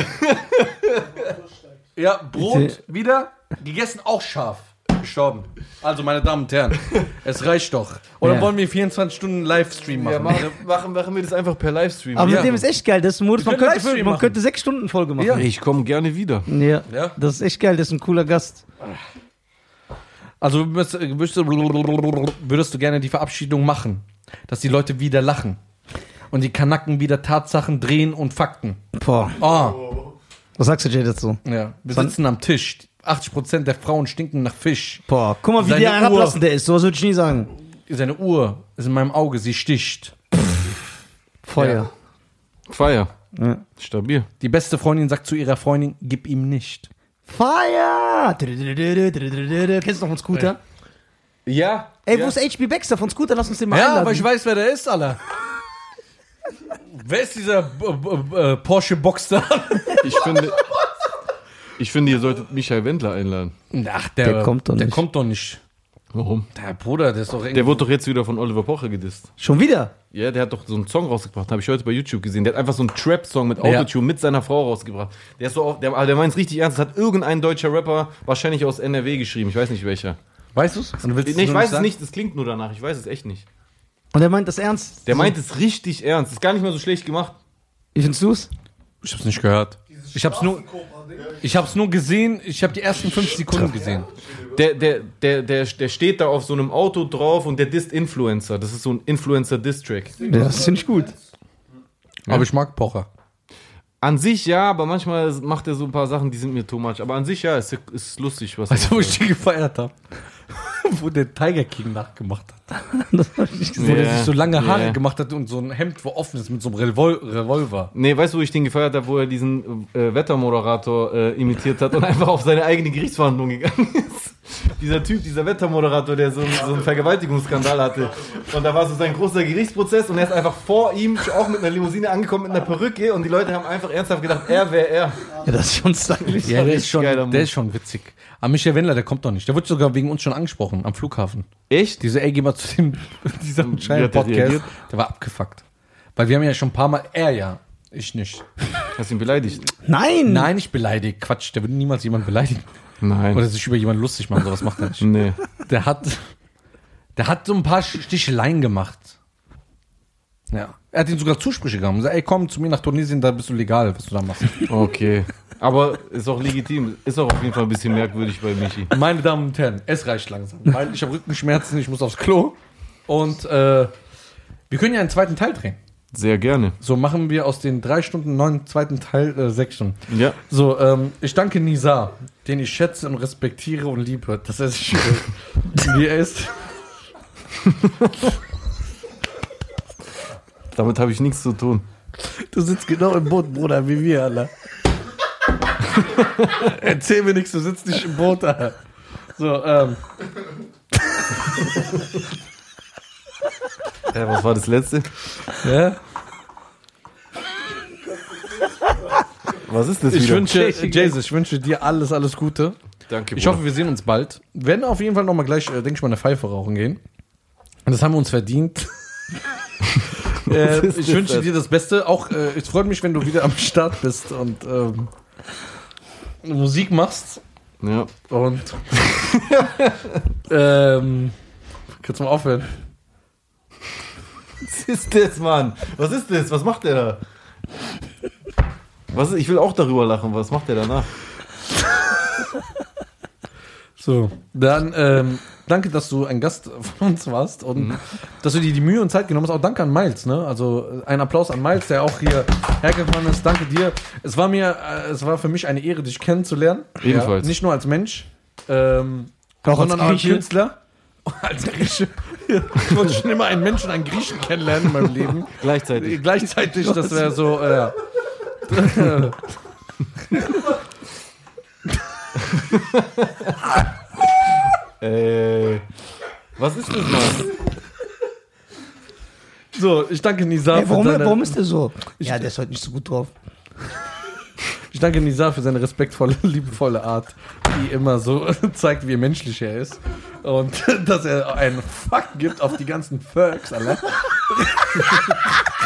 [SPEAKER 1] Ja, Brot wieder, gegessen auch scharf. Gestorben. Also, meine Damen und Herren, es reicht doch. Oder
[SPEAKER 3] Ja.
[SPEAKER 1] wollen wir 24 Stunden Livestream machen?
[SPEAKER 2] Ja, machen, machen, machen wir das einfach per Livestream.
[SPEAKER 3] Aber
[SPEAKER 1] Ja.
[SPEAKER 3] mit dem ist echt geil. Das ist ein Modus,
[SPEAKER 1] Wir
[SPEAKER 3] man
[SPEAKER 1] können
[SPEAKER 3] könnte,
[SPEAKER 1] Livestream
[SPEAKER 3] man
[SPEAKER 1] machen.
[SPEAKER 3] könnte sechs Stunden Folge machen.
[SPEAKER 1] Ja.
[SPEAKER 2] ich komme gerne wieder.
[SPEAKER 3] Ja.
[SPEAKER 1] Ja.
[SPEAKER 3] Das ist echt geil, das ist ein cooler Gast.
[SPEAKER 1] Also, würdest, würdest, du- würdest du gerne die Verabschiedung machen, dass die Leute wieder lachen und die Kanacken wieder Tatsachen drehen und Fakten.
[SPEAKER 3] Boah.
[SPEAKER 1] Oh.
[SPEAKER 3] Was sagst du Jay dazu?
[SPEAKER 1] Ja, wir sitzen am Tisch. 80% der Frauen stinken nach Fisch.
[SPEAKER 3] Boah, guck mal, wie
[SPEAKER 1] Seine
[SPEAKER 3] der
[SPEAKER 1] Uhr.
[SPEAKER 3] herablassend der ist. Sowas würde ich nie sagen.
[SPEAKER 1] Seine Uhr ist in meinem Auge, sie sticht.
[SPEAKER 3] Feuer.
[SPEAKER 2] Feier.
[SPEAKER 3] Ja.
[SPEAKER 2] Stabil.
[SPEAKER 1] Die beste Freundin sagt zu ihrer Freundin, gib ihm nicht.
[SPEAKER 3] Feuer! Kennst du noch von Scooter?
[SPEAKER 2] Ja.
[SPEAKER 3] Ey, wo ist HB Baxter von Scooter? Lass uns den mal einladen.
[SPEAKER 1] weiß, wer der ist, Alter. wer ist dieser B- B- äh, Porsche Boxster?
[SPEAKER 2] Ich finde, ich finde, ihr solltet Michael Wendler einladen.
[SPEAKER 1] Ach, der,
[SPEAKER 3] Der kommt doch
[SPEAKER 1] der
[SPEAKER 3] nicht.
[SPEAKER 1] kommt doch nicht.
[SPEAKER 2] Warum?
[SPEAKER 1] Der Bruder, der ist doch irgendwie.
[SPEAKER 2] Der wurde doch jetzt wieder von Oliver Pocher gedisst.
[SPEAKER 3] Schon wieder?
[SPEAKER 2] Ja, der hat doch so einen Song rausgebracht, habe ich heute bei YouTube gesehen. Der hat einfach so einen Trap-Song mit Autotune mit seiner Frau rausgebracht. Der ist so auch, der, aber der meint es richtig ernst. Das hat irgendein deutscher Rapper wahrscheinlich aus NRW geschrieben. Ich weiß nicht welcher.
[SPEAKER 1] Weißt du's? Und du Also willst
[SPEAKER 2] Nee, ich
[SPEAKER 1] nur
[SPEAKER 2] weiß es
[SPEAKER 1] sagen?
[SPEAKER 2] nicht, das klingt nur danach. Ich weiß es echt nicht.
[SPEAKER 3] Und er meint das ernst.
[SPEAKER 2] Der meint es richtig ernst. Ist gar nicht mal so schlecht gemacht.
[SPEAKER 3] Wie findest du's?
[SPEAKER 1] Ich hab's nicht gehört. Ich hab's nur, ich hab's nur gesehen, ich hab die ersten 5 Sekunden gesehen.
[SPEAKER 2] Der, der, der, der, der steht da auf so einem Auto drauf und der disst Influencer. Das ist so ein Influencer-Diss-Track.
[SPEAKER 3] Das finde ich gut.
[SPEAKER 1] Aber ich mag Pocher.
[SPEAKER 2] An sich ja, aber manchmal macht er so ein paar Sachen, die sind mir too much. Aber an sich ja, ist, ist lustig, was
[SPEAKER 1] Weißt du, Also,
[SPEAKER 2] er
[SPEAKER 1] wo ich die gefeiert habe? wo der Tiger King nachgemacht hat.
[SPEAKER 3] Das hab ich nicht gesehen.
[SPEAKER 1] Wo der
[SPEAKER 2] Ja,
[SPEAKER 1] sich so lange Haare
[SPEAKER 2] ja.
[SPEAKER 1] gemacht hat und so ein Hemd, wo offen ist, mit so einem Revol Revolver.
[SPEAKER 2] Nee, weißt du, wo ich den gefeiert habe, wo er diesen äh, Wettermoderator äh, imitiert hat und einfach auf seine eigene Gerichtsverhandlung gegangen ist? Dieser Typ, dieser Wettermoderator, der so, so einen Vergewaltigungsskandal hatte. Und da war so sein großer Gerichtsprozess und er ist einfach vor ihm auch mit einer Limousine angekommen, mit einer Perücke und die Leute haben einfach ernsthaft gedacht, er wäre er.
[SPEAKER 3] Ja, das ist schon stylisch.
[SPEAKER 1] Ja, der ist,
[SPEAKER 2] richtig
[SPEAKER 1] schon,
[SPEAKER 2] geiler Move.
[SPEAKER 1] der ist schon witzig. Aber Michael Wendler, der kommt doch nicht. Der wurde sogar wegen uns schon angesprochen am Flughafen.
[SPEAKER 2] Echt?
[SPEAKER 1] Diese, ey, geh mal zu dem dieser
[SPEAKER 2] Wie
[SPEAKER 1] China
[SPEAKER 2] hat der
[SPEAKER 1] Podcast.
[SPEAKER 2] reagiert?
[SPEAKER 1] Der war abgefuckt. Weil wir haben ja schon ein paar Mal, er ja, ich nicht.
[SPEAKER 2] Hm. Hast ihn beleidigt?
[SPEAKER 3] Nein!
[SPEAKER 1] Nein, nicht beleidigt. Quatsch, der würde niemals jemanden beleidigen.
[SPEAKER 2] Nein.
[SPEAKER 1] Oder sich über jemanden lustig machen, sowas macht er nicht.
[SPEAKER 2] nee.
[SPEAKER 1] Der hat, der hat so ein paar Sticheleien gemacht. Ja. Er hat ihn sogar Zusprüche gegeben. Er sagt, ey, komm zu mir nach Tunesien, da bist du legal, was du da machst.
[SPEAKER 2] Okay. Aber ist auch legitim. Ist auch auf jeden Fall ein bisschen merkwürdig bei Michi.
[SPEAKER 1] Meine Damen und Herren, es reicht langsam. Weil ich habe Rückenschmerzen, ich muss aufs Klo. Und äh, wir können ja einen zweiten Teil drehen.
[SPEAKER 2] Sehr gerne.
[SPEAKER 1] So machen wir aus den drei Stunden neun zweiten Teil äh, sechs Stunden.
[SPEAKER 2] Ja.
[SPEAKER 1] So, ähm, ich danke Nizar, den ich schätze und respektiere und liebe, dass er sich äh, wie er ist.
[SPEAKER 2] Damit habe ich nichts zu tun.
[SPEAKER 1] Du sitzt genau im Boot, Bruder, wie wir alle. Erzähl mir nichts, du sitzt nicht im Boot, Alter. So, ähm,
[SPEAKER 2] Äh, was war das letzte?
[SPEAKER 1] ja?
[SPEAKER 2] Was ist das
[SPEAKER 1] ich
[SPEAKER 2] wieder?
[SPEAKER 1] wünsche, Jesus, ich wünsche dir alles, alles Gute.
[SPEAKER 2] Danke,
[SPEAKER 1] Ich hoffe, wir sehen uns bald. Wir werden auf jeden Fall nochmal gleich, äh, denke ich mal, eine Pfeife rauchen gehen. Und das haben wir uns verdient. äh,
[SPEAKER 2] ist
[SPEAKER 1] ich
[SPEAKER 2] das
[SPEAKER 1] wünsche
[SPEAKER 2] denn?
[SPEAKER 1] dir das Beste. Auch äh, es freut mich, wenn du wieder am Start bist und ähm, Musik machst.
[SPEAKER 2] Ja.
[SPEAKER 1] Und ähm, kannst du mal aufhören.
[SPEAKER 2] Was ist das, Mann? Was ist das? Was macht der da? Was ist, ich will auch darüber lachen. Was macht der danach?
[SPEAKER 1] So, dann ähm, danke, dass du ein Gast von uns warst und dass du dir die Mühe und Zeit genommen hast. Auch danke an Miles, ne? Also äh, ein Applaus an Miles, der auch hier hergefahren ist. Danke dir. Es war mir, äh, es war für mich eine Ehre, dich kennenzulernen.
[SPEAKER 2] Ebenfalls.
[SPEAKER 1] Nicht nur als Mensch, ähm,
[SPEAKER 3] Auch als
[SPEAKER 1] sondern auch als
[SPEAKER 3] Grieche.
[SPEAKER 1] Künstler. Als Grieche. Ich wollte schon immer einen Menschen, einen Griechen kennenlernen in meinem Leben.
[SPEAKER 2] Gleichzeitig.
[SPEAKER 1] Gleichzeitig, das wäre so. Äh,
[SPEAKER 2] Äh, was ist das, Mann?
[SPEAKER 1] so, ich danke Nisa.
[SPEAKER 3] Ey, warum,
[SPEAKER 1] für seine-
[SPEAKER 3] warum ist der so? Ja, der ist heute nicht so gut drauf.
[SPEAKER 1] Ich danke Nizar für seine respektvolle, liebevolle Art, die immer so zeigt, wie menschlich er ist. Und dass er einen Fuck gibt auf die ganzen Fergs, alle.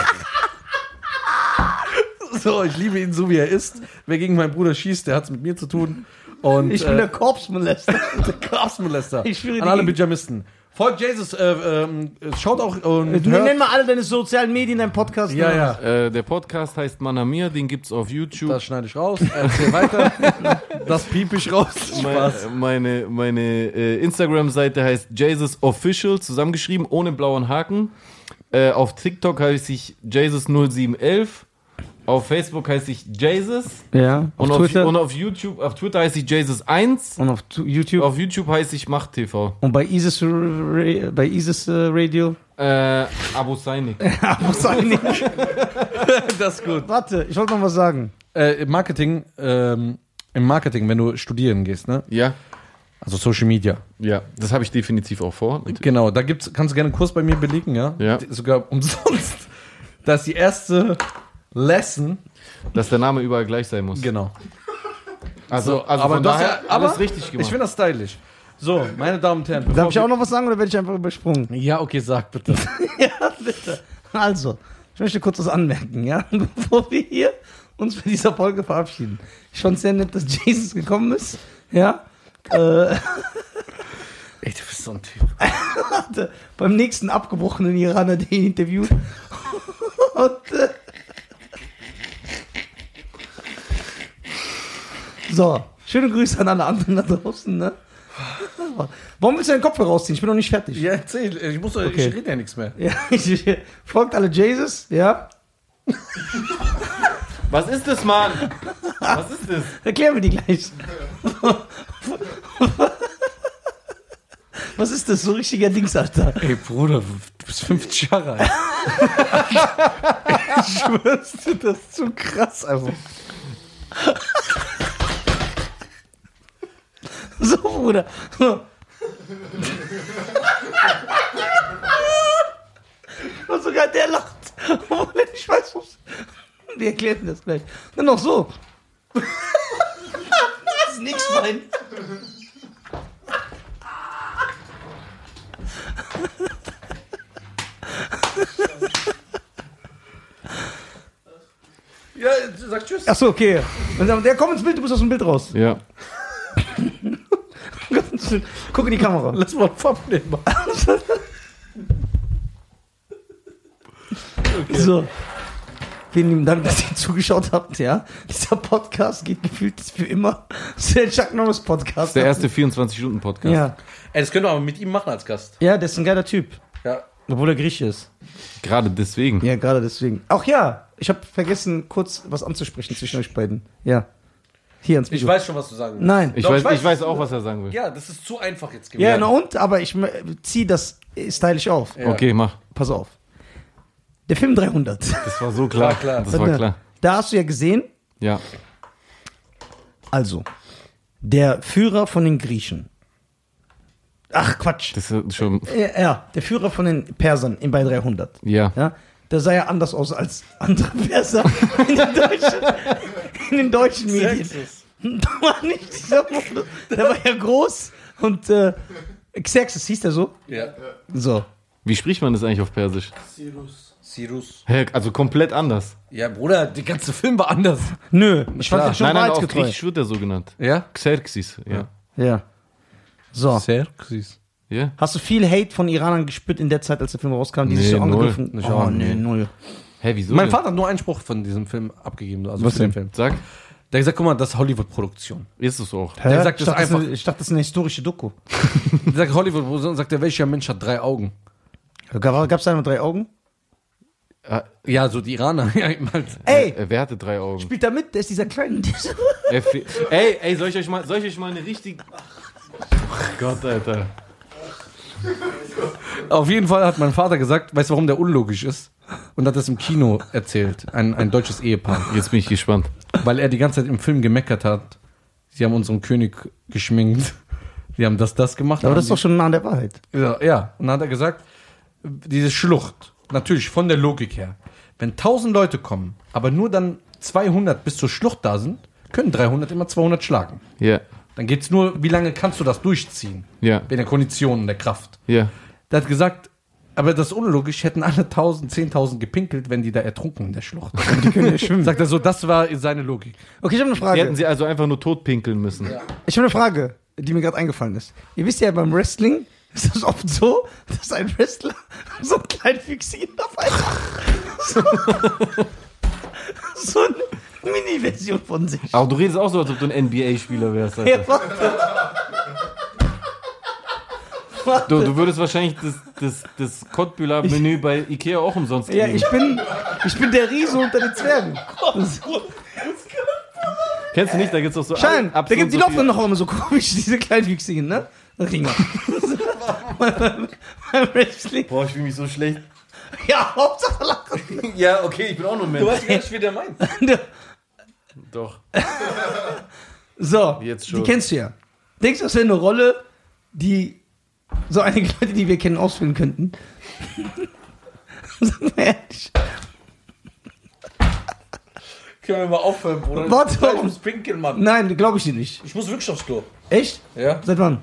[SPEAKER 1] so, ich liebe ihn so, wie er ist. Wer gegen meinen Bruder schießt, der hat es mit mir zu tun. Und
[SPEAKER 3] Ich bin der Korpsmolester.
[SPEAKER 1] der Grabsmolester.
[SPEAKER 3] Ich schwöre
[SPEAKER 1] An alle
[SPEAKER 3] dir-
[SPEAKER 1] Pyjamisten. Folgt Jesus, äh, ähm, schaut auch und
[SPEAKER 3] Du nenn
[SPEAKER 1] hört.
[SPEAKER 3] mal alle deine sozialen Medien, deinen Podcast.
[SPEAKER 1] Ja, ja,
[SPEAKER 2] Äh, der Podcast heißt Manamir, den gibt's auf YouTube.
[SPEAKER 1] das schneide ich raus. Erzähl weiter. Das piep ich raus. Spaß.
[SPEAKER 2] Mein, meine meine äh, Instagram-Seite heißt Jesus Official, zusammengeschrieben, ohne blauen Haken. Äh, auf TikTok heiße ich Jesus0711. Auf Facebook heiße ich Jesus.
[SPEAKER 3] ja.
[SPEAKER 2] und, auf, und auf YouTube, auf Twitter heiße ich Jesus1.
[SPEAKER 3] und auf Tu- YouTube.
[SPEAKER 2] Auf YouTube heiße ich Macht TV.
[SPEAKER 3] und bei ISIS, Ra- bei ISIS äh, Radio.
[SPEAKER 2] Äh, Abu Sainik.
[SPEAKER 3] Was eigentlich?
[SPEAKER 1] Das ist gut.
[SPEAKER 3] Warte, ich wollte noch was sagen.
[SPEAKER 1] Äh, im Marketing, ähm, im Marketing, wenn du studieren gehst, ne?
[SPEAKER 2] Ja,
[SPEAKER 1] Also Social Media.
[SPEAKER 2] ja, das habe ich definitiv auch vor.
[SPEAKER 1] Genau, da gibt's, kannst du gerne einen Kurs bei mir belegen, ja?
[SPEAKER 2] Ja.
[SPEAKER 1] Die- Sogar umsonst. Das ist die erste Lesson.
[SPEAKER 2] Dass der Name überall gleich sein muss.
[SPEAKER 1] Genau.
[SPEAKER 2] Also, also
[SPEAKER 1] aber
[SPEAKER 2] von
[SPEAKER 1] das,
[SPEAKER 2] daher
[SPEAKER 1] ja, aber
[SPEAKER 2] alles richtig
[SPEAKER 1] Ich
[SPEAKER 2] gemacht.
[SPEAKER 1] finde das stylisch. So, meine Damen und Herren.
[SPEAKER 3] Darf ich auch noch was sagen oder werde ich einfach übersprungen?
[SPEAKER 1] Ja, okay, sag bitte.
[SPEAKER 3] Also, ich möchte kurz was anmerken, ja, bevor wir hier uns mit dieser Folge verabschieden. Ich fand sehr nett, dass Jesus gekommen ist, ja. Äh,
[SPEAKER 1] Ey, du bist so ein Typ.
[SPEAKER 3] warte, beim nächsten abgebrochenen Iraner, den ihn interviewt. Und, äh, so, schöne Grüße an alle anderen da draußen, ne? Warum willst du deinen Kopf rausziehen? Ich bin noch nicht fertig.
[SPEAKER 1] Ja, erzähl, ich muss,
[SPEAKER 3] Okay.
[SPEAKER 1] ich rede ja nichts mehr.
[SPEAKER 3] Ja, ich, folgt alle Jesus, ja.
[SPEAKER 2] Was ist das, Mann? Was ist das?
[SPEAKER 3] Erklären wir die gleich. Was ist das? So ein richtiger Dings, Alter.
[SPEAKER 1] Ey, Bruder, du bist 50 Jahre alt. ich schwör's dir, das ist zu krass, also.
[SPEAKER 3] So, Bruder. So. Und sogar der lacht. Obwohl er nicht weiß, was. Wir erklären das gleich. Dann noch so. Das ist nix mein.
[SPEAKER 1] Ja, sag tschüss.
[SPEAKER 3] Achso, okay. Und dann, der kommt ins Bild, du musst aus dem Bild raus.
[SPEAKER 2] Ja.
[SPEAKER 3] Guck in die Kamera.
[SPEAKER 1] Lass mal einen Pfaff nehmen.
[SPEAKER 3] So. Vielen lieben Dank, dass ihr zugeschaut habt, ja. Dieser Podcast geht gefühlt für immer. Das ist der Chuck Norris Podcast.
[SPEAKER 2] Der erste 24-Stunden-Podcast.
[SPEAKER 3] Ja.
[SPEAKER 1] Ey, das können wir aber mit ihm machen als Gast.
[SPEAKER 3] ja, der ist ein geiler Typ.
[SPEAKER 1] Ja.
[SPEAKER 3] Obwohl er Grieche ist.
[SPEAKER 2] Gerade deswegen.
[SPEAKER 3] Ja, gerade deswegen. Auch ja, ich habe vergessen, kurz was anzusprechen zwischen euch beiden. Ja. Hier ans
[SPEAKER 1] Ich
[SPEAKER 3] Video.
[SPEAKER 1] weiß schon, was du sagen willst.
[SPEAKER 3] Nein.
[SPEAKER 2] Ich,
[SPEAKER 1] Doch,
[SPEAKER 2] weiß,
[SPEAKER 1] ich weiß-
[SPEAKER 2] ich weiß auch, was er sagen will.
[SPEAKER 1] Ja, das ist zu einfach jetzt gewesen.
[SPEAKER 3] ja, na und? Aber ich äh, zieh das äh, stylisch auf.
[SPEAKER 1] Ja.
[SPEAKER 2] Okay, mach.
[SPEAKER 3] Pass auf. Der Film 300.
[SPEAKER 2] Das war so klar.
[SPEAKER 1] War klar.
[SPEAKER 2] Das war klar.
[SPEAKER 3] Da hast du ja gesehen,
[SPEAKER 2] Ja.
[SPEAKER 3] also, der Führer von den Griechen. Ach, Quatsch.
[SPEAKER 2] Das ist schon.
[SPEAKER 3] Ja, Äh, ja, der Führer von den Persern in bei 300.
[SPEAKER 2] Ja.
[SPEAKER 3] Ja, der sah ja anders aus als andere Perser in den deutschen, in den deutschen Medien.
[SPEAKER 1] Xerxes.
[SPEAKER 3] Da war nicht dieser Modus. Der war ja groß und äh, Xerxes hieß der so.
[SPEAKER 1] Ja.
[SPEAKER 3] So.
[SPEAKER 2] Wie spricht man das eigentlich auf Persisch?
[SPEAKER 5] Sirus.
[SPEAKER 1] Sirus.
[SPEAKER 2] Hä, Also komplett anders.
[SPEAKER 1] Ja, Bruder, der ganze Film war anders.
[SPEAKER 3] Nö, ich fand den schon
[SPEAKER 2] nein, nein, auf
[SPEAKER 3] wahrheitsgetreu.
[SPEAKER 2] Griechisch wird er so genannt.
[SPEAKER 1] Ja?
[SPEAKER 2] Xerxes. Ja.
[SPEAKER 3] Ja.
[SPEAKER 1] Ah.
[SPEAKER 3] So.
[SPEAKER 1] Xerxes.
[SPEAKER 2] Ja.
[SPEAKER 3] Hast du viel Hate von Iranern gespürt in der Zeit, als der Film rauskam, die sich
[SPEAKER 2] Nee,
[SPEAKER 3] so
[SPEAKER 2] null.
[SPEAKER 3] angegriffen?
[SPEAKER 2] Ich
[SPEAKER 3] Oh,
[SPEAKER 2] auch
[SPEAKER 3] nee,
[SPEAKER 2] nicht.
[SPEAKER 3] null.
[SPEAKER 2] Hä, wieso?
[SPEAKER 1] Mein
[SPEAKER 2] denn?
[SPEAKER 1] Vater hat nur einen Spruch von diesem Film abgegeben. Also
[SPEAKER 3] Was
[SPEAKER 1] für den
[SPEAKER 3] denn?
[SPEAKER 1] Film.
[SPEAKER 2] Sag,
[SPEAKER 1] Der hat gesagt, guck mal, das ist Hollywood-Produktion.
[SPEAKER 2] ist es auch.
[SPEAKER 3] Hä?
[SPEAKER 1] Der sagt
[SPEAKER 3] ich,
[SPEAKER 1] das
[SPEAKER 3] dachte, ist
[SPEAKER 1] einfach.
[SPEAKER 3] eine, ich dachte, das ist eine historische Doku.
[SPEAKER 1] Der sagt Hollywood-Produktion, sagt er, welcher Mensch hat drei Augen?
[SPEAKER 3] Gab es da mit drei Augen?
[SPEAKER 1] Ja, so die Iraner. Ja, eben halt.
[SPEAKER 3] Ey,
[SPEAKER 2] Äh, Wer hatte drei Augen?
[SPEAKER 3] spielt da mit, der ist dieser kleine.
[SPEAKER 2] Äh, fe- ey, ey, soll ich euch mal, soll ich euch mal eine richtig. Ach Gott, Alter.
[SPEAKER 1] Auf jeden Fall hat mein Vater gesagt, weißt du, warum der unlogisch ist? Und hat das im Kino erzählt, ein, ein deutsches Ehepaar.
[SPEAKER 2] Jetzt bin ich gespannt.
[SPEAKER 1] Weil er die ganze Zeit im Film gemeckert hat. Sie haben unseren König geschminkt. Sie haben das, das gemacht.
[SPEAKER 3] Aber
[SPEAKER 1] Haben
[SPEAKER 3] das ist doch schon nah an der Wahrheit.
[SPEAKER 1] Ja, ja. Und dann hat er gesagt, diese Schlucht, natürlich von der Logik her, wenn 1000 Leute kommen, aber nur dann 200 bis zur Schlucht da sind, können 300 immer 200 schlagen.
[SPEAKER 2] Ja,
[SPEAKER 1] Dann geht's nur, wie lange kannst du das durchziehen?
[SPEAKER 2] ja,
[SPEAKER 1] In der Kondition, in der Kraft.
[SPEAKER 2] ja.
[SPEAKER 1] Der hat gesagt, aber das ist unlogisch, hätten alle 1000, 10.000 gepinkelt, wenn die da ertrunken in der Schlucht. die können ja schwimmen. Sagt er so, das war seine Logik.
[SPEAKER 3] Okay, ich habe eine
[SPEAKER 2] Die
[SPEAKER 3] Frage.
[SPEAKER 2] hätten sie also einfach nur totpinkeln müssen.
[SPEAKER 3] Ich habe eine Frage, die mir gerade eingefallen ist. Ihr wisst ja, beim Wrestling ist das oft so, dass ein Wrestler so einen kleinen Fixin dabei hat. So, so eine Mini-Version von sich.
[SPEAKER 2] Aber du redest auch so, als ob du ein NBA-Spieler wärst. Alter.
[SPEAKER 3] Ja, warte.
[SPEAKER 2] Du, du würdest wahrscheinlich das, das, das Kottbühler-Menü bei Ikea auch umsonst kriegen.
[SPEAKER 3] Ja, ich bin, ich bin der Riese unter den Zwergen.
[SPEAKER 2] Kennst du nicht, da gibt's auch so...
[SPEAKER 3] Schein,
[SPEAKER 2] ab-
[SPEAKER 3] da
[SPEAKER 2] absolut
[SPEAKER 3] gibt die
[SPEAKER 2] so
[SPEAKER 3] doch
[SPEAKER 2] viele-
[SPEAKER 3] noch immer so komisch, diese kleinen Füchsigen, ne? Ringer. beim, beim Wrestling.
[SPEAKER 2] Boah, ich fühle mich so schlecht.
[SPEAKER 3] Ja, Hauptsache lachen.
[SPEAKER 2] Ja, okay, ich bin auch nur ein Mensch.
[SPEAKER 1] weißt nicht, wie der meint.
[SPEAKER 2] Doch.
[SPEAKER 3] So,
[SPEAKER 2] Jetzt schon.
[SPEAKER 3] die kennst du ja. Denkst du, das wäre eine Rolle, die so einige Leute, die wir kennen, ausfüllen könnten? Sag mal ehrlich.
[SPEAKER 1] Können wir mal aufhören, Bruder.
[SPEAKER 3] Warte.
[SPEAKER 1] Gleich muss pinkeln, Mann.
[SPEAKER 3] Nein, glaube ich dir nicht.
[SPEAKER 1] Ich muss wirklich aufs Klo.
[SPEAKER 3] Echt?
[SPEAKER 1] Ja.
[SPEAKER 3] Seit wann?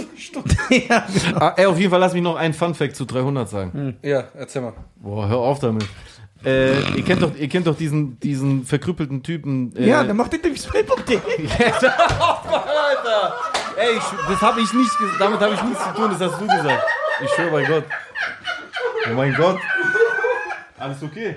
[SPEAKER 3] ja,
[SPEAKER 2] Ah, ey, auf jeden Fall lass mich noch einen Fun-Fact zu 300 sagen.
[SPEAKER 3] Hm.
[SPEAKER 1] Ja, erzähl mal.
[SPEAKER 2] Boah, hör auf damit. Äh, ihr kennt doch, ihr kennt doch diesen, diesen verkrüppelten Typen. Äh,
[SPEAKER 3] ja, dann macht Interviews mit Pop-Ding.
[SPEAKER 2] Alter! Ey, ich, das habe ich nicht, ges- damit habe ich nichts zu tun, das hast du gesagt. Ich schwöre bei Gott. Oh mein Gott. Alles okay?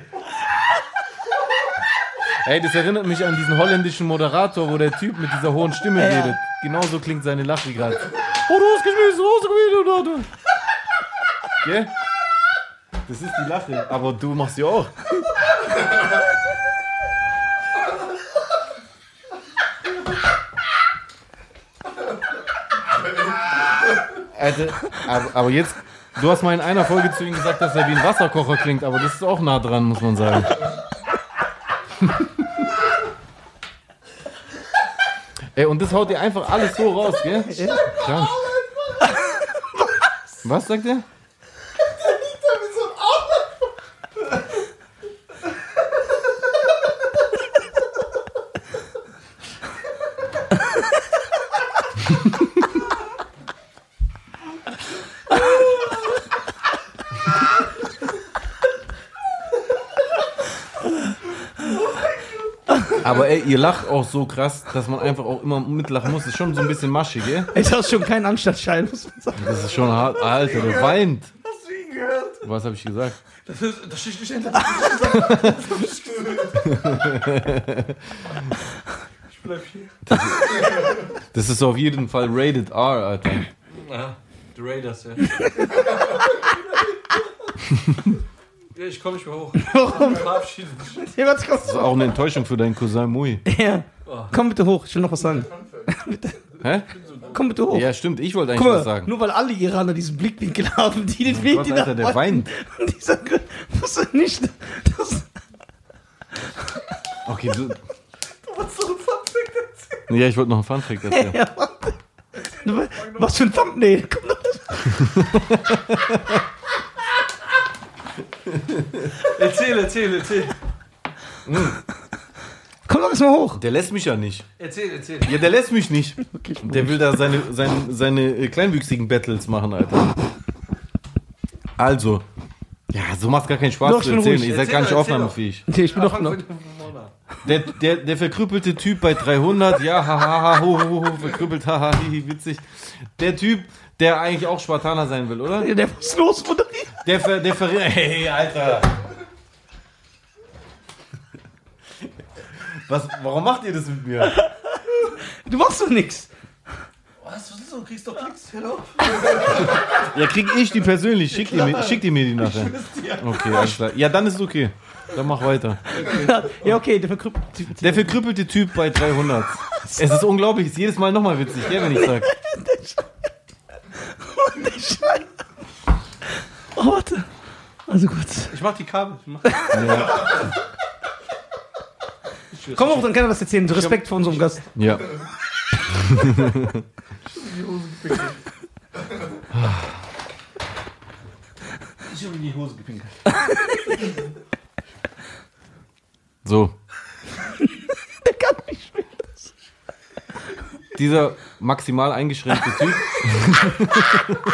[SPEAKER 2] Ey, das erinnert mich an diesen holländischen Moderator, wo der Typ mit dieser hohen Stimme
[SPEAKER 3] Ja.
[SPEAKER 2] redet. Genauso klingt seine Lache gerade. Oh, du hast geschmissen, du hast geschmissen, du- du- du. Gell? Das ist die Lache, aber du machst sie auch. Alter, Also, aber, aber jetzt, du hast mal in einer Folge zu ihm gesagt, dass er wie ein Wasserkocher klingt, aber das ist auch nah dran, muss man sagen. Ey, und das haut dir einfach alles so raus, gell? Krank. Was sagt er? Aber ey, ihr lacht auch so krass, dass man einfach auch immer mitlachen muss. ist schon so ein bisschen maschig, gell?
[SPEAKER 3] Ey, Das ist schon kein Anstandsschein, muss man sagen.
[SPEAKER 2] Das ist schon hart. Alter, der weint. Hast du ihn gehört? Was habe ich gesagt?
[SPEAKER 1] Das steht nicht hinter.
[SPEAKER 5] Ich bleib hier.
[SPEAKER 2] Das ist auf jeden Fall Rated R, Alter.
[SPEAKER 1] Ja, die Raiders, ja. ja, ich komme nicht mehr hoch.
[SPEAKER 3] Warum?
[SPEAKER 1] Verabschiede
[SPEAKER 3] Hey, warte, komm.
[SPEAKER 2] Das ist auch eine Enttäuschung für deinen Cousin Mui.
[SPEAKER 3] Ja. Komm bitte hoch, ich will noch was sagen.
[SPEAKER 2] Hä?
[SPEAKER 3] Komm bitte hoch.
[SPEAKER 2] Ja, stimmt, ich wollte eigentlich
[SPEAKER 3] Guck mal,
[SPEAKER 2] was sagen.
[SPEAKER 3] nur weil alle Iraner diesen Blickwinkel haben, die den Weg,
[SPEAKER 2] Gott,
[SPEAKER 3] die
[SPEAKER 2] Alter, der weint.
[SPEAKER 3] Und dieser, musst du nicht, das,
[SPEAKER 2] Okay, du. Du wolltest doch einen Funfact erzählen. Ja, ich wollte noch einen Funfact erzählen.
[SPEAKER 3] ja, warte. Du- Was für ein Thumbnail, komm doch.
[SPEAKER 1] Erzähl, erzähl, erzähl.
[SPEAKER 3] Komm doch erstmal hoch.
[SPEAKER 2] Der lässt mich ja nicht.
[SPEAKER 1] Erzähl, erzähl.
[SPEAKER 2] Ja, der lässt mich nicht. Der will da seine, seine, seine äh, kleinwüchsigen Battles machen, Alter. Also. Ja, so macht's gar keinen Spaß
[SPEAKER 3] Doch, ich
[SPEAKER 2] zu
[SPEAKER 3] bin
[SPEAKER 2] erzählen.
[SPEAKER 3] ruhig.
[SPEAKER 2] Ihr seid gar nicht
[SPEAKER 1] Erzähl doch, erzähl
[SPEAKER 2] aufnahmefähig.
[SPEAKER 3] Okay, ich bin doch noch.
[SPEAKER 1] Doch,
[SPEAKER 2] Der, der, der verkrüppelte Typ bei 300, ja, hahaha, ho, ho, ho, verkrüppelt, haha, hihi, witzig. Der Typ, der eigentlich auch Spartaner sein will, oder?
[SPEAKER 3] Der muss los moderieren.
[SPEAKER 2] Der, ver, der verrät. Hey, Alter. Was, warum macht ihr das mit mir?
[SPEAKER 3] Du machst doch nichts.
[SPEAKER 1] Was? Was ist das? Du kriegst doch Klicks. Hello?
[SPEAKER 2] Ja, krieg ich die persönlich. Schick die, mir- schick die mir die nachher. Okay, alles klar. Ja, dann ist es okay. Dann mach weiter.
[SPEAKER 3] Ja, okay, der verkrüpp-
[SPEAKER 2] Der verkrüppelte Typ bei 300. Es ist unglaublich. Ist jedes Mal nochmal witzig, gell, wenn ich sag.
[SPEAKER 3] Oh, warte. Also gut.
[SPEAKER 1] Ich mach die Kabel. Ich mach
[SPEAKER 3] Komm hoch, dann kann er was erzählen. Respekt vor unserem Gast.
[SPEAKER 2] Ja.
[SPEAKER 1] ich hab in die Hose gepinkelt.
[SPEAKER 2] So.
[SPEAKER 3] Der kann nicht mehr.
[SPEAKER 2] Dieser maximal eingeschränkte Typ.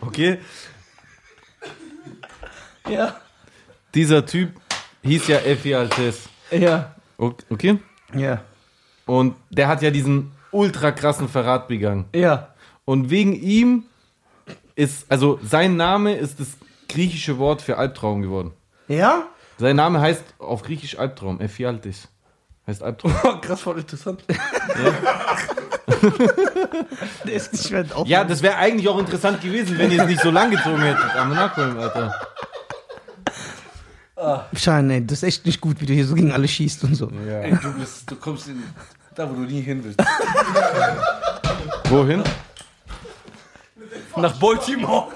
[SPEAKER 2] Okay.
[SPEAKER 3] Ja.
[SPEAKER 2] Dieser Typ hieß ja Effi Altes.
[SPEAKER 3] Ja.
[SPEAKER 2] Okay?
[SPEAKER 3] Ja.
[SPEAKER 2] Und der hat ja diesen ultra krassen Verrat begangen.
[SPEAKER 3] Ja.
[SPEAKER 2] Und wegen ihm ist, also sein Name ist das griechische Wort für Albtraum geworden.
[SPEAKER 3] Ja?
[SPEAKER 2] Sein Name heißt auf Griechisch Albtraum, Ephialtis. Heißt Albtraum.
[SPEAKER 1] Oh, krass, voll interessant.
[SPEAKER 3] Der ist nicht mehr auf.
[SPEAKER 2] Ja, das wäre eigentlich auch interessant gewesen, wenn ihr es nicht so lang gezogen hättet. Am Nachholen, Alter.
[SPEAKER 3] Schein, ey, das ist echt nicht gut, wie du hier so gegen alle schießt und so.
[SPEAKER 1] Ey, du, bist, du kommst in, da, wo du nie hin willst.
[SPEAKER 2] Wohin?
[SPEAKER 1] Nach Baltimore.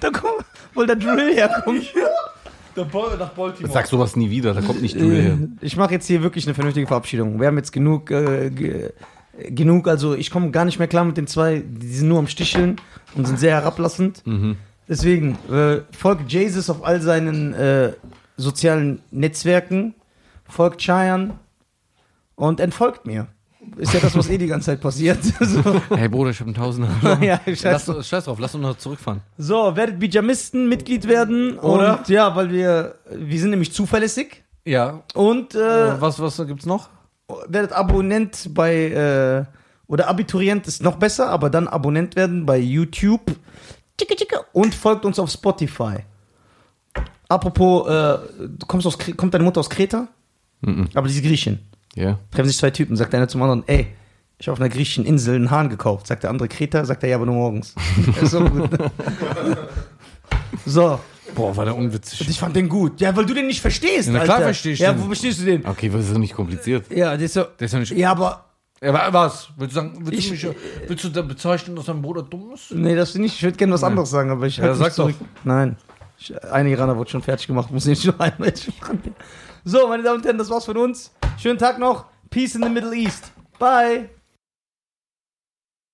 [SPEAKER 3] Da kommt wohl der Drill herkommt.
[SPEAKER 1] Der Ball, nach Baltimore.
[SPEAKER 2] Sag sowas nie wieder, da kommt nicht Drill her.
[SPEAKER 3] Hm. Ich mache jetzt hier wirklich eine vernünftige Verabschiedung. Wir haben jetzt genug, äh, ge äh, genug. Also ich komme gar nicht mehr klar mit den zwei. Die sind nur am Sticheln und sind sehr herablassend.
[SPEAKER 2] Mhm.
[SPEAKER 3] Deswegen äh, folgt Jesus auf all seinen äh, sozialen Netzwerken, folgt Cheyenne und entfolgt mir. Ist ja das, was eh die ganze Zeit passiert. so,
[SPEAKER 2] Hey Bruder, ich hab einen Tausender.
[SPEAKER 3] ja, scheiß,
[SPEAKER 1] Also,
[SPEAKER 2] scheiß drauf, lass uns noch zurückfahren.
[SPEAKER 3] so, werdet Bijamisten, Mitglied werden.
[SPEAKER 1] Oder?
[SPEAKER 3] Und, ja, weil wir, wir sind nämlich zuverlässig.
[SPEAKER 1] Ja.
[SPEAKER 3] Und äh,
[SPEAKER 1] Was, was gibt's noch?
[SPEAKER 3] werdet Abonnent bei äh, oder Abiturient ist noch besser, aber dann Abonnent werden bei YouTube Tschicke, tschicke. und folgt uns auf Spotify. Apropos, äh, du kommst aus, Kre- kommt deine Mutter aus Kreta?
[SPEAKER 1] Mhm.
[SPEAKER 3] Aber die ist Griechin.
[SPEAKER 2] Ja.
[SPEAKER 3] Treffen sich zwei Typen, sagt der eine zum anderen, ey, ich habe auf einer griechischen Insel einen Hahn gekauft. Sagt der andere Kreta, sagt er ja, aber nur morgens. Das ist so gut. ne? so.
[SPEAKER 1] Boah, war der
[SPEAKER 3] Und
[SPEAKER 1] unwitzig.
[SPEAKER 3] ich fand den gut. Ja, weil du den nicht verstehst.
[SPEAKER 1] Ja, na klar versteh ich
[SPEAKER 3] Ja,
[SPEAKER 1] den.
[SPEAKER 3] wo verstehst du den?
[SPEAKER 2] Okay, was ist doch nicht kompliziert.
[SPEAKER 3] Ja, der ist so.
[SPEAKER 1] Der ist ja nicht.
[SPEAKER 3] Ja, aber.
[SPEAKER 1] Ja, wa- was? Willst du sagen, willst
[SPEAKER 3] Ich-
[SPEAKER 1] du mich, willst du da bezeichnen, dass dein Bruder dumm ist?
[SPEAKER 3] Nee, das finde ich. Ich würde gerne was anderes sagen, aber ich
[SPEAKER 1] Ja,
[SPEAKER 3] halte mich
[SPEAKER 1] sag doch.
[SPEAKER 3] zurück. Nein. Ich, ein Iraner wurde schon fertig gemacht, muss nicht nur einmal. So, meine Damen und Herren, das war's von uns. Schönen Tag noch. Peace in the Middle East. Bye.